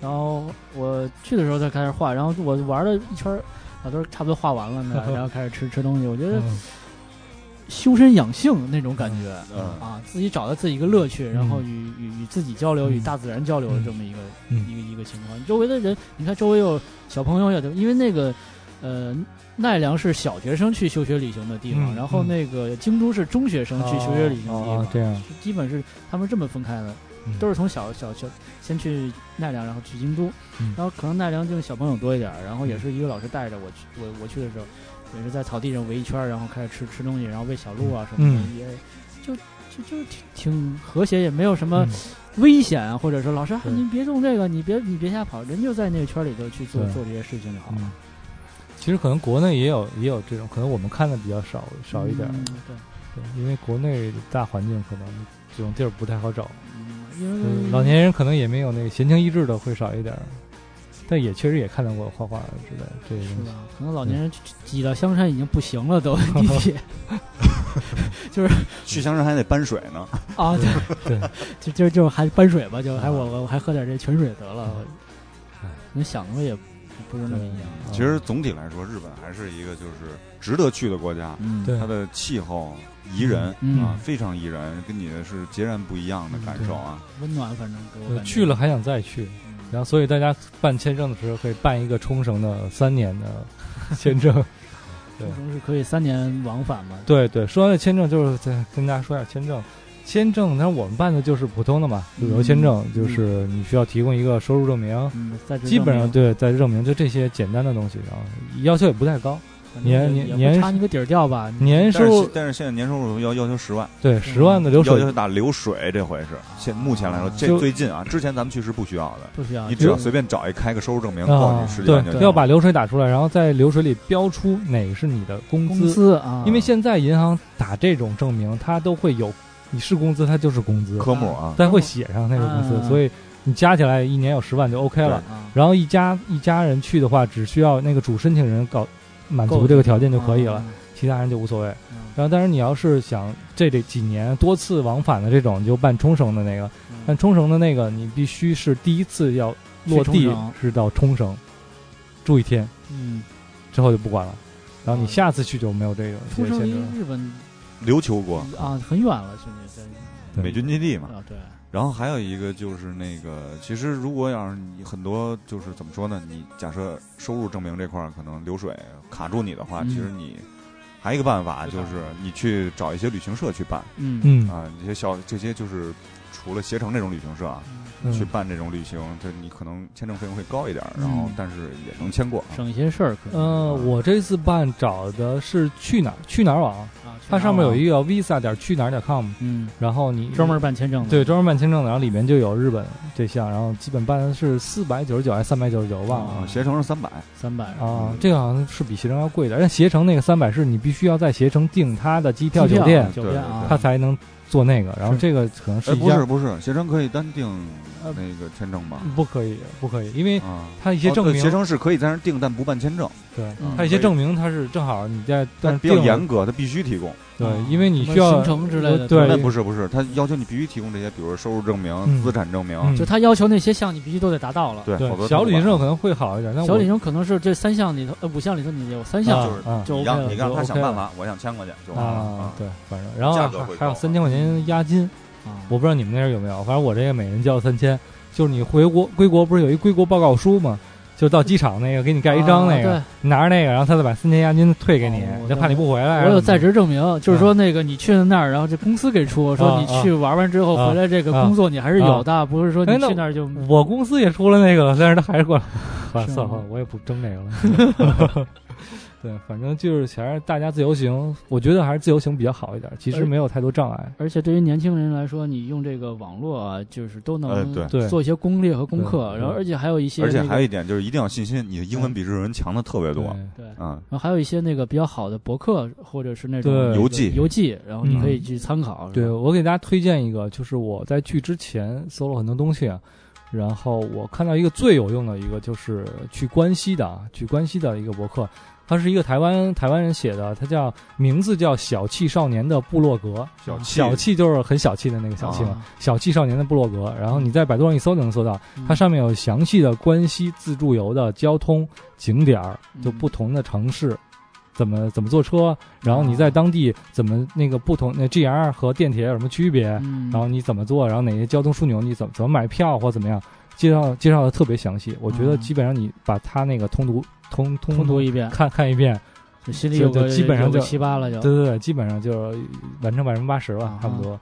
[SPEAKER 1] 然后我去的时候他开始画，然后我玩了一圈儿，老头儿差不多画完了 呢，然后开始吃吃东西。我觉得
[SPEAKER 3] 嗯
[SPEAKER 1] 修身养性那种感觉
[SPEAKER 2] 嗯，
[SPEAKER 1] 啊，自己找到自己一个乐趣，然后与与与自己交流，
[SPEAKER 3] 嗯
[SPEAKER 1] 与大自然交流的
[SPEAKER 3] 嗯
[SPEAKER 1] 这么一个
[SPEAKER 3] 嗯
[SPEAKER 1] 一个一个情况。周围的人，你看周围有小朋友也都，因为那个呃奈良是小学生去休学旅行的地方，
[SPEAKER 3] 嗯
[SPEAKER 1] 然后那个京都是中学生去休学旅行的地
[SPEAKER 3] 哦
[SPEAKER 1] 方，
[SPEAKER 3] 哦这样
[SPEAKER 1] 就基本是他们这么分开的，
[SPEAKER 3] 嗯
[SPEAKER 1] 都是从小小小先去奈良，然后去京都，
[SPEAKER 3] 嗯
[SPEAKER 1] 然后可能奈良就是小朋友多一点儿，然后也是一个老师带着我去，我我去的时候也是在草地上围一圈儿，然后开始吃吃东西，然后喂小鹿啊什么的，
[SPEAKER 3] 嗯
[SPEAKER 1] 也就就就挺挺和谐，也没有什么
[SPEAKER 3] 嗯
[SPEAKER 1] 危险啊，或者说老师啊，
[SPEAKER 3] 对
[SPEAKER 1] 您别动这个，你别你别瞎跑，人就在那个圈里头去做
[SPEAKER 3] 对
[SPEAKER 1] 做这些事情就好了
[SPEAKER 3] 嗯，，其实可能国内也有也有这种，可能我们看的比较少少一点儿，
[SPEAKER 1] 嗯对，
[SPEAKER 3] 对，因为国内的大环境可能这种地儿不太好找。
[SPEAKER 1] 嗯因为
[SPEAKER 3] 嗯，老年人可能也没有那个闲情逸致的会少一点，儿，但也确实也看到过画画之类的这些
[SPEAKER 1] 是
[SPEAKER 3] 东西。
[SPEAKER 1] 吧？可能老年人挤到香山已经不行了， 都地铁
[SPEAKER 2] 去香山还得搬水呢，
[SPEAKER 1] 啊，对
[SPEAKER 3] 对，
[SPEAKER 1] 就就就还搬水吧，就还
[SPEAKER 3] 啊
[SPEAKER 1] 我我还喝点这泉水得了
[SPEAKER 3] 哎。
[SPEAKER 1] 能想的也
[SPEAKER 5] 不是那么
[SPEAKER 3] 嗯
[SPEAKER 5] 一样。
[SPEAKER 6] 嗯其实总体来说，日本还是一个就是值得去的国
[SPEAKER 2] 啊
[SPEAKER 6] 家，
[SPEAKER 5] 嗯，
[SPEAKER 3] 对
[SPEAKER 6] 它的气候宜人、
[SPEAKER 1] 嗯
[SPEAKER 6] 啊，非常宜人，跟你的是截然不一样的感受啊。
[SPEAKER 3] 嗯
[SPEAKER 5] 温暖，反正给我
[SPEAKER 3] 呃
[SPEAKER 5] 感觉
[SPEAKER 3] 去了，还想再去，
[SPEAKER 1] 嗯
[SPEAKER 3] 然后所以大家办签证的时候可以办一个冲绳的三年的签证。对
[SPEAKER 1] 冲绳是可以三年往返嘛？
[SPEAKER 3] 对对，说完了签证，就是再跟大家说一下签证。签证，那我们办的就是普通的嘛，旅游签证，
[SPEAKER 1] 嗯
[SPEAKER 3] 就是你需要提供一个收入证明，
[SPEAKER 1] 嗯，在
[SPEAKER 3] 基本上对，在证明就这些简单的东西，然后要求也不太高，年年
[SPEAKER 1] 也
[SPEAKER 3] 年
[SPEAKER 1] 不差你个底儿掉吧？你
[SPEAKER 3] 年
[SPEAKER 6] 但
[SPEAKER 3] 收
[SPEAKER 6] 是但是现在年收入要要求十万，
[SPEAKER 3] 对十万的流
[SPEAKER 6] 要
[SPEAKER 3] 水
[SPEAKER 6] 求打流水，这回是现目前来说，这
[SPEAKER 3] 就
[SPEAKER 6] 最近啊，之前咱们去是不需要的，
[SPEAKER 1] 不需要，
[SPEAKER 6] 你只要
[SPEAKER 1] 就
[SPEAKER 6] 随便找一开个收入证明，告诉
[SPEAKER 3] 啊
[SPEAKER 6] 你十，几
[SPEAKER 3] 对
[SPEAKER 6] 万就，
[SPEAKER 3] 要
[SPEAKER 6] 行。
[SPEAKER 3] 把流水打出来，然后在流水里标出哪个是你的工
[SPEAKER 1] 工
[SPEAKER 3] 资，
[SPEAKER 1] 资
[SPEAKER 6] 嗯
[SPEAKER 1] 啊，
[SPEAKER 3] 因为现在银行打这种证明，它都会有你是工资，它就是工资，
[SPEAKER 6] 科目啊，
[SPEAKER 3] 但会写上那个工资，
[SPEAKER 6] 嗯
[SPEAKER 1] 啊
[SPEAKER 3] 所以你加起来一年有十万就 OK 了。
[SPEAKER 1] 啊
[SPEAKER 3] 然后一家一家人去的话，只需要那个主申请人搞满足
[SPEAKER 1] 够
[SPEAKER 3] 这个条件就可以了，，
[SPEAKER 1] 啊
[SPEAKER 3] 其他人就无所谓。
[SPEAKER 1] 嗯
[SPEAKER 3] 然后，当然你要是想这得几年多次往返的这种，你就办冲绳的那个。但冲绳的那个，你必须是第一次要落
[SPEAKER 1] 去
[SPEAKER 3] 地
[SPEAKER 1] 冲绳
[SPEAKER 3] 是到冲绳，住一天
[SPEAKER 1] 嗯，
[SPEAKER 3] 之后就不管了。然后你
[SPEAKER 1] 哦
[SPEAKER 3] 下次去就没有这个这
[SPEAKER 1] 冲
[SPEAKER 3] 个
[SPEAKER 1] 绳
[SPEAKER 3] 限
[SPEAKER 1] 离
[SPEAKER 3] 制了。
[SPEAKER 1] 日本
[SPEAKER 6] 琉球国
[SPEAKER 1] 啊很远了，兄弟，这
[SPEAKER 3] 对
[SPEAKER 6] 美军基地嘛。
[SPEAKER 1] 啊对，
[SPEAKER 6] 然后还有一个就是那个，其实如果要是你很多就是怎么说呢，你假设收入证明这块儿可能流水卡住你的话，
[SPEAKER 1] 嗯
[SPEAKER 6] 其实你还有一个办法
[SPEAKER 1] 对
[SPEAKER 6] 就
[SPEAKER 1] 吧
[SPEAKER 6] 是你去找一些旅行社去办
[SPEAKER 1] 嗯
[SPEAKER 3] 嗯，
[SPEAKER 6] 啊，一些小这些就是除了携程这种旅行社啊，
[SPEAKER 3] 嗯
[SPEAKER 6] 去办这种旅行，这你可能签证费用会高一点儿，
[SPEAKER 1] 嗯
[SPEAKER 6] 然后但是也能签过啊。
[SPEAKER 3] 嗯
[SPEAKER 1] 省一些事儿可以
[SPEAKER 3] 呃，我这次办找的是去哪儿去哪儿网，
[SPEAKER 1] 啊，
[SPEAKER 3] 它上面有一
[SPEAKER 1] 个
[SPEAKER 3] 个 visa 点去哪儿点 com，
[SPEAKER 1] 嗯
[SPEAKER 3] 然后你
[SPEAKER 1] 专门办签证的，
[SPEAKER 3] 对专门办签证的，然后里面就有日本这项，然后基本办的是四百九十九还是三百九十九，忘了
[SPEAKER 6] 啊，携程是三百，
[SPEAKER 1] 三
[SPEAKER 6] 嗯
[SPEAKER 1] 百
[SPEAKER 3] 啊，这个好像是比携程要贵点，但携程那个三百是你必须要在携程订它的机票、酒店，
[SPEAKER 1] 酒店啊，
[SPEAKER 3] 它才能做那个，然后
[SPEAKER 1] 是
[SPEAKER 3] 这个可能是
[SPEAKER 6] 嗯哎，
[SPEAKER 3] 一
[SPEAKER 6] 不是
[SPEAKER 3] 家呃
[SPEAKER 6] 不是，携程可以单订那个签证吧？
[SPEAKER 3] 不可以，不可以，因为嗯
[SPEAKER 6] 啊，
[SPEAKER 3] 它一些
[SPEAKER 6] 哦
[SPEAKER 3] 证
[SPEAKER 6] 对
[SPEAKER 3] 明
[SPEAKER 6] 携，程是可以在那儿订，但不办签证。
[SPEAKER 3] 对
[SPEAKER 1] 嗯
[SPEAKER 3] 它一些证明它是正好你在但
[SPEAKER 6] 但
[SPEAKER 3] 是
[SPEAKER 6] 比较
[SPEAKER 3] 订了
[SPEAKER 6] 严嗯格，他必须提供。
[SPEAKER 3] 对
[SPEAKER 1] 啊，
[SPEAKER 3] 因为你
[SPEAKER 1] 什么
[SPEAKER 3] 需要呃
[SPEAKER 1] 行程之类的
[SPEAKER 3] 对
[SPEAKER 6] 那不是不是，他要求你必须提供这些，比如说收入证明、
[SPEAKER 3] 嗯
[SPEAKER 6] 资产证明，
[SPEAKER 3] 嗯
[SPEAKER 1] 就他要求那些项你必须都得达到了。
[SPEAKER 6] 对，否则
[SPEAKER 3] 对小旅行
[SPEAKER 6] 证
[SPEAKER 3] 社可能会好一点，但
[SPEAKER 1] 小
[SPEAKER 3] 我
[SPEAKER 1] 李生可能是这三项里头，呃，五项里头你有三项
[SPEAKER 3] 啊
[SPEAKER 6] 就是
[SPEAKER 3] 啊
[SPEAKER 1] 就
[SPEAKER 6] 你
[SPEAKER 1] OK
[SPEAKER 6] 让
[SPEAKER 1] 了
[SPEAKER 6] 你让他
[SPEAKER 3] 就
[SPEAKER 6] 想
[SPEAKER 3] OK
[SPEAKER 6] 办法，我想签过去就完了。
[SPEAKER 3] 啊
[SPEAKER 6] 啊，
[SPEAKER 3] 对，反正然后
[SPEAKER 6] 价格会
[SPEAKER 3] 还还有
[SPEAKER 6] 高啊
[SPEAKER 3] 三千块钱押金，
[SPEAKER 1] 啊
[SPEAKER 3] 我不知道你们那儿有没有，反正我这个每人交三千，就是你回国归国不是有一归国报告书吗？就到机场那个给你盖一张那个，
[SPEAKER 1] 啊
[SPEAKER 3] 你拿着那个，然后他再把三千押金退给你
[SPEAKER 1] 哦，我
[SPEAKER 3] 就怕你不回来。
[SPEAKER 1] 对我有在职证明，
[SPEAKER 3] 嗯
[SPEAKER 1] 就是说那个你去了那儿，然后这公司给出，说
[SPEAKER 3] 啊
[SPEAKER 1] 你去玩完之后
[SPEAKER 3] 啊
[SPEAKER 1] 回来这个工作你还是有的，不是说你去那儿就
[SPEAKER 3] 嗯哎我公司也出了那个了，但是他还是过来。啊，
[SPEAKER 1] 是
[SPEAKER 3] 算
[SPEAKER 1] 吗
[SPEAKER 3] 了，我也不争这个 了。对，反正就是还是大家自由行，我觉得还是自由行比较好一点，其实没有太多障碍。
[SPEAKER 1] 而且对于年轻人来说，你用这个网络啊，就是都
[SPEAKER 6] 呃
[SPEAKER 1] 能
[SPEAKER 6] 对嗯
[SPEAKER 3] 对
[SPEAKER 1] 做一些攻略和功课，
[SPEAKER 3] 对
[SPEAKER 1] 然后而且还有一些
[SPEAKER 6] 而且
[SPEAKER 1] 那个
[SPEAKER 6] 还有一点就是一定要有信心，你的英
[SPEAKER 3] 嗯
[SPEAKER 6] 文比日文强的特别多。
[SPEAKER 1] 对，然
[SPEAKER 6] 嗯，
[SPEAKER 1] 后还有一些那个比较好的博客或者是那种
[SPEAKER 3] 对嗯
[SPEAKER 6] 邮寄
[SPEAKER 1] 邮寄，然后你可以去参考。
[SPEAKER 3] 对
[SPEAKER 1] 是吧
[SPEAKER 3] 我给大家推荐一个，就是我在去之前搜了很多东西啊，然后我看到一个最有用的一个，就是去关西的啊，去关西的一个博客，它是一个台湾台湾人写的，它叫名字叫小气少年的部落格，
[SPEAKER 6] 小气
[SPEAKER 3] 小气就是很小气的那个小气嘛，
[SPEAKER 1] 啊
[SPEAKER 3] 小气少年的部落格，然后你在百度上一搜就能搜到，
[SPEAKER 1] 嗯
[SPEAKER 3] 它上面有详细的关西自助游的交通景点儿，就
[SPEAKER 1] 嗯
[SPEAKER 3] 不同的城市。怎么怎么坐车，然
[SPEAKER 1] 哦
[SPEAKER 3] 后你在当地怎么那个不同那 GR 和电铁有什么区别，
[SPEAKER 1] 嗯，
[SPEAKER 3] 然后你怎么做，然后哪些交通枢纽你怎么怎么买票或怎么样，介绍介绍的特别详细。我觉得
[SPEAKER 1] 嗯
[SPEAKER 3] 基本上你把它那个通读通通
[SPEAKER 1] 通读哦一遍，
[SPEAKER 3] 看看一遍，
[SPEAKER 1] 就心里有个
[SPEAKER 3] 就就嗯基本上
[SPEAKER 1] 有个
[SPEAKER 3] 就
[SPEAKER 1] 七八了就。
[SPEAKER 3] 对对对，基本上就是完成百分之八十吧
[SPEAKER 1] 啊，
[SPEAKER 3] 差不多。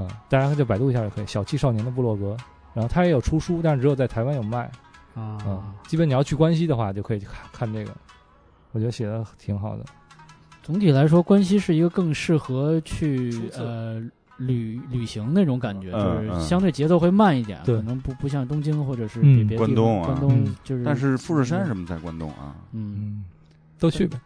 [SPEAKER 3] 嗯，大家就百度一下就可以。小气少年的部落格，然后它也有出书，但是只有在台湾有卖。嗯
[SPEAKER 1] 啊，，
[SPEAKER 3] 基本你要去关西的话，就可以去看看这个。我觉得写的挺好的。
[SPEAKER 1] 总体来说，关西是一个更适合去
[SPEAKER 3] 出色
[SPEAKER 1] 呃旅旅行那种感觉，
[SPEAKER 6] 嗯
[SPEAKER 1] 就是相对节奏会慢一点，
[SPEAKER 3] 对
[SPEAKER 1] 可能不不像东京或者是
[SPEAKER 3] 嗯
[SPEAKER 1] 别别地方
[SPEAKER 6] 关东啊
[SPEAKER 1] 关东
[SPEAKER 3] 嗯
[SPEAKER 1] 就是，
[SPEAKER 6] 但是富士山什么在关东啊？
[SPEAKER 1] 嗯，
[SPEAKER 3] 嗯，都去呗。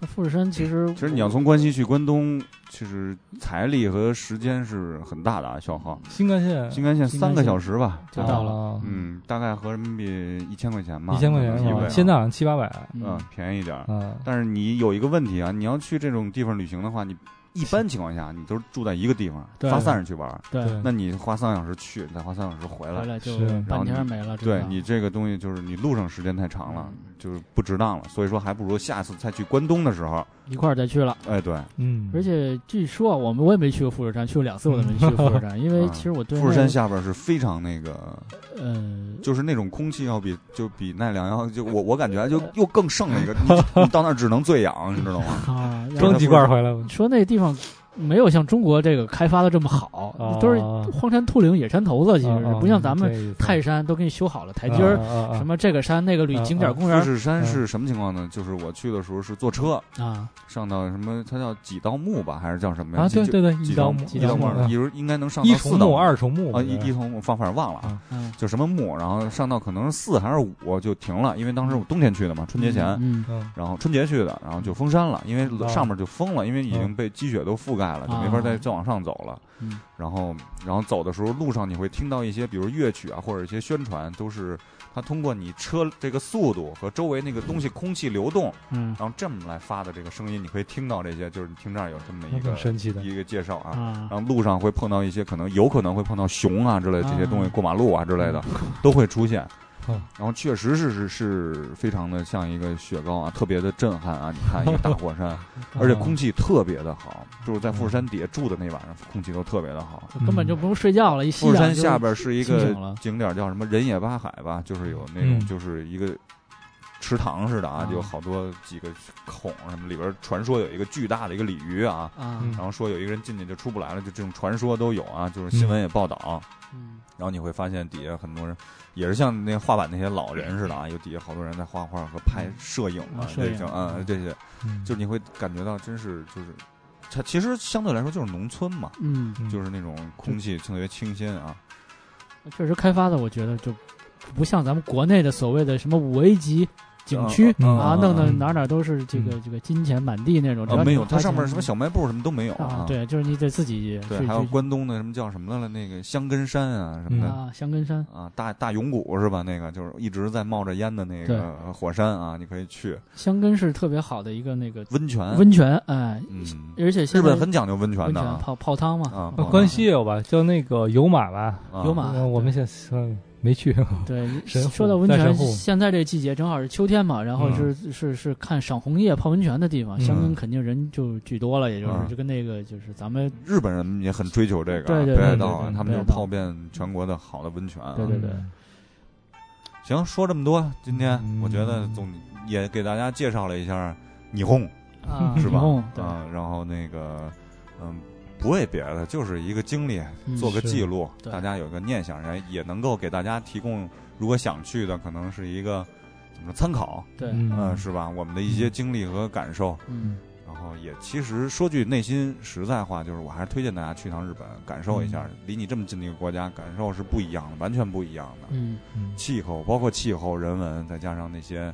[SPEAKER 1] 但富士山其实
[SPEAKER 6] 其实你要从关西去关东，其实财力和时间是很大的啊，消耗。
[SPEAKER 3] 新干线
[SPEAKER 6] 新干线三个小时吧，
[SPEAKER 1] 就到了
[SPEAKER 3] 了
[SPEAKER 6] 嗯，大概合人民币一千块钱吧，
[SPEAKER 3] 一千块钱是
[SPEAKER 6] 一位
[SPEAKER 3] 吧？
[SPEAKER 6] 啊
[SPEAKER 3] 现在好像七八百。
[SPEAKER 1] 嗯
[SPEAKER 6] 嗯便宜一点儿。
[SPEAKER 3] 嗯，
[SPEAKER 6] 啊但是你有一个问题啊，你要去这种地方旅行的话，你一般情况下，你都是住在一个地方，
[SPEAKER 1] 对
[SPEAKER 6] 发散着去玩儿，
[SPEAKER 1] 对，
[SPEAKER 3] 对
[SPEAKER 6] 那你花三个小时去，再花三个小时回
[SPEAKER 1] 回
[SPEAKER 6] 来，
[SPEAKER 1] 来就是
[SPEAKER 6] 然
[SPEAKER 1] 半
[SPEAKER 6] 后
[SPEAKER 1] 天没了，真的
[SPEAKER 6] 对你这个东西就是你路上时间太长了，
[SPEAKER 1] 嗯
[SPEAKER 6] 就是不值当了。所以说，还不如下次再去关东的时候，
[SPEAKER 1] 一块儿再去了。
[SPEAKER 6] 哎，对，
[SPEAKER 3] 嗯，
[SPEAKER 1] 而且据说啊我们我也没去过富士山，去过两次我都没去过富士山，因为
[SPEAKER 6] 啊
[SPEAKER 1] 其实我对
[SPEAKER 6] 富士
[SPEAKER 1] 那
[SPEAKER 6] 山
[SPEAKER 1] 个
[SPEAKER 6] 下边是非常那个，
[SPEAKER 1] 呃
[SPEAKER 6] 就是那种空气要比就比奈良要就我我感觉就又更剩了一个，你你到那儿只能醉氧，你知道 吗？
[SPEAKER 1] 啊，然后
[SPEAKER 3] 装几罐回来吧。
[SPEAKER 1] 说那地方没有像中国这个开发的这么好，
[SPEAKER 3] 哦
[SPEAKER 1] 都是荒山秃岭、野山头子，其实是
[SPEAKER 3] 哦
[SPEAKER 1] 不像咱们
[SPEAKER 3] 这意思
[SPEAKER 1] 泰山都给你修好了台阶儿，
[SPEAKER 3] 啊啊
[SPEAKER 1] 什么这个山那个旅
[SPEAKER 3] 啊
[SPEAKER 1] 景点
[SPEAKER 3] 啊
[SPEAKER 1] 公
[SPEAKER 6] 富
[SPEAKER 1] 园
[SPEAKER 6] 士山是什么情况呢？就是我去的时候是坐车
[SPEAKER 1] 啊，
[SPEAKER 6] 上到什么，它叫几道木吧，还是叫什么呀？
[SPEAKER 3] 啊，
[SPEAKER 6] 就
[SPEAKER 3] 对对对，
[SPEAKER 6] 几
[SPEAKER 3] 一
[SPEAKER 6] 道
[SPEAKER 3] 刀
[SPEAKER 6] 木，
[SPEAKER 1] 几
[SPEAKER 6] 一
[SPEAKER 1] 刀
[SPEAKER 6] 道
[SPEAKER 1] 木
[SPEAKER 6] 木
[SPEAKER 1] 啊，
[SPEAKER 6] 一应该能上
[SPEAKER 3] 一
[SPEAKER 6] 到四
[SPEAKER 3] 重
[SPEAKER 6] 道
[SPEAKER 3] 木、
[SPEAKER 6] 木
[SPEAKER 3] 二重木
[SPEAKER 6] 啊，一一重木放反正忘了啊
[SPEAKER 3] 啊，
[SPEAKER 1] 嗯，
[SPEAKER 6] 就什么木，然后上到可能是四还是五就停了，因为当时我冬天去的嘛，春节前，
[SPEAKER 1] 嗯，
[SPEAKER 3] 嗯，
[SPEAKER 6] 然后春节去的，然后就封山了，因为
[SPEAKER 3] 啊
[SPEAKER 6] 上面就封了，因为已经被积雪都覆盖了，就没法再再往上走了。
[SPEAKER 1] 嗯
[SPEAKER 6] 然后，然后走的时候，路上你会听到一些，比如乐曲啊，或者一些宣传，都是它通过你车这个速度和周围那个东西空气流动，
[SPEAKER 1] 嗯
[SPEAKER 6] 然后这么来发的这个声音，你可以听到这些，就是你听这儿有这么一
[SPEAKER 3] 那
[SPEAKER 6] 个
[SPEAKER 3] 挺神奇的。
[SPEAKER 6] 一个介绍
[SPEAKER 1] 嗯
[SPEAKER 6] 啊。
[SPEAKER 1] 啊
[SPEAKER 6] 然后路上会碰到一些可能有可能会碰到熊啊之类的这些东西，
[SPEAKER 1] 啊
[SPEAKER 6] 过马路啊之类的都会出现。
[SPEAKER 3] 嗯
[SPEAKER 6] 然后确实是是是非常的像一个雪糕啊，特别的震撼啊！你看一个大 火山，
[SPEAKER 1] 嗯
[SPEAKER 3] 嗯
[SPEAKER 6] 而且空气特别的好，就是在富士山底下住的那晚上，空气都特别的好。
[SPEAKER 1] 根本就不用睡觉了，一夕
[SPEAKER 6] 富士
[SPEAKER 1] 阳
[SPEAKER 6] 山
[SPEAKER 1] 就
[SPEAKER 6] 下边是一
[SPEAKER 1] 清
[SPEAKER 6] 个
[SPEAKER 1] 醒了
[SPEAKER 6] 景点叫什么人野八海吧，就是有那种
[SPEAKER 3] 嗯
[SPEAKER 6] 就是一个池塘似的啊
[SPEAKER 1] 啊，
[SPEAKER 6] 有好多几个孔什么，里边传说有一个巨大的一个鲤鱼啊，
[SPEAKER 1] 啊，
[SPEAKER 3] 嗯
[SPEAKER 6] 然后说有一个人进去就出不来了，就这种传说都有啊，就是新闻也报道。
[SPEAKER 1] 嗯
[SPEAKER 6] 然后你会发现底下很多人，也是像那画板那些老人似的啊，有底下好多人在画画和拍摄影
[SPEAKER 1] 啊
[SPEAKER 6] 啊，
[SPEAKER 1] 摄
[SPEAKER 6] 这
[SPEAKER 1] 影
[SPEAKER 6] 种啊这些，
[SPEAKER 3] 嗯
[SPEAKER 6] 就是你会感觉到真是就是，它其实相对来说就是农村嘛，
[SPEAKER 1] 嗯，
[SPEAKER 3] 嗯
[SPEAKER 6] 就是那种空气特别清新啊，
[SPEAKER 1] 确实开发的，我觉得就不像咱们国内的所谓的什么五 A 级景区
[SPEAKER 6] 嗯嗯嗯
[SPEAKER 1] 啊，
[SPEAKER 6] 嗯
[SPEAKER 1] 弄得
[SPEAKER 3] 嗯
[SPEAKER 1] 哪哪都是这个这个金钱满地那种，只
[SPEAKER 6] 啊
[SPEAKER 1] 要
[SPEAKER 6] 没
[SPEAKER 1] 你
[SPEAKER 6] 有，它
[SPEAKER 1] 花
[SPEAKER 6] 上
[SPEAKER 1] 钱
[SPEAKER 6] 面什么小卖部什么都没有
[SPEAKER 1] 啊，对，就是你得自己
[SPEAKER 6] 对
[SPEAKER 1] 去
[SPEAKER 6] 还有
[SPEAKER 1] 去
[SPEAKER 6] 关东的什么叫什么来了那个香根山啊什么的。
[SPEAKER 1] 啊，香根山
[SPEAKER 6] 啊，大大永谷是吧？那个就是一直在冒着烟的那个火山啊，你可以去
[SPEAKER 1] 香根是特别好的一个那个
[SPEAKER 6] 温泉。
[SPEAKER 1] 温泉，哎，
[SPEAKER 6] 嗯，
[SPEAKER 1] 而且
[SPEAKER 6] 日
[SPEAKER 1] 现在
[SPEAKER 6] 本很讲究温泉
[SPEAKER 1] 温
[SPEAKER 6] 的
[SPEAKER 1] 泉
[SPEAKER 6] 啊，
[SPEAKER 1] 泡泡汤嘛，
[SPEAKER 6] 啊
[SPEAKER 1] 泡
[SPEAKER 6] 泡
[SPEAKER 3] 关
[SPEAKER 1] 汤
[SPEAKER 3] 西也有吧，叫那个有马吧，
[SPEAKER 6] 啊
[SPEAKER 1] 有马啊
[SPEAKER 3] 嗯我们现在没去。
[SPEAKER 1] 对，
[SPEAKER 3] 神户
[SPEAKER 1] 说到温
[SPEAKER 3] 在
[SPEAKER 1] 泉
[SPEAKER 3] 神，户
[SPEAKER 1] 现在这个季节正好是秋天嘛，然
[SPEAKER 6] 嗯
[SPEAKER 1] 后是、是是看赏红叶、泡温泉的地方，
[SPEAKER 3] 嗯
[SPEAKER 1] 香根肯定人就巨多了，也就是、
[SPEAKER 6] 嗯
[SPEAKER 1] 就跟那个就是咱们
[SPEAKER 6] 日本人也很追求这个啊
[SPEAKER 1] 对对
[SPEAKER 6] 北
[SPEAKER 1] 对
[SPEAKER 6] 海道
[SPEAKER 3] 对
[SPEAKER 6] 啊
[SPEAKER 3] 对，
[SPEAKER 6] 他们就
[SPEAKER 1] 北海
[SPEAKER 6] 是
[SPEAKER 1] 道
[SPEAKER 6] 泡遍全国的好的温泉啊。
[SPEAKER 1] 对对对
[SPEAKER 6] 行，说这么多，今天
[SPEAKER 3] 嗯
[SPEAKER 6] 我觉得总也给大家介绍了一下霓虹
[SPEAKER 1] 啊，
[SPEAKER 6] 是吧
[SPEAKER 1] 嗯对，
[SPEAKER 6] 啊，然后那个嗯，不为别的，就是一个经历，
[SPEAKER 1] 嗯
[SPEAKER 6] 做个
[SPEAKER 3] 是
[SPEAKER 6] 记录，
[SPEAKER 1] 对
[SPEAKER 6] 大家有个念想，然后也能够给大家提供，如果想去的，可能是一个怎么说参考，
[SPEAKER 1] 对，
[SPEAKER 6] 嗯，
[SPEAKER 3] 嗯，
[SPEAKER 6] 是吧？我们的一些经历和感受。
[SPEAKER 1] 嗯，
[SPEAKER 6] 然后也其实说句内心实在话，就是我还是推荐大家去趟日本，感受一下，
[SPEAKER 1] 嗯
[SPEAKER 6] 离你这么近的一个国家，感受是不一样的，完全不一样的。
[SPEAKER 1] 嗯，
[SPEAKER 3] 嗯
[SPEAKER 6] 气候，包括气候、人文，再加上那些，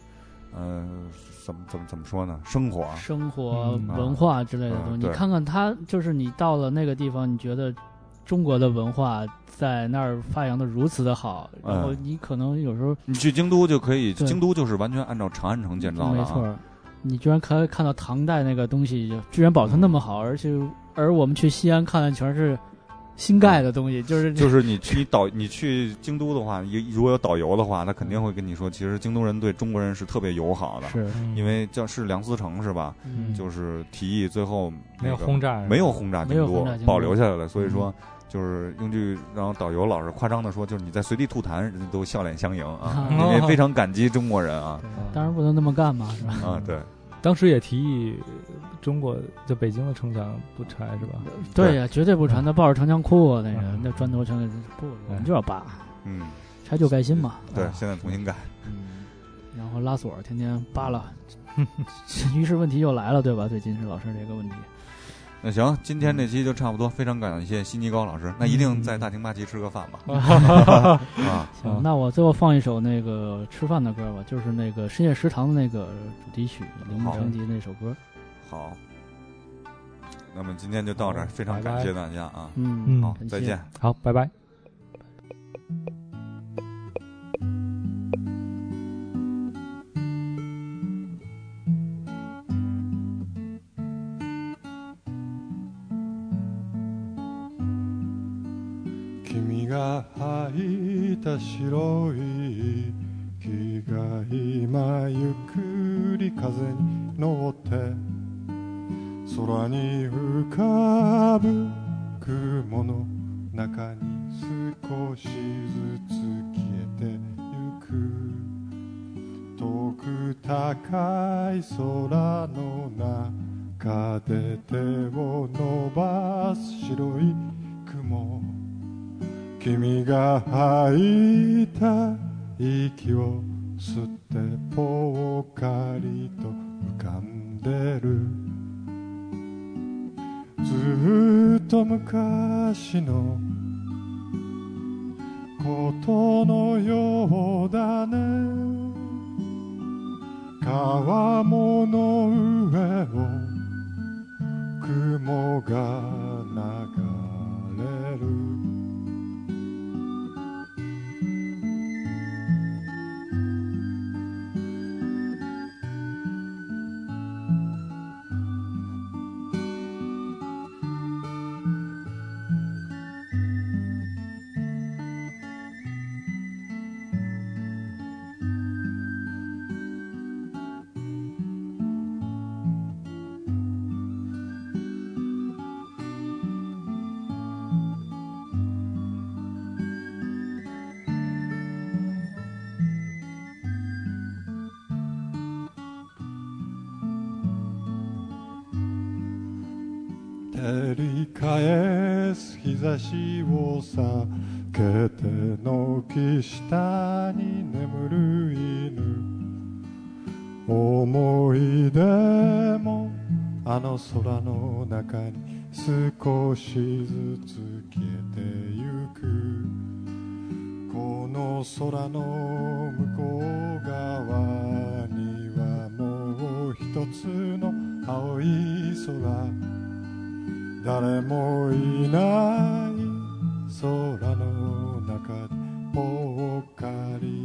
[SPEAKER 6] 嗯、怎么怎么怎么说呢？生活，
[SPEAKER 1] 生活、
[SPEAKER 3] 嗯
[SPEAKER 1] 文化之类的
[SPEAKER 6] 啊嗯
[SPEAKER 1] 东西，
[SPEAKER 6] 对
[SPEAKER 1] 你看看它，就是你到了那个地方，你觉得中国的文化在那儿发扬的如此的好，
[SPEAKER 6] 嗯
[SPEAKER 1] 然后你可能有时候、
[SPEAKER 6] 你去京都就可以，
[SPEAKER 1] 对
[SPEAKER 6] 京都就是完全按照长安城建造的
[SPEAKER 1] 没错
[SPEAKER 6] 啊。
[SPEAKER 1] 儿，你居然可以看到唐代那个东西，就居然保存那
[SPEAKER 6] 嗯
[SPEAKER 1] 么好，而且而我们去西安看的全是新盖的东西，就是
[SPEAKER 6] 就是你去你导你去京都的话，一如果有导游的话，他肯定会跟你说，其实京都人对中国人是特别友好的，
[SPEAKER 1] 是，
[SPEAKER 3] 嗯
[SPEAKER 6] 因为叫是梁思成是吧？
[SPEAKER 1] 嗯，
[SPEAKER 6] 就是提议最后
[SPEAKER 3] 没
[SPEAKER 6] 那
[SPEAKER 3] 有
[SPEAKER 6] 个
[SPEAKER 3] 轰炸，嗯
[SPEAKER 6] 没有轰炸
[SPEAKER 1] 没
[SPEAKER 6] 京
[SPEAKER 1] 有
[SPEAKER 6] 都
[SPEAKER 1] 轰炸京，都
[SPEAKER 6] 保留下来了。所以说，就是用句让导游老是夸张的说，就是你在随地吐痰，人家都笑脸相迎 啊，因
[SPEAKER 3] 哦
[SPEAKER 6] 为非常感激中国人啊
[SPEAKER 1] 对嗯
[SPEAKER 3] 嗯
[SPEAKER 1] 当然不能那么干嘛，是吧？
[SPEAKER 6] 啊，对，
[SPEAKER 3] 当时也提议呃中国就北京的城墙不拆是吧？
[SPEAKER 1] 对呀，绝对不传，他抱着城墙哭啊，那个
[SPEAKER 3] 嗯
[SPEAKER 1] 那砖头城不，我们就要扒，
[SPEAKER 6] 嗯，
[SPEAKER 1] 拆旧盖新嘛，
[SPEAKER 6] 对
[SPEAKER 3] 啊，
[SPEAKER 6] 现在重新改，
[SPEAKER 1] 嗯，然后拉锁儿天天扒拉， 于是问题又来了，对吧？对金石老师这个问题，
[SPEAKER 6] 那行，今天这期就差不多，非常感谢悉尼高老师，那一定在大清八旗吃 个饭吧 啊，
[SPEAKER 1] 行
[SPEAKER 3] 嗯，
[SPEAKER 1] 那我最后放一首那个吃饭的歌吧，就是那个深夜食堂的那个主题曲，铃木
[SPEAKER 6] 好
[SPEAKER 1] 成吉那首歌。
[SPEAKER 6] 好。那么今天就到这儿，非常感谢大家啊！
[SPEAKER 1] 嗯
[SPEAKER 3] 嗯，
[SPEAKER 6] 好，
[SPEAKER 1] 感
[SPEAKER 6] 再
[SPEAKER 1] 谢
[SPEAKER 6] 见。
[SPEAKER 3] 好，拜拜。
[SPEAKER 4] いた白い木が今ゆっくり風に乗って空に浮かぶ雲の中に少しずつ消えてゆく遠く高い空の中で手を伸ばす白い雲君が吐いた息を吸ってぽっかりと浮かんでるずーっと昔のことのようだね川もの上を雲が流れる照り返す日差しを避けて軒下に眠る犬思い出もあの空の中に少しずつ消えてゆくこの空の向こう側にはもう一つの青い空誰もいない空の中でぽっかり